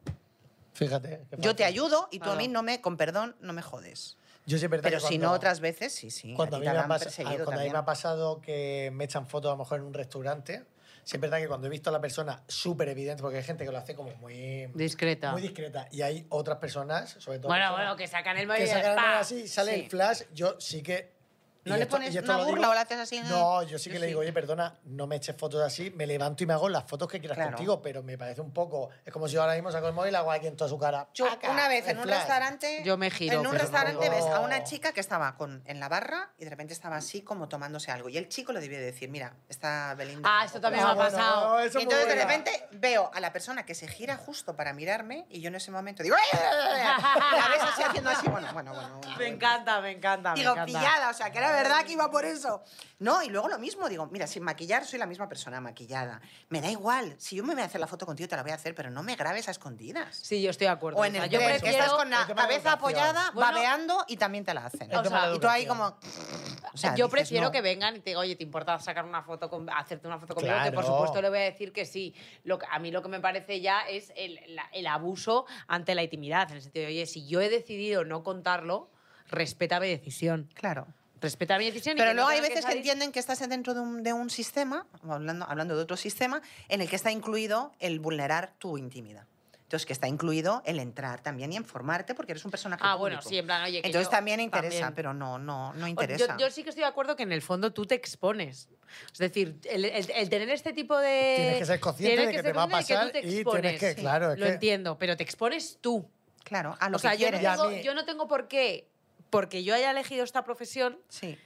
Speaker 3: Fíjate. qué
Speaker 4: Yo te
Speaker 3: fácil.
Speaker 4: ayudo y tú a
Speaker 2: Claro.
Speaker 4: mí no me, con perdón, no me jodes.
Speaker 3: Yo sí es verdad
Speaker 4: Pero
Speaker 3: que
Speaker 4: si
Speaker 3: cuando-
Speaker 4: no, otras veces sí, sí.
Speaker 3: Cuando,
Speaker 4: a
Speaker 3: a
Speaker 4: ti
Speaker 3: mí,
Speaker 4: te
Speaker 3: me ha
Speaker 4: habrán
Speaker 3: pas-
Speaker 4: perseguido
Speaker 3: cuando a mí
Speaker 4: también.
Speaker 3: me ha pasado que me echan fotos a lo mejor en un restaurante, sí es verdad que cuando he visto a la persona súper evidente, porque hay gente que lo hace como muy,
Speaker 2: Discreta.
Speaker 3: muy discreta, y hay otras personas, sobre todo.
Speaker 2: bueno,
Speaker 3: personas
Speaker 2: bueno, que sacan el
Speaker 3: que
Speaker 2: móvil.
Speaker 3: sacan el
Speaker 2: ¡pa!
Speaker 3: móvil así, sale
Speaker 4: Sí.
Speaker 3: el flash, yo sí que.
Speaker 4: ¿No
Speaker 3: y
Speaker 4: le
Speaker 3: esto-
Speaker 4: pones
Speaker 3: y esto
Speaker 4: una
Speaker 3: lo digo-
Speaker 4: burla o la haces así?
Speaker 3: No, yo sí que
Speaker 2: Yo
Speaker 3: le
Speaker 2: sí.
Speaker 3: digo, oye, perdona, no me eches fotos así, me levanto y me hago las fotos que quieras
Speaker 4: Claro.
Speaker 3: contigo, pero me parece un poco. Es como si yo ahora mismo saco el móvil y hago aquí en toda su cara.
Speaker 4: Yo
Speaker 3: ¡Paca!
Speaker 4: una vez
Speaker 3: el
Speaker 4: en un
Speaker 3: flash.
Speaker 4: restaurante.
Speaker 2: Yo me giro,
Speaker 4: En un
Speaker 2: pero
Speaker 4: restaurante
Speaker 3: no.
Speaker 4: ves a una chica que estaba con, en la barra y de repente estaba así como tomándose algo. Y el chico le debió de decir, mira, está Belinda.
Speaker 2: Ah, esto también
Speaker 3: Ah,
Speaker 2: me ha
Speaker 3: bueno,
Speaker 2: pasado.
Speaker 3: no, eso
Speaker 4: Y entonces
Speaker 3: muy
Speaker 4: de
Speaker 3: buena.
Speaker 4: repente veo a la persona que se gira justo para mirarme y yo en ese
Speaker 2: [laughs]
Speaker 4: momento digo, "¡Ay, ay, ay, ay!". la ves así haciendo así, bueno, bueno, bueno. bueno.
Speaker 2: "Oh". Me encanta, me encanta.
Speaker 4: Digo,
Speaker 2: Ah, me encanta.
Speaker 4: pillada, o sea, que era verdad que iba por eso. No, y luego lo mismo, digo, mira, sin maquillar soy la misma persona maquillada. Me da igual, si yo me voy a hacer la foto contigo te la voy a hacer, pero no me grabes a escondidas.
Speaker 2: Sí, yo estoy de acuerdo.
Speaker 4: O en
Speaker 2: sea,
Speaker 4: el
Speaker 2: yo
Speaker 4: tren, que
Speaker 2: prefiero...
Speaker 4: estás con
Speaker 3: el
Speaker 4: la
Speaker 3: tema de
Speaker 4: cabeza
Speaker 3: educación.
Speaker 4: apoyada,
Speaker 2: Bueno,
Speaker 4: babeando y también te la hacen.
Speaker 3: El
Speaker 2: O
Speaker 3: tema de
Speaker 2: sea,
Speaker 4: y tú ahí
Speaker 3: educación.
Speaker 4: como... o sea,
Speaker 2: yo
Speaker 4: dices,
Speaker 2: prefiero
Speaker 4: no.
Speaker 2: que vengan y te digo, oye, ¿te importa sacar una foto con- hacerte una foto conmigo? Que por
Speaker 3: Claro.
Speaker 2: supuesto le voy a decir que sí. Lo que- a mí lo que me parece ya es el, la- el abuso ante la intimidad, en el sentido de, oye, si yo he decidido no contarlo, respeta mi decisión.
Speaker 4: Claro.
Speaker 2: Respeta mi decisión. y
Speaker 4: Pero
Speaker 2: no
Speaker 4: luego hay
Speaker 2: tenga
Speaker 4: veces que
Speaker 2: salir-
Speaker 4: entienden que estás dentro de un, de un sistema, hablando, hablando de otro sistema, en el que está incluido el vulnerar tu intimidad. Entonces, que está incluido el entrar también y en formarte porque eres un personaje
Speaker 2: Ah, bueno,
Speaker 4: público.
Speaker 2: sí, en plan, oye, que
Speaker 4: Entonces
Speaker 2: yo
Speaker 4: también interesa,
Speaker 2: también-
Speaker 4: pero no, no, no
Speaker 2: O-
Speaker 4: interesa.
Speaker 2: Yo, yo sí que estoy de acuerdo que en el fondo tú te expones. Es decir, el, el- el tener este tipo de...
Speaker 3: Tienes que ser consciente
Speaker 2: tienes
Speaker 3: de que te va a
Speaker 2: consciente de
Speaker 3: pasar
Speaker 2: que tú te
Speaker 3: y
Speaker 2: expones.
Speaker 3: tienes que, claro, es
Speaker 2: Lo
Speaker 3: que-
Speaker 2: entiendo, pero te expones tú.
Speaker 4: Claro, a lo
Speaker 2: O sea,
Speaker 4: que
Speaker 2: yo no,
Speaker 4: quieres.
Speaker 3: quieres.
Speaker 2: tengo,
Speaker 3: Y a mí-
Speaker 2: yo no tengo por qué, porque yo haya elegido esta profesión,
Speaker 4: Sí.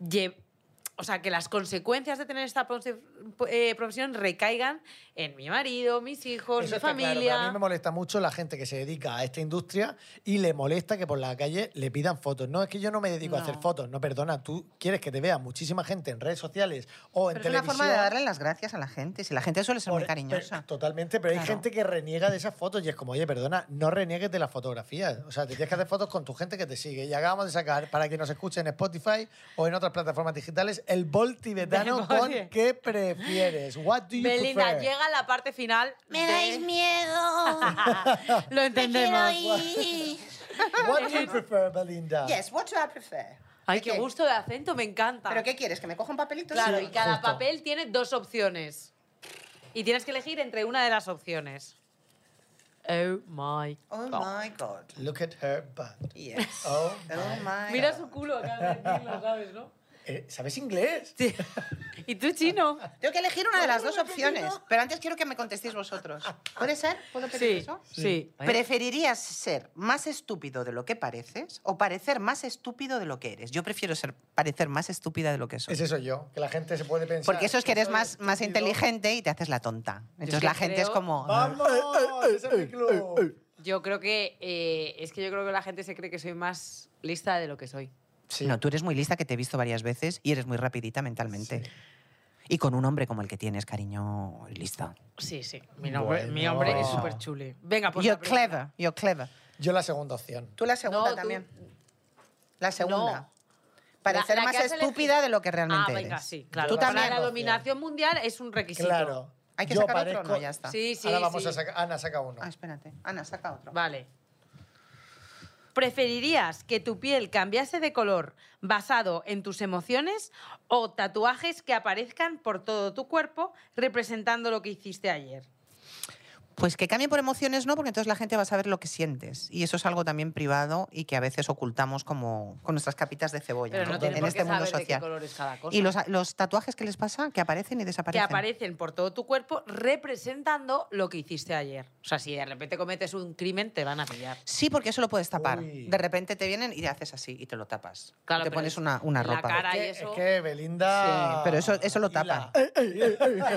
Speaker 2: lle- o sea, que las consecuencias de tener esta profe- eh, profesión recaigan en mi marido, mis hijos,
Speaker 3: Eso
Speaker 2: mi
Speaker 3: está claro,
Speaker 2: familia.
Speaker 3: pero a mí me molesta mucho la gente que se dedica a esta industria y le molesta que por la calle le pidan fotos. No, es que yo no me dedico a hacer
Speaker 4: No.
Speaker 3: fotos. No, perdona, tú quieres que te vea muchísima gente en redes sociales o en
Speaker 4: Pero es una
Speaker 3: televisión.
Speaker 4: forma de darle las gracias a la gente. Si la gente suele ser
Speaker 3: Por-
Speaker 4: muy cariñosa.
Speaker 3: pero- totalmente, pero hay
Speaker 4: Claro.
Speaker 3: gente que reniega de esas fotos y es como, oye, perdona, no reniegues de las fotografías. O sea, te tienes que hacer fotos con tu gente que te sigue. Y acabamos de sacar, para que nos escuche en Spotify o en otras plataformas digitales, el bol tibetano
Speaker 2: Del bol
Speaker 3: con
Speaker 2: tibet-
Speaker 3: ¿Qué prefieres? What do you
Speaker 2: Belinda,
Speaker 3: prefer?
Speaker 2: llega la parte final. de- [laughs]
Speaker 4: miedo.
Speaker 2: Lo entendemos.
Speaker 3: What do you prefer, Belinda?
Speaker 4: yes, what do I prefer?
Speaker 2: Ay,
Speaker 4: ¿De
Speaker 2: qué gusto de acento, me encanta.
Speaker 4: ¿Pero qué quieres? ¿Que me coja un papelito?
Speaker 2: Claro,
Speaker 4: Sí.
Speaker 2: y cada
Speaker 3: justo.
Speaker 2: papel tiene dos opciones. Y tienes que elegir entre una de las opciones. Oh my
Speaker 4: Oh
Speaker 2: God.
Speaker 4: my God.
Speaker 3: Look at her butt.
Speaker 4: Yes.
Speaker 3: Oh,
Speaker 4: Oh
Speaker 3: my-
Speaker 4: my
Speaker 2: Mira
Speaker 4: God.
Speaker 2: su culo acá de decirlo, ¿sabes, no?
Speaker 3: Eh, ¿Sabes inglés?
Speaker 2: Sí. [laughs] ¿Y tú, chino?
Speaker 4: Tengo que elegir una de las dos opciones, pero antes quiero que me contestéis vosotros. ¿Puede ser? ¿Puedo pedir
Speaker 2: Sí,
Speaker 4: eso?
Speaker 2: sí.
Speaker 4: ¿Preferirías ser más estúpido de lo que pareces o parecer más estúpido de lo que eres? Yo prefiero ser parecer más estúpida de lo que soy.
Speaker 3: Ese soy yo, que la gente se puede pensar.
Speaker 4: Porque eso es que eres
Speaker 3: soy
Speaker 4: más, más
Speaker 3: estúpido.
Speaker 4: inteligente y te haces la tonta. Entonces
Speaker 2: que
Speaker 4: la gente es
Speaker 2: creo-
Speaker 4: como... "Ah,
Speaker 3: ¡Vamos! ¡Ese es mi club!
Speaker 2: Yo creo que... eh, es que yo creo que la gente se cree que soy más lista de lo que soy.
Speaker 3: Sí.
Speaker 4: No, tú eres muy lista, que te he visto varias veces y eres muy rapidita mentalmente. Y con un hombre como el que tienes, cariño, lista.
Speaker 2: Sí, sí. Mi, nombre-
Speaker 3: Bueno.
Speaker 2: mi hombre es súper chule. Venga, pues
Speaker 4: You're
Speaker 2: la primera.
Speaker 4: clever, you're clever.
Speaker 3: Yo la segunda opción.
Speaker 4: Tú la segunda
Speaker 2: No, tú-
Speaker 4: también. La segunda.
Speaker 2: No.
Speaker 4: Parecer
Speaker 2: La- la
Speaker 4: más
Speaker 2: que has
Speaker 4: estúpida
Speaker 2: elegido.
Speaker 4: de lo que realmente
Speaker 2: Ah, venga,
Speaker 4: eres.
Speaker 2: sí, claro.
Speaker 4: Tú
Speaker 2: Para
Speaker 4: también.
Speaker 2: La dominación mundial es un requisito.
Speaker 3: Claro.
Speaker 4: Hay que
Speaker 3: Yo
Speaker 4: sacar otro, no,
Speaker 3: parezco-
Speaker 4: ya está.
Speaker 2: Sí, sí,
Speaker 3: Ahora vamos
Speaker 2: sí.
Speaker 3: a sacar. Ana, saca uno.
Speaker 4: Ah, espérate. Ana, saca otro.
Speaker 2: Vale. ¿Preferirías que tu piel cambiase de color basado en tus emociones o tatuajes que aparezcan por todo tu cuerpo representando lo que hiciste ayer?
Speaker 4: Pues que cambien por emociones no, porque entonces la gente va a saber lo que sientes. Y eso es algo también privado y que a veces ocultamos como con nuestras capitas de cebolla
Speaker 2: Pero no
Speaker 4: ¿no?
Speaker 2: tienes
Speaker 4: en
Speaker 2: por
Speaker 4: este
Speaker 2: qué
Speaker 4: mundo
Speaker 2: saber de qué
Speaker 4: social.
Speaker 2: color es cada cosa.
Speaker 4: Y los, los tatuajes que les pasa, que aparecen y
Speaker 2: que
Speaker 4: desaparecen.
Speaker 2: aparecen por todo tu cuerpo representando lo que hiciste ayer. O sea, si de repente cometes un crimen, te van a pillar.
Speaker 4: Sí, porque eso lo puedes tapar.
Speaker 3: Uy.
Speaker 4: De repente te vienen y te haces así y te lo tapas.
Speaker 2: Claro,
Speaker 4: te
Speaker 2: pero
Speaker 4: pones
Speaker 2: es-
Speaker 4: una, una
Speaker 2: la
Speaker 4: ropa.
Speaker 2: cara-
Speaker 3: Que-
Speaker 2: Ay,
Speaker 3: es
Speaker 2: eso-
Speaker 3: que Belinda.
Speaker 4: Sí, pero eso- eso lo tapa.
Speaker 3: Hila.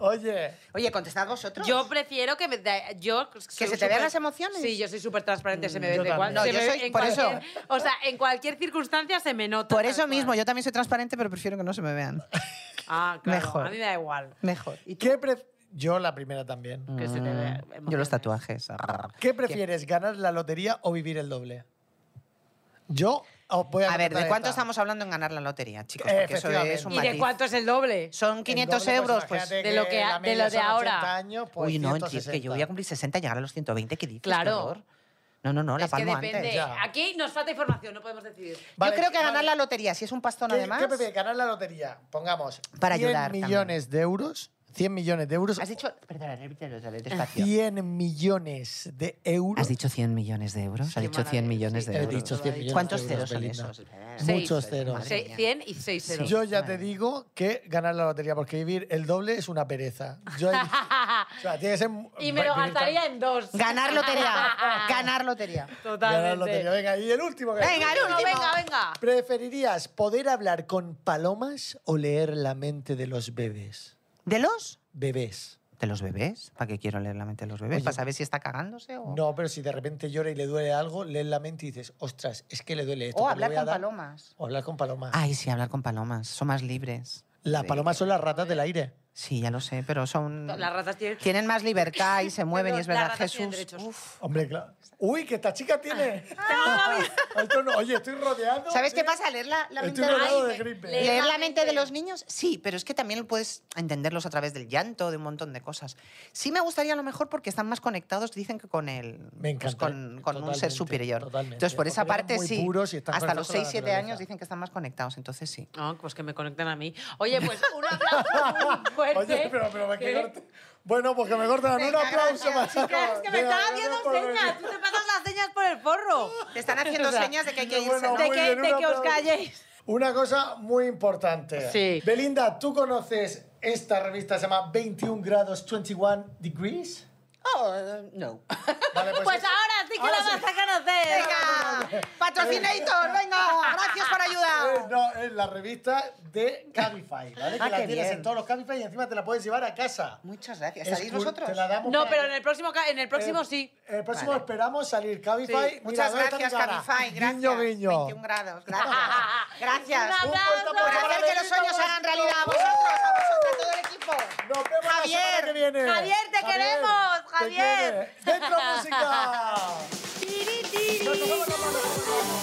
Speaker 3: Oye,
Speaker 4: Oye, contestad vosotros.
Speaker 2: Yo prefiero que me da- yo que
Speaker 4: se te vean las emociones.
Speaker 2: Sí, yo soy súper transparente, se me
Speaker 3: yo
Speaker 2: ve de cual-
Speaker 3: también.
Speaker 2: se me
Speaker 4: No, yo
Speaker 2: ve
Speaker 4: soy-
Speaker 2: en
Speaker 4: por eso.
Speaker 2: cualquier- O sea, en cualquier circunstancia se me nota.
Speaker 4: Por
Speaker 2: tal
Speaker 4: eso
Speaker 2: cual.
Speaker 4: mismo, yo también soy transparente, pero prefiero que no se me vean.
Speaker 2: [laughs] Ah, claro.
Speaker 4: Mejor.
Speaker 2: A mí me da igual.
Speaker 4: Mejor. [laughs] ¿Y tú?
Speaker 3: ¿qué pref- yo la primera también.
Speaker 2: Que se te
Speaker 4: Mm,
Speaker 2: vea
Speaker 4: Yo los
Speaker 2: emociones.
Speaker 4: tatuajes.
Speaker 3: ¿Qué prefieres, ganar la lotería o vivir el doble? Yo os voy a
Speaker 4: A ver,
Speaker 3: contar
Speaker 4: ¿de cuánto
Speaker 3: esta.
Speaker 4: estamos hablando en ganar la lotería, chicos? Porque eso es
Speaker 3: Efectivamente.
Speaker 4: un
Speaker 2: ¿Y de
Speaker 4: matiz.
Speaker 2: cuánto es el doble?
Speaker 4: Son
Speaker 3: El
Speaker 4: 500
Speaker 3: doble,
Speaker 4: euros, pues...
Speaker 3: imagínate
Speaker 2: de
Speaker 3: que
Speaker 2: lo que ha-
Speaker 3: la
Speaker 2: de
Speaker 3: media
Speaker 2: lo de
Speaker 3: son
Speaker 2: ahora.
Speaker 3: 80 años, pues
Speaker 4: Uy, no, es
Speaker 3: 160.
Speaker 4: que yo voy a cumplir 60 y llegar a los 120, ¿qué dices? Qué
Speaker 2: Claro.
Speaker 4: horror. No, no, no, la
Speaker 2: es que
Speaker 4: palmo
Speaker 2: depende.
Speaker 4: antes.
Speaker 3: Ya.
Speaker 2: Aquí nos falta información, no podemos decidir.
Speaker 3: Vale,
Speaker 4: yo creo que ganar
Speaker 3: vale.
Speaker 4: la lotería, si es un pastón
Speaker 3: ¿Qué-
Speaker 4: además...
Speaker 3: ¿Qué prefieres, ganar la lotería? Pongamos
Speaker 4: Para
Speaker 3: 100
Speaker 4: ayudar también.
Speaker 3: millones de euros. 100 millones de euros.
Speaker 4: Has dicho... Perdona, repítelo otra vez, despacio.
Speaker 3: 100 millones de euros.
Speaker 4: ¿Has dicho 100 millones de euros?
Speaker 2: Qué
Speaker 4: ¿Has dicho 100
Speaker 2: maravilla,
Speaker 4: millones
Speaker 2: sí.
Speaker 4: de
Speaker 3: He
Speaker 4: euros?
Speaker 3: dicho 100 millones
Speaker 4: ¿Cuántos
Speaker 3: de euros,
Speaker 4: ceros son
Speaker 3: Belinda.
Speaker 4: esos?
Speaker 2: Seis.
Speaker 3: Muchos ceros.
Speaker 4: Madre
Speaker 2: Se-
Speaker 4: mía.
Speaker 2: 100 y 6 ceros.
Speaker 3: Yo ya te
Speaker 4: Vale.
Speaker 3: digo que ganar la lotería, porque vivir el doble es una pereza. Yo, o
Speaker 2: [laughs]
Speaker 3: sea, tiene que ser.
Speaker 2: y me lo
Speaker 3: vivir
Speaker 2: gastaría en dos. [laughs]
Speaker 4: Ganar [laughs] lotería, ganar lotería.
Speaker 3: tan-
Speaker 2: Totalmente.
Speaker 3: Ganar la lotería. Venga, y el último. que-
Speaker 4: Venga, el
Speaker 2: Bueno,
Speaker 4: último.
Speaker 2: venga, venga.
Speaker 3: ¿Preferirías poder hablar con palomas o leer la mente de los bebés?
Speaker 4: ¿De los?
Speaker 3: Bebés.
Speaker 4: ¿De los bebés? ¿Para qué quiero leer la mente de los bebés?
Speaker 3: Oye.
Speaker 4: ¿Para saber si está cagándose o...?
Speaker 3: No, pero si de repente llora y le duele algo, lees la mente y dices, ostras, es que le duele esto.
Speaker 4: O
Speaker 3: pues le
Speaker 4: Oh, hablar
Speaker 3: voy a
Speaker 4: con
Speaker 3: dar-
Speaker 4: palomas.
Speaker 3: O hablar con palomas.
Speaker 4: Ay, sí, hablar con palomas. Son más libres.
Speaker 3: Las
Speaker 4: Sí.
Speaker 3: palomas son las ratas del aire.
Speaker 4: Sí, ya lo sé, pero son...
Speaker 2: Las ratas tienen...
Speaker 4: Tienen más libertad y [laughs] se mueven y es
Speaker 2: Las
Speaker 4: verdad,
Speaker 2: ratas tienen
Speaker 4: Jesús.
Speaker 2: derechos.
Speaker 4: uf.
Speaker 3: Hombre, claro. Uy, que esta chica tiene. [laughs] Esto Ah. no- Oye, estoy rodeado.
Speaker 4: ¿Sabes qué
Speaker 3: de-
Speaker 4: pasa? Leer la, la mente
Speaker 3: Estoy
Speaker 4: de los-
Speaker 2: Ay,
Speaker 3: rodeado de
Speaker 2: me-
Speaker 3: gripe.
Speaker 2: le-
Speaker 4: ¿Leer la mente de los niños? Sí, pero es que también puedes entenderlos a través del llanto, de un montón de cosas. Sí me gustaría a lo mejor porque están más conectados, dicen que con el...
Speaker 3: Me encanta. eh,
Speaker 4: pues con, con un ser
Speaker 3: Totalmente,
Speaker 4: superior.
Speaker 3: totalmente.
Speaker 4: Entonces, por
Speaker 3: Porque
Speaker 4: esa
Speaker 3: eran
Speaker 4: parte
Speaker 3: muy
Speaker 4: sí.
Speaker 3: puros y están
Speaker 4: hasta
Speaker 3: conectados
Speaker 4: los
Speaker 3: con la
Speaker 4: 6, 7
Speaker 3: naturaleza.
Speaker 4: años dicen que están más conectados, entonces sí.
Speaker 2: [laughs] No, pues que me conecten a mí. Oye, pues un aplauso muy fuerte.
Speaker 3: Oye, pero, pero me
Speaker 2: ¿Eh?
Speaker 3: quedo. Bueno, pues que me cortan. Un
Speaker 4: Venga,
Speaker 3: aplauso
Speaker 4: gracias,
Speaker 3: para
Speaker 2: Es que me
Speaker 3: Venga,
Speaker 2: están
Speaker 3: gracias
Speaker 2: haciendo
Speaker 3: por venir.
Speaker 2: señas. Tú te pasas las señas por el forro.
Speaker 4: Te [laughs] están haciendo
Speaker 2: O sea,
Speaker 4: señas de que hay que irse,
Speaker 3: bueno,
Speaker 4: ¿no?
Speaker 2: De
Speaker 3: muy
Speaker 2: que-
Speaker 3: bien,
Speaker 2: de
Speaker 3: un
Speaker 2: que os
Speaker 3: aplauso.
Speaker 2: calléis.
Speaker 3: Una cosa muy importante.
Speaker 5: Sí.
Speaker 3: Belinda, ¿tú conoces esta revista? Se llama 21 grados, 21 degrees.
Speaker 4: Oh, no.
Speaker 3: Vale,
Speaker 2: Pues
Speaker 3: es-
Speaker 2: ahora sí que
Speaker 3: ahora
Speaker 2: la vas
Speaker 3: sí.
Speaker 2: a conocer.
Speaker 4: Venga,
Speaker 3: [laughs]
Speaker 4: patrocinator, venga, gracias por
Speaker 3: Eh,
Speaker 4: ayudar.
Speaker 3: no, es la revista de Cabify, ¿vale?
Speaker 4: Ah,
Speaker 3: que la
Speaker 4: qué
Speaker 3: tienes
Speaker 4: bien.
Speaker 3: en todos los Cabify y encima te la puedes llevar a casa.
Speaker 4: Muchas gracias.
Speaker 3: Es
Speaker 4: ¿Salís
Speaker 3: cool,
Speaker 4: vosotros?
Speaker 3: Te la damos
Speaker 5: No,
Speaker 3: para
Speaker 5: pero
Speaker 3: que-
Speaker 5: en el próximo, ca- en el próximo
Speaker 3: Eh,
Speaker 5: sí.
Speaker 3: El próximo
Speaker 4: Vale.
Speaker 3: esperamos salir Cabify. Mira,
Speaker 4: Muchas
Speaker 3: ¿dónde está
Speaker 4: gracias,
Speaker 3: mi gana?
Speaker 4: Cabify. Gracias.
Speaker 3: Guiño, guiño.
Speaker 4: 21 grados. Gracias. Gracias.
Speaker 2: Un
Speaker 3: Un fuerte
Speaker 2: aplauso.
Speaker 4: Por
Speaker 3: aplauso para
Speaker 4: hacer que los
Speaker 3: Benito
Speaker 4: sueños se hagan
Speaker 3: Bosco.
Speaker 4: realidad. A vosotros, a vosotros, a todo el equipo.
Speaker 3: Nos vemos la semana
Speaker 4: Javier,
Speaker 3: que viene.
Speaker 2: Javier, te queremos,
Speaker 3: te
Speaker 2: Javier.
Speaker 3: quiere. Dentro
Speaker 5: [laughs]
Speaker 3: música. Nos vemos la próxima semana.